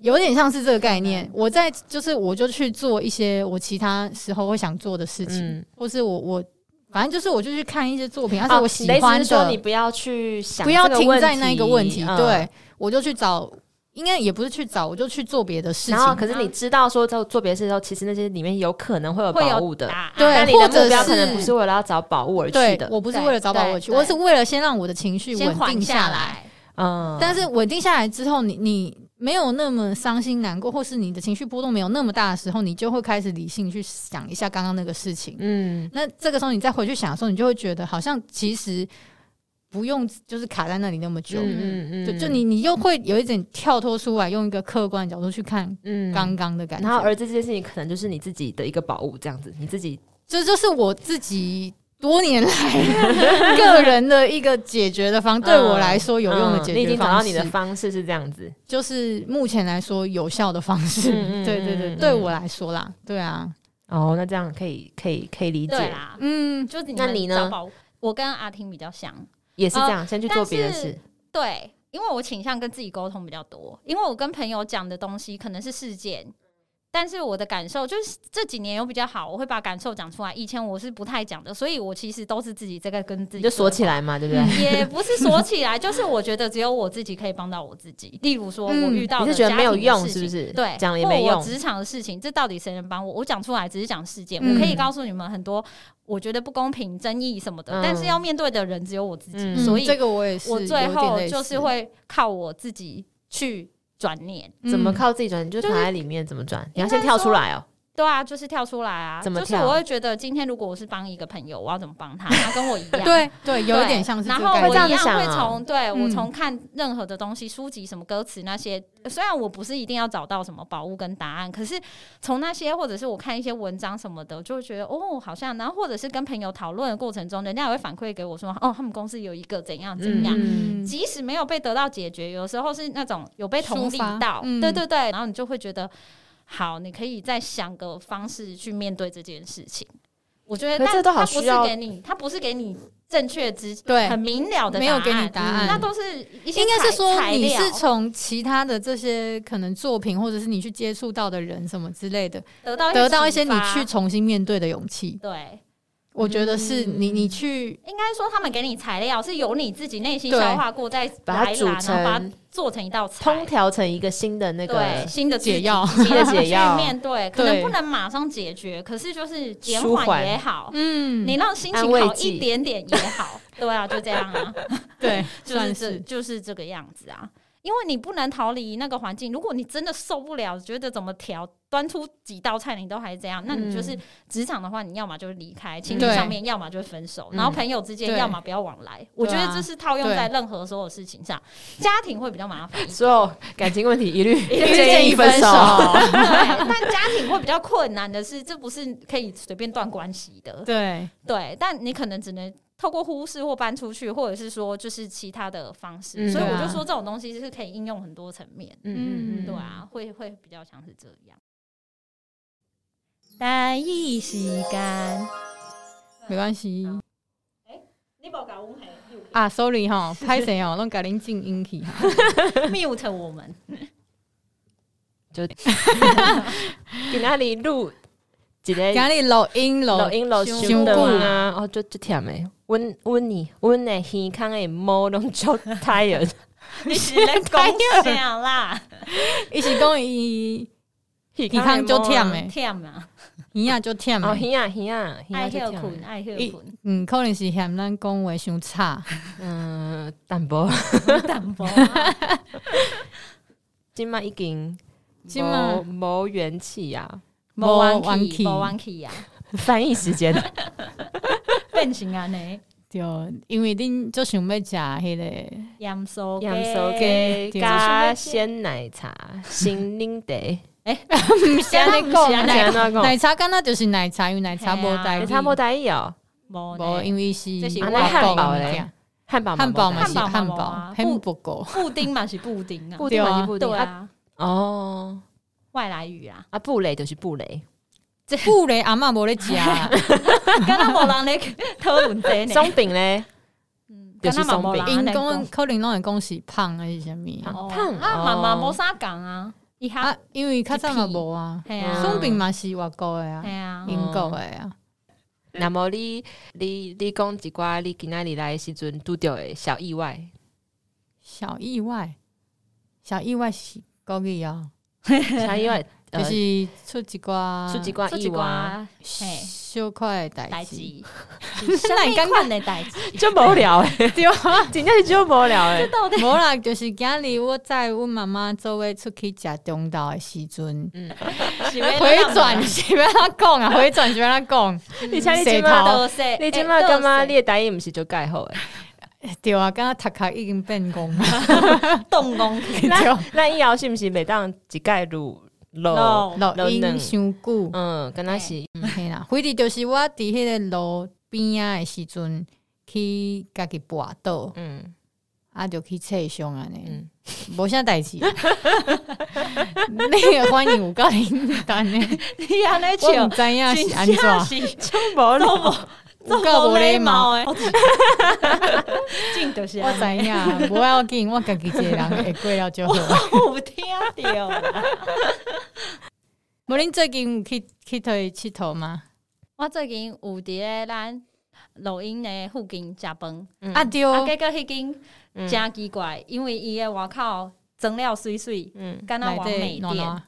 Speaker 1: 有点像是这个概念。我在就是我就去做一些我其他时候会想做的事情，
Speaker 3: 嗯
Speaker 1: 或是我我反正就是我就去看一些作品，而
Speaker 3: 哦
Speaker 1: 且我喜
Speaker 3: 你的意思
Speaker 1: 欢
Speaker 3: 是
Speaker 1: 的，
Speaker 3: 说你不要去想，
Speaker 1: 不要停在那个问题，
Speaker 3: 嗯
Speaker 1: 对我就去找。应该也不是去找，我就去做别的事情啊
Speaker 3: 然。后，可是你知道说在做别的事的时候，其实那些里面有可能会有
Speaker 2: 会
Speaker 3: 宝物
Speaker 2: 有
Speaker 3: 的，
Speaker 2: 答案
Speaker 1: 对
Speaker 3: 但你的
Speaker 1: 或者
Speaker 3: 目标可能
Speaker 1: 是
Speaker 3: 不是为了要找宝物而去
Speaker 1: 对
Speaker 3: 的。
Speaker 1: 我不是
Speaker 2: 对
Speaker 1: 为了找宝
Speaker 2: 对
Speaker 1: 我去，
Speaker 2: 对
Speaker 1: 我是为了先让我的情绪
Speaker 2: 先
Speaker 1: 稳
Speaker 2: 缓
Speaker 1: 定
Speaker 2: 下
Speaker 1: 下来。
Speaker 2: 来。
Speaker 3: 嗯，
Speaker 1: 但是稳定下来之后，你你没有那么伤心难过，或是你的情绪波动没有那么大的时候，你就会开始理性去想一下刚刚那个事情。
Speaker 3: 嗯，
Speaker 1: 那这个时候你再回去想的时候，你就会觉得好像其实不用就是卡在那里那么久。
Speaker 3: 嗯
Speaker 1: 就就你，你又会有一点跳脱出来，用一个客观角度去看
Speaker 3: 嗯
Speaker 1: 刚刚的感觉。
Speaker 3: 然后儿子这件事情可能就是你自己的一个宝物，这样子，你自己
Speaker 1: 这就是我自己多年 来个人的一个解决的方，对我来说有用的
Speaker 3: 嗯
Speaker 1: 解
Speaker 3: 你已
Speaker 1: 决
Speaker 3: 经找到
Speaker 1: 方
Speaker 3: 你的
Speaker 1: 式，
Speaker 3: 方式是这样子，
Speaker 1: 就是目前来说有效的方式。
Speaker 3: 嗯 嗯
Speaker 1: 对对对，
Speaker 3: 嗯
Speaker 1: 对我来说啦，对啊，
Speaker 3: 哦，那这样可以可以可以理
Speaker 2: 对
Speaker 3: 解，
Speaker 2: 啦，
Speaker 1: 嗯，
Speaker 2: 就是
Speaker 3: 那你
Speaker 2: 你
Speaker 3: 呢
Speaker 2: 们找宝物？我跟阿婷比较像，
Speaker 3: 也是这
Speaker 1: 呃
Speaker 3: 样，先去做别的
Speaker 2: 但是
Speaker 3: 事，
Speaker 2: 对，因为我倾向跟自己沟通比较多，因为我跟朋友讲的东西可能是事件，但是我的感受就是这几年有比较好，我会把感受讲出来。以前我是不太讲的，所以我其实都是自己在跟跟自己
Speaker 3: 你就锁起
Speaker 2: 来。
Speaker 3: 来嘛，对不对？
Speaker 2: 也不是锁起来， 就是我觉得只有我自己可以帮到我自己。例如说，我
Speaker 1: 嗯
Speaker 2: 遇到
Speaker 3: 你
Speaker 2: 的
Speaker 3: 是觉得
Speaker 2: 家
Speaker 3: 没有
Speaker 2: 庭的
Speaker 3: 用，
Speaker 2: 事
Speaker 3: 是不
Speaker 2: 情
Speaker 3: 是？
Speaker 2: 对，
Speaker 3: 讲了也
Speaker 2: 或
Speaker 3: 没
Speaker 2: 我
Speaker 3: 用，
Speaker 2: 职场的事情，这到底谁能帮我？我讲出来只是讲事件，
Speaker 1: 嗯
Speaker 2: 我可以告诉你们很多我觉得不公平、争议什么的，
Speaker 3: 嗯
Speaker 2: 但是要面对的人只有我自己，
Speaker 3: 嗯
Speaker 2: 所以
Speaker 1: 这个我也是有
Speaker 2: 我
Speaker 1: 点类似，
Speaker 2: 最后就是会靠我自己去转念。
Speaker 1: 嗯
Speaker 3: 怎么靠自己转？你就
Speaker 2: 就
Speaker 3: 躺
Speaker 2: 是
Speaker 3: 在里面怎么转？你要
Speaker 2: 应
Speaker 3: 先
Speaker 2: 该
Speaker 3: 跳出
Speaker 2: 说
Speaker 3: 来哦。
Speaker 2: 对啊，就是跳出来啊，
Speaker 3: 怎么
Speaker 2: 就是
Speaker 3: 跳
Speaker 2: 我会觉得今天如果我是帮一个朋友，我要怎么帮他？他跟我 一样。
Speaker 1: 对对，有一
Speaker 2: 对
Speaker 1: 点像是
Speaker 2: 然
Speaker 1: 这
Speaker 2: 后
Speaker 1: 个
Speaker 2: 我
Speaker 1: 感
Speaker 2: 一
Speaker 3: 这
Speaker 1: 觉
Speaker 3: 样子
Speaker 2: 样
Speaker 3: 想
Speaker 2: 会
Speaker 3: 啊
Speaker 2: 从对我
Speaker 1: 嗯
Speaker 2: 从看任何的东西、书籍、什么歌词那些，虽然我不是一定要找到什么宝物跟答案，可是从那些或者是我看一些文章什么的，就会觉得哦，好像，然后或者是跟朋友讨论的过程中，人家也会反馈给我说，哦，他们公司有一个怎样怎样。
Speaker 1: 嗯
Speaker 2: 即使没有被得到解决，有时候是那种有被同
Speaker 1: 抒
Speaker 2: 理
Speaker 1: 发
Speaker 2: 到，
Speaker 1: 嗯
Speaker 2: 对对对，然后你就会觉得，好，你可以再想个方式去面对这件事情。我觉得，
Speaker 3: 可
Speaker 2: 但
Speaker 3: 这都好
Speaker 2: 它不
Speaker 3: 需
Speaker 2: 是
Speaker 3: 要
Speaker 2: 给你，它不是给你正确直
Speaker 1: 对
Speaker 2: 很明了的
Speaker 1: 没有给你答
Speaker 3: 嗯
Speaker 1: 案，
Speaker 2: 那都是一些
Speaker 1: 应该是
Speaker 2: 材
Speaker 1: 说
Speaker 2: 材
Speaker 1: 你
Speaker 2: 料
Speaker 1: 是从其他的这些可能作品，或者是你去接触到的人什么之类的，
Speaker 2: 得到
Speaker 1: 得到一些
Speaker 2: 启
Speaker 1: 你
Speaker 2: 发
Speaker 1: 去重新面对的勇气。
Speaker 2: 对，
Speaker 1: 我觉得是
Speaker 2: 嗯
Speaker 1: 你你去
Speaker 2: 应该说他们给你材料是由你自己内心
Speaker 1: 对
Speaker 2: 消化过，再
Speaker 3: 把它
Speaker 2: 来啦
Speaker 3: 煮
Speaker 2: 然后把它
Speaker 3: 成
Speaker 2: 做成一道
Speaker 3: 通
Speaker 2: 菜，
Speaker 3: 调成一个新的那个
Speaker 2: 对，新的
Speaker 1: 解
Speaker 2: 自己
Speaker 1: 药，
Speaker 3: 新 的解药
Speaker 2: 去，面对，可
Speaker 1: 对
Speaker 2: 能不能马上解决，可是就是减
Speaker 3: 舒
Speaker 2: 缓
Speaker 3: 缓
Speaker 2: 也好，
Speaker 1: 嗯，
Speaker 2: 你让心
Speaker 3: 安
Speaker 2: 情
Speaker 3: 慰
Speaker 2: 好
Speaker 3: 剂
Speaker 2: 一点点也好，对啊，就这样啊，
Speaker 1: 对，
Speaker 2: 就
Speaker 1: 算
Speaker 2: 是这
Speaker 1: 是
Speaker 2: 就是这个样子啊。因为你不能逃离那个环境，如果你真的受不了，觉得怎么调端出几道菜你都还这样，那你就是职场的话，你要么就离开，情侣
Speaker 1: 嗯对
Speaker 2: 上面要么就分手，
Speaker 3: 嗯
Speaker 2: 然后朋友之间
Speaker 1: 对
Speaker 2: 要么不要往来。我觉
Speaker 1: 对
Speaker 2: 得
Speaker 1: 啊
Speaker 2: 这是套用
Speaker 1: 对
Speaker 2: 在任何所有事情上，家庭会比较麻烦一点。
Speaker 3: 所有感情问题一律
Speaker 1: 律
Speaker 3: 建
Speaker 1: 建
Speaker 3: 议
Speaker 1: 议
Speaker 3: 分
Speaker 1: 分
Speaker 3: 手
Speaker 1: 手。
Speaker 2: 对，但家庭会比较困难的是，这不是可以随便断关系的。
Speaker 1: 对，
Speaker 2: 对，但你可能只能透过忽视或搬出去，或者是说就是其他的方式。
Speaker 3: 嗯
Speaker 2: 所以
Speaker 1: 对
Speaker 2: 我
Speaker 1: 啊
Speaker 2: 就说这种东西就是可以应用很多层面，
Speaker 3: 嗯嗯嗯，
Speaker 2: 对啊，会会比较像是这样。单一时间，
Speaker 1: 没关系
Speaker 2: 你不搞我们
Speaker 1: 啊，sorry 哈，拍谁哦，弄改零静音体。
Speaker 2: mute 我 们，
Speaker 3: 给那里录几个
Speaker 1: 今日录音录
Speaker 3: 录音录
Speaker 1: 伤
Speaker 3: 伤的
Speaker 1: 久
Speaker 3: 啊，哦，就就忝诶。阮阮呢，阮的耳康的毛拢足 tired，
Speaker 2: 你是在讲啥啦？
Speaker 1: 伊是讲 伊
Speaker 3: 耳
Speaker 1: 耳康足忝的，
Speaker 3: 诶。
Speaker 2: 忝啊，
Speaker 1: 耳啊足忝
Speaker 3: 哦，
Speaker 1: 的，
Speaker 3: 耳啊耳啊耳啊
Speaker 2: 爱
Speaker 3: 就
Speaker 2: 休
Speaker 3: 忝
Speaker 2: 困，
Speaker 3: 的。
Speaker 2: 爱休困，
Speaker 1: 嗯，可能是嫌咱讲话伤差，
Speaker 3: 嗯，淡薄，
Speaker 2: 淡薄啊。
Speaker 3: 今麦已经
Speaker 1: 今嘛
Speaker 3: 无无元气啊。
Speaker 1: 没
Speaker 2: 无
Speaker 1: 元
Speaker 2: 元
Speaker 1: 气
Speaker 2: 气，无元气啊，
Speaker 3: 翻译时间，
Speaker 2: 变啊成安尼，
Speaker 1: 对，因为恁就想要食迄个。
Speaker 2: 盐酥
Speaker 3: 养手
Speaker 2: 鸡
Speaker 3: 给
Speaker 1: 对
Speaker 3: 加鲜奶茶，新领得。
Speaker 1: 不是安尼
Speaker 3: 不是
Speaker 1: 讲，
Speaker 3: 安尼
Speaker 1: 奶
Speaker 3: 讲啊
Speaker 1: 奶茶干那就是奶茶，因为奶茶无代
Speaker 2: 嘿
Speaker 3: 奶
Speaker 1: 理，
Speaker 3: 茶无台语哦，
Speaker 2: 无
Speaker 1: 无，
Speaker 2: 呢
Speaker 1: 因为是
Speaker 2: 这是
Speaker 1: 外
Speaker 2: 外
Speaker 1: 国
Speaker 3: 汉堡
Speaker 1: 物
Speaker 3: 嘞
Speaker 1: 件
Speaker 3: 汉堡
Speaker 1: 汉堡嘛
Speaker 3: 嘛
Speaker 1: 是
Speaker 2: 汉堡嘛
Speaker 1: 汉
Speaker 2: 无
Speaker 1: 堡
Speaker 2: 啊，
Speaker 1: 汉
Speaker 2: 不
Speaker 1: 堡狗，
Speaker 2: 布丁嘛是布丁啊，
Speaker 3: 布丁嘛是布丁
Speaker 2: 对
Speaker 3: 啊，
Speaker 2: 啊，
Speaker 3: 哦
Speaker 2: 外来语啊，
Speaker 3: 啊布雷就是布雷，
Speaker 1: 布雷阿嬷无咧食啦，
Speaker 2: 刚刚无人咧讨论这呢，
Speaker 3: 松饼嘞，
Speaker 2: 嗯
Speaker 3: 就是松饼
Speaker 1: 因讲可能拢会讲是胖还是啥物
Speaker 3: 胖
Speaker 2: 胖啊，妈妈无啥讲啊，伊哈
Speaker 1: 啊，，因为较早嘛无啊，
Speaker 2: 系啊，
Speaker 1: 松饼嘛是外国的
Speaker 2: 系
Speaker 1: 啊，
Speaker 2: 啊，
Speaker 1: 英国的啊，
Speaker 3: 那么你你你讲一寡你今仔日来的时阵拄着的小意外，
Speaker 1: 小意外，小意外是国语啊，
Speaker 3: 小意外
Speaker 1: 就
Speaker 3: 呃
Speaker 1: 是出一寡
Speaker 3: 出一寡
Speaker 2: 出
Speaker 3: 意
Speaker 2: 一
Speaker 3: 外，
Speaker 2: 寡嘿
Speaker 1: 小块的代
Speaker 2: 代
Speaker 1: 志，
Speaker 2: 志，什么款的代 志？
Speaker 3: 就无聊诶，
Speaker 1: 对啊。
Speaker 3: 真正是就无聊 诶，
Speaker 2: 到底
Speaker 1: 无啦，就是今日我载阮妈妈做伙出去食中昼的时阵，
Speaker 2: 是要
Speaker 1: 回转是要怎讲啊？回转是要怎讲？
Speaker 3: 而且你
Speaker 1: 洗
Speaker 3: 即
Speaker 1: 头
Speaker 3: 麦
Speaker 2: 多说，
Speaker 3: 你即麦感觉你的台语毋是就介好诶，
Speaker 1: 对啊，刚刚塔卡已经变工了，
Speaker 2: 动工
Speaker 1: 对，啊
Speaker 3: 那以后是不是袂当一概入路？
Speaker 2: no，
Speaker 1: 老因伤久，
Speaker 3: 嗯，跟他是
Speaker 1: 嗯嘿啦，回忆就是我伫迄个路边仔的时阵去家己跋倒，
Speaker 3: 嗯
Speaker 1: 啊就去册伤安尼，
Speaker 3: 嗯，
Speaker 1: 无啥代 志。啊那个欢迎有够灵单呢，
Speaker 2: 你安尼
Speaker 1: 我毋
Speaker 2: 笑，
Speaker 1: 知影是安
Speaker 2: 真正
Speaker 1: 怎，
Speaker 2: 是
Speaker 3: 就无
Speaker 2: 都无
Speaker 1: 有够无礼貌。
Speaker 2: 诶，真就是啊
Speaker 1: 我知 影，无要紧，我家己一个人会过了就好。
Speaker 2: 我有听到啦。
Speaker 1: 无恁最近有去去佗佚佗吗？
Speaker 2: 我最近有伫咧咱录音的附近食饭，
Speaker 3: 嗯
Speaker 1: 啊对，
Speaker 2: 啊，结果迄间
Speaker 3: 嗯
Speaker 2: 真奇怪，因为伊的外口装了水水，
Speaker 3: 嗯，
Speaker 2: 敢若完美
Speaker 1: 暖
Speaker 2: 店，
Speaker 1: 暖，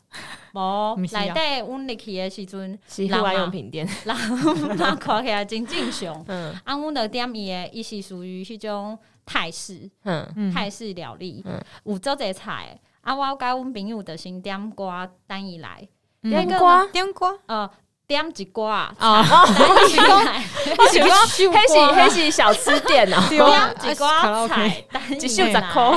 Speaker 2: 无
Speaker 1: 不是啊
Speaker 2: 内底阮入去的时阵，
Speaker 3: 是户外用品店，
Speaker 2: 人人看起来真正常。
Speaker 3: 嗯
Speaker 2: 啊，阮就点伊的，伊是属于迄种泰式
Speaker 3: 嗯
Speaker 1: 嗯
Speaker 2: 泰式料理
Speaker 3: 嗯，
Speaker 2: 有做者菜。啊，我甲阮朋友就先点歌等伊来，
Speaker 1: 嗯
Speaker 2: 那
Speaker 3: 南
Speaker 2: 个
Speaker 3: 瓜，
Speaker 1: 点歌
Speaker 2: 呃，点一寡，
Speaker 1: 啊，
Speaker 2: 等伊来。
Speaker 3: 我是
Speaker 1: 我
Speaker 3: 讲
Speaker 1: 想
Speaker 3: 黑是黑是小吃店哦，
Speaker 1: 对啊
Speaker 2: 两一寡菜，单
Speaker 3: 一秀十箍，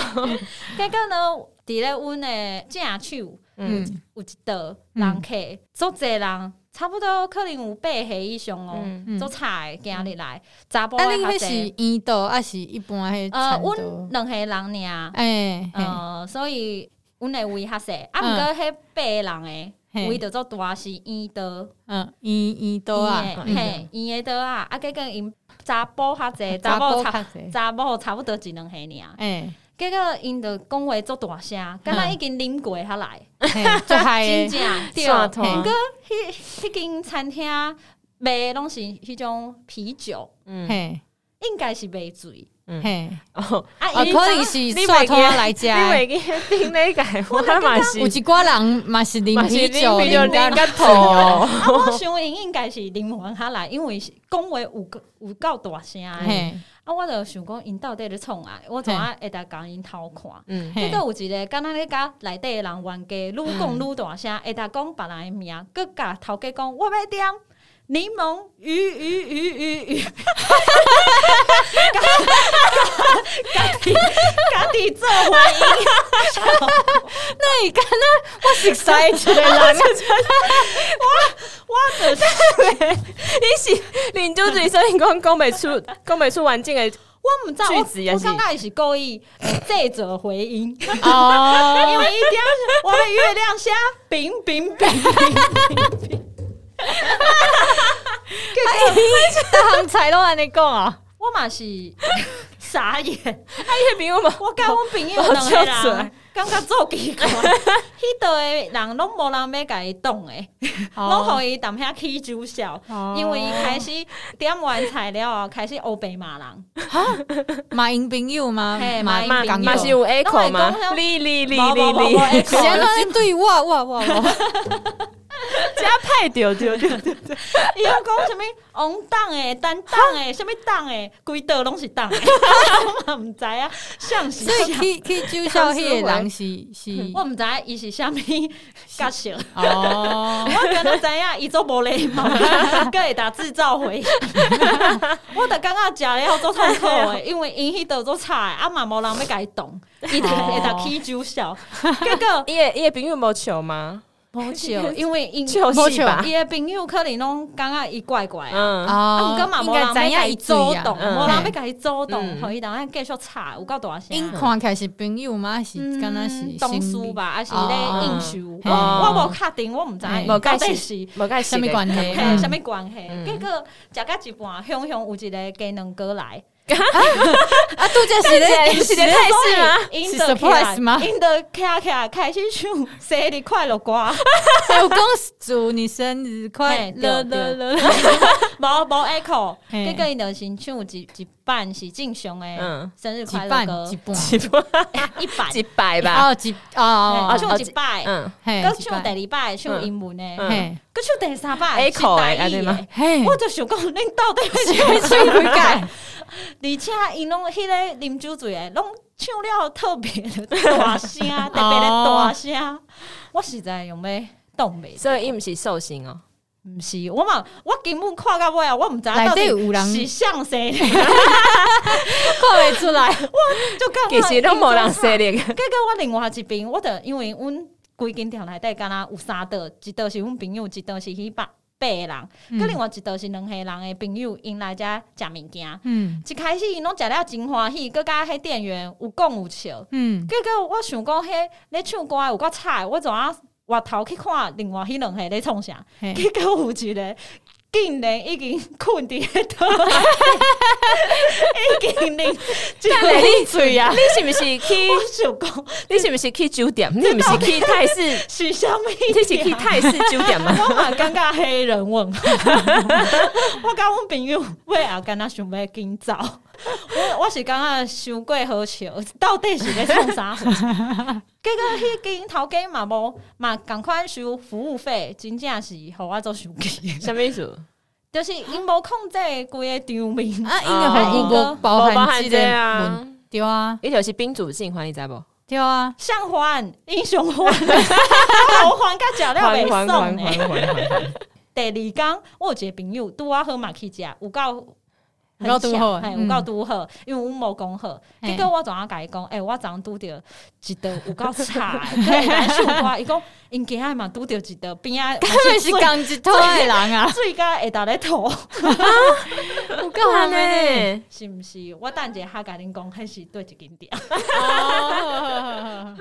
Speaker 2: 结果呢，伫咧阮的正手
Speaker 3: 嗯
Speaker 1: 嗯
Speaker 2: 有一道人客，足侪人，差不多可能有八岁以上哦，
Speaker 3: 嗯，
Speaker 1: 嗯
Speaker 2: 做。菜的行入来，查甫
Speaker 1: 啊，
Speaker 2: 的
Speaker 1: 恁
Speaker 2: 较
Speaker 1: 迄是
Speaker 2: 侪。
Speaker 1: 圆道，还是一般迄
Speaker 2: 呃，
Speaker 1: 长
Speaker 2: 阮
Speaker 1: 道？
Speaker 2: 两个人尔，
Speaker 1: 哎，嘿
Speaker 2: 呃，所以阮的位较细，啊，
Speaker 1: 嗯
Speaker 2: 毋过迄八个人诶。
Speaker 1: 嘿
Speaker 2: 位着做大是圆刀，
Speaker 1: 嗯，圆圆道啊
Speaker 2: 圆的，
Speaker 1: 嗯
Speaker 2: 嘿，圆的刀啊，啊，结果因查甫较侪，查
Speaker 1: 查
Speaker 2: 某
Speaker 1: 甫
Speaker 2: 差
Speaker 1: 较侪，
Speaker 2: 查某差不多一两岁尔，
Speaker 1: 哎，
Speaker 2: 结果因着讲话足大声，敢
Speaker 1: 嗯
Speaker 2: 若已经啉过下来，
Speaker 1: 嘿就嗨 的，
Speaker 2: 真正对。
Speaker 3: 刷脱
Speaker 1: 嘿
Speaker 2: 哥迄迄间餐厅卖的拢是迄种啤酒，
Speaker 3: 嗯
Speaker 1: 嘿
Speaker 2: 应该是卖醉。
Speaker 1: 嘿，
Speaker 3: 哦，
Speaker 2: 啊，
Speaker 1: 啊，可
Speaker 2: 因为
Speaker 1: 能是刷拖来食的，
Speaker 3: 你袂记顶那个，我嘛是
Speaker 1: 有一寡人嘛是啉
Speaker 3: 嘛是
Speaker 1: 啤酒，
Speaker 3: 啉啤酒
Speaker 1: 啉到
Speaker 3: 啉到吐。
Speaker 2: 啊，我想因应该是啉完下来，因为是讲话有够有够大声的。
Speaker 1: 嘿，
Speaker 2: 啊，我就想讲因到底咧创啊，我怎啊会当共因偷看？
Speaker 3: 嗯
Speaker 2: 结
Speaker 1: 嘿
Speaker 2: 果有一个敢若咧甲内底的人冤家，愈讲愈大声，会当讲别人的名，佮甲头家讲我要点柠檬鱼鱼鱼鱼鱼， 家家己家己做回音，
Speaker 1: 那你敢那我是塞一个人，
Speaker 2: 我就是
Speaker 3: 你是领主嘴，所以讲讲袂出，讲袂出完整的
Speaker 2: 我毋知
Speaker 3: 句子也
Speaker 2: 我我
Speaker 3: 是
Speaker 2: 感觉伊是故意呃制造回 音， 因
Speaker 1: 哦，
Speaker 2: 为伊点我的月亮 虾饼饼饼饼，
Speaker 1: 大行才拢安尼讲 啊，
Speaker 2: 我嘛是 傻眼。
Speaker 3: 迄个朋友嘛，
Speaker 2: 我甲阮朋 友两个人感觉做奇怪，迄度的人拢无人要甲伊动诶，拢互伊踮遐起酒笑，
Speaker 1: 哦
Speaker 2: 因为伊开始点完菜了后开始乌白骂人，
Speaker 1: 马英朋友吗？
Speaker 2: 嘿
Speaker 1: 马
Speaker 2: 马英
Speaker 3: 嘛
Speaker 2: 朋友
Speaker 3: 嘛是有 echo 嘛，哩哩哩哩哩，
Speaker 1: 是安怎对我我我 我，
Speaker 3: 加派丢丢丢，
Speaker 2: 伊又讲什物王党诶、单党 诶、什物党诶，规道拢是党诶， 我嘛毋知啊，像是
Speaker 1: 所以
Speaker 2: 像，
Speaker 1: 去去酒校迄个人 是是
Speaker 2: 我毋知伊是啥物角色。
Speaker 1: 哦。
Speaker 2: 我敢若知影伊做无礼 貌，个会打制造回。我就感觉食了做痛苦
Speaker 1: 啊
Speaker 2: 诶，因为因迄道做菜，啊嘛无人要甲伊动，
Speaker 1: 哦
Speaker 2: 伊就会打起酒笑。结 果
Speaker 3: 伊个伊个朋友无笑吗？
Speaker 2: 无 笑，因为因
Speaker 3: 笑是吧？
Speaker 2: 伊诶朋友可能拢感觉伊怪怪啊。
Speaker 3: 嗯，
Speaker 2: 啊，
Speaker 1: 哦
Speaker 2: 毋过嘛，无人要甲伊
Speaker 1: 做
Speaker 2: 主动，
Speaker 3: 嗯
Speaker 2: 无人要甲伊主动，
Speaker 3: 嗯
Speaker 2: 互伊当然继续吵，有够大
Speaker 1: 因
Speaker 2: 声。嗯
Speaker 1: 看起来是朋友嘛，还是敢若是
Speaker 2: 东
Speaker 1: 叔
Speaker 2: 叔？吧，还是咧应酬？
Speaker 1: 哦
Speaker 2: 我我无确定，我毋知
Speaker 1: 嘿
Speaker 2: 到
Speaker 3: 无解
Speaker 2: 底
Speaker 3: 释，
Speaker 2: 是
Speaker 3: 无解释，
Speaker 1: 什么关系
Speaker 2: 嘿，
Speaker 1: 嗯
Speaker 2: 啥物关系？
Speaker 3: 嗯
Speaker 2: 结果食到一半，雄雄有一个鸡卵哥来，
Speaker 1: 啊，杜家是
Speaker 3: 看
Speaker 1: 咧
Speaker 3: 起来是咧泰式吗？
Speaker 2: 因
Speaker 1: 是
Speaker 2: 着起
Speaker 1: surprise 吗
Speaker 2: 来，因着徛起来开始唱生日快乐 歌，
Speaker 1: 还有公祝你生日快乐
Speaker 2: 嘿对
Speaker 1: 乐 乐，
Speaker 2: 无无 echo，
Speaker 1: 嘿
Speaker 2: 结果因着先唱一一半是正常诶
Speaker 3: 嗯，
Speaker 2: 生日
Speaker 1: 几
Speaker 2: 快乐
Speaker 1: 半
Speaker 2: 歌啊
Speaker 1: 几，半
Speaker 3: 几 百
Speaker 2: 一版，
Speaker 3: 几百吧，
Speaker 1: 哦几哦
Speaker 2: 嘿
Speaker 1: 哦，
Speaker 2: 唱一摆，
Speaker 3: 嗯，
Speaker 1: 嘿
Speaker 2: 搁
Speaker 1: 一
Speaker 2: 唱
Speaker 1: 半
Speaker 2: 第二摆唱英文诶，
Speaker 3: 嗯
Speaker 1: 嘿
Speaker 2: 搁唱第三摆是
Speaker 3: Echo
Speaker 2: 台
Speaker 3: 的
Speaker 2: 语
Speaker 3: 安尼吗
Speaker 2: 诶。
Speaker 1: 嘿，
Speaker 2: 我就想讲，恁到底是要
Speaker 1: 去悔改，
Speaker 2: 而且因拢迄个啉酒醉诶，拢唱了特别的大声，特别的大声，我实在用要冻袂。
Speaker 3: 所以伊毋是寿星哦，
Speaker 2: 不是，我嘛，我根本看到尾啊，我唔知道
Speaker 1: 内
Speaker 2: 到
Speaker 1: 底有
Speaker 2: 底
Speaker 1: 人
Speaker 2: 是像谁，
Speaker 3: 看不出来，
Speaker 2: 就干
Speaker 3: 其实都无人说的。
Speaker 2: 结果我另外一边，我就因为阮规间店内底敢若有三道，一道是阮朋友，一道是迄八八个人，佮另外一道是两个人的朋友，因来遮食物件。
Speaker 1: 嗯
Speaker 2: 一开始因拢食了真欢喜，佮甲迄店员有讲有笑。
Speaker 1: 嗯，
Speaker 2: 结果我想讲，迄咧唱歌的有够菜，我怎啊外头去看另外迄两个咧创啥？
Speaker 1: 嗯嘿
Speaker 2: 结果有一个竟然已经困伫迄倒， 已经 零，
Speaker 3: 但
Speaker 2: 一嘴啊！
Speaker 3: 你是不是去？
Speaker 2: 我想讲。
Speaker 3: 你是不是去酒店？你不是去泰式？
Speaker 2: 是虾米？
Speaker 3: 你是去泰式酒店吗？
Speaker 2: 我嘛感觉黑人问号，我甲阮朋友我也敢若想要紧走，我我是感觉伤过好笑，到底是咧创啥货？结果迄间头家嘛无嘛共款收服务费，真正是互我做生气，
Speaker 3: 什么意思？
Speaker 2: 就是因无控制规个场面。
Speaker 1: 啊，因为还因
Speaker 2: 哦
Speaker 1: 个包
Speaker 3: 无包
Speaker 1: 含
Speaker 3: 含
Speaker 1: 这
Speaker 3: 这
Speaker 1: 个
Speaker 3: 啊
Speaker 1: 问，对啊
Speaker 3: 伊就是宾主尽欢，你知无？
Speaker 1: 对啊，
Speaker 2: 像还英雄还，我还甲食了袂爽呢。
Speaker 3: 欸 还！
Speaker 2: 第二天，我有一个朋友拄我好嘛去食，有够
Speaker 1: 有够拄好
Speaker 2: 嘿
Speaker 1: 嗯
Speaker 2: 有够拄好，因为阮无讲好。
Speaker 1: 嘿
Speaker 2: 结果我昨下甲伊讲，诶、我昨昏拄着一道有够差 的，跟伊来唱歌，伊讲因今仔嘛拄着一道 边啊，
Speaker 1: 他们是港一拖的人 啊，
Speaker 2: 最佳会倒咧吐，
Speaker 1: 我
Speaker 3: 干嘛？ 呢？
Speaker 2: 是毋是？我等一下甲恁讲，迄是对一间店，
Speaker 1: 哦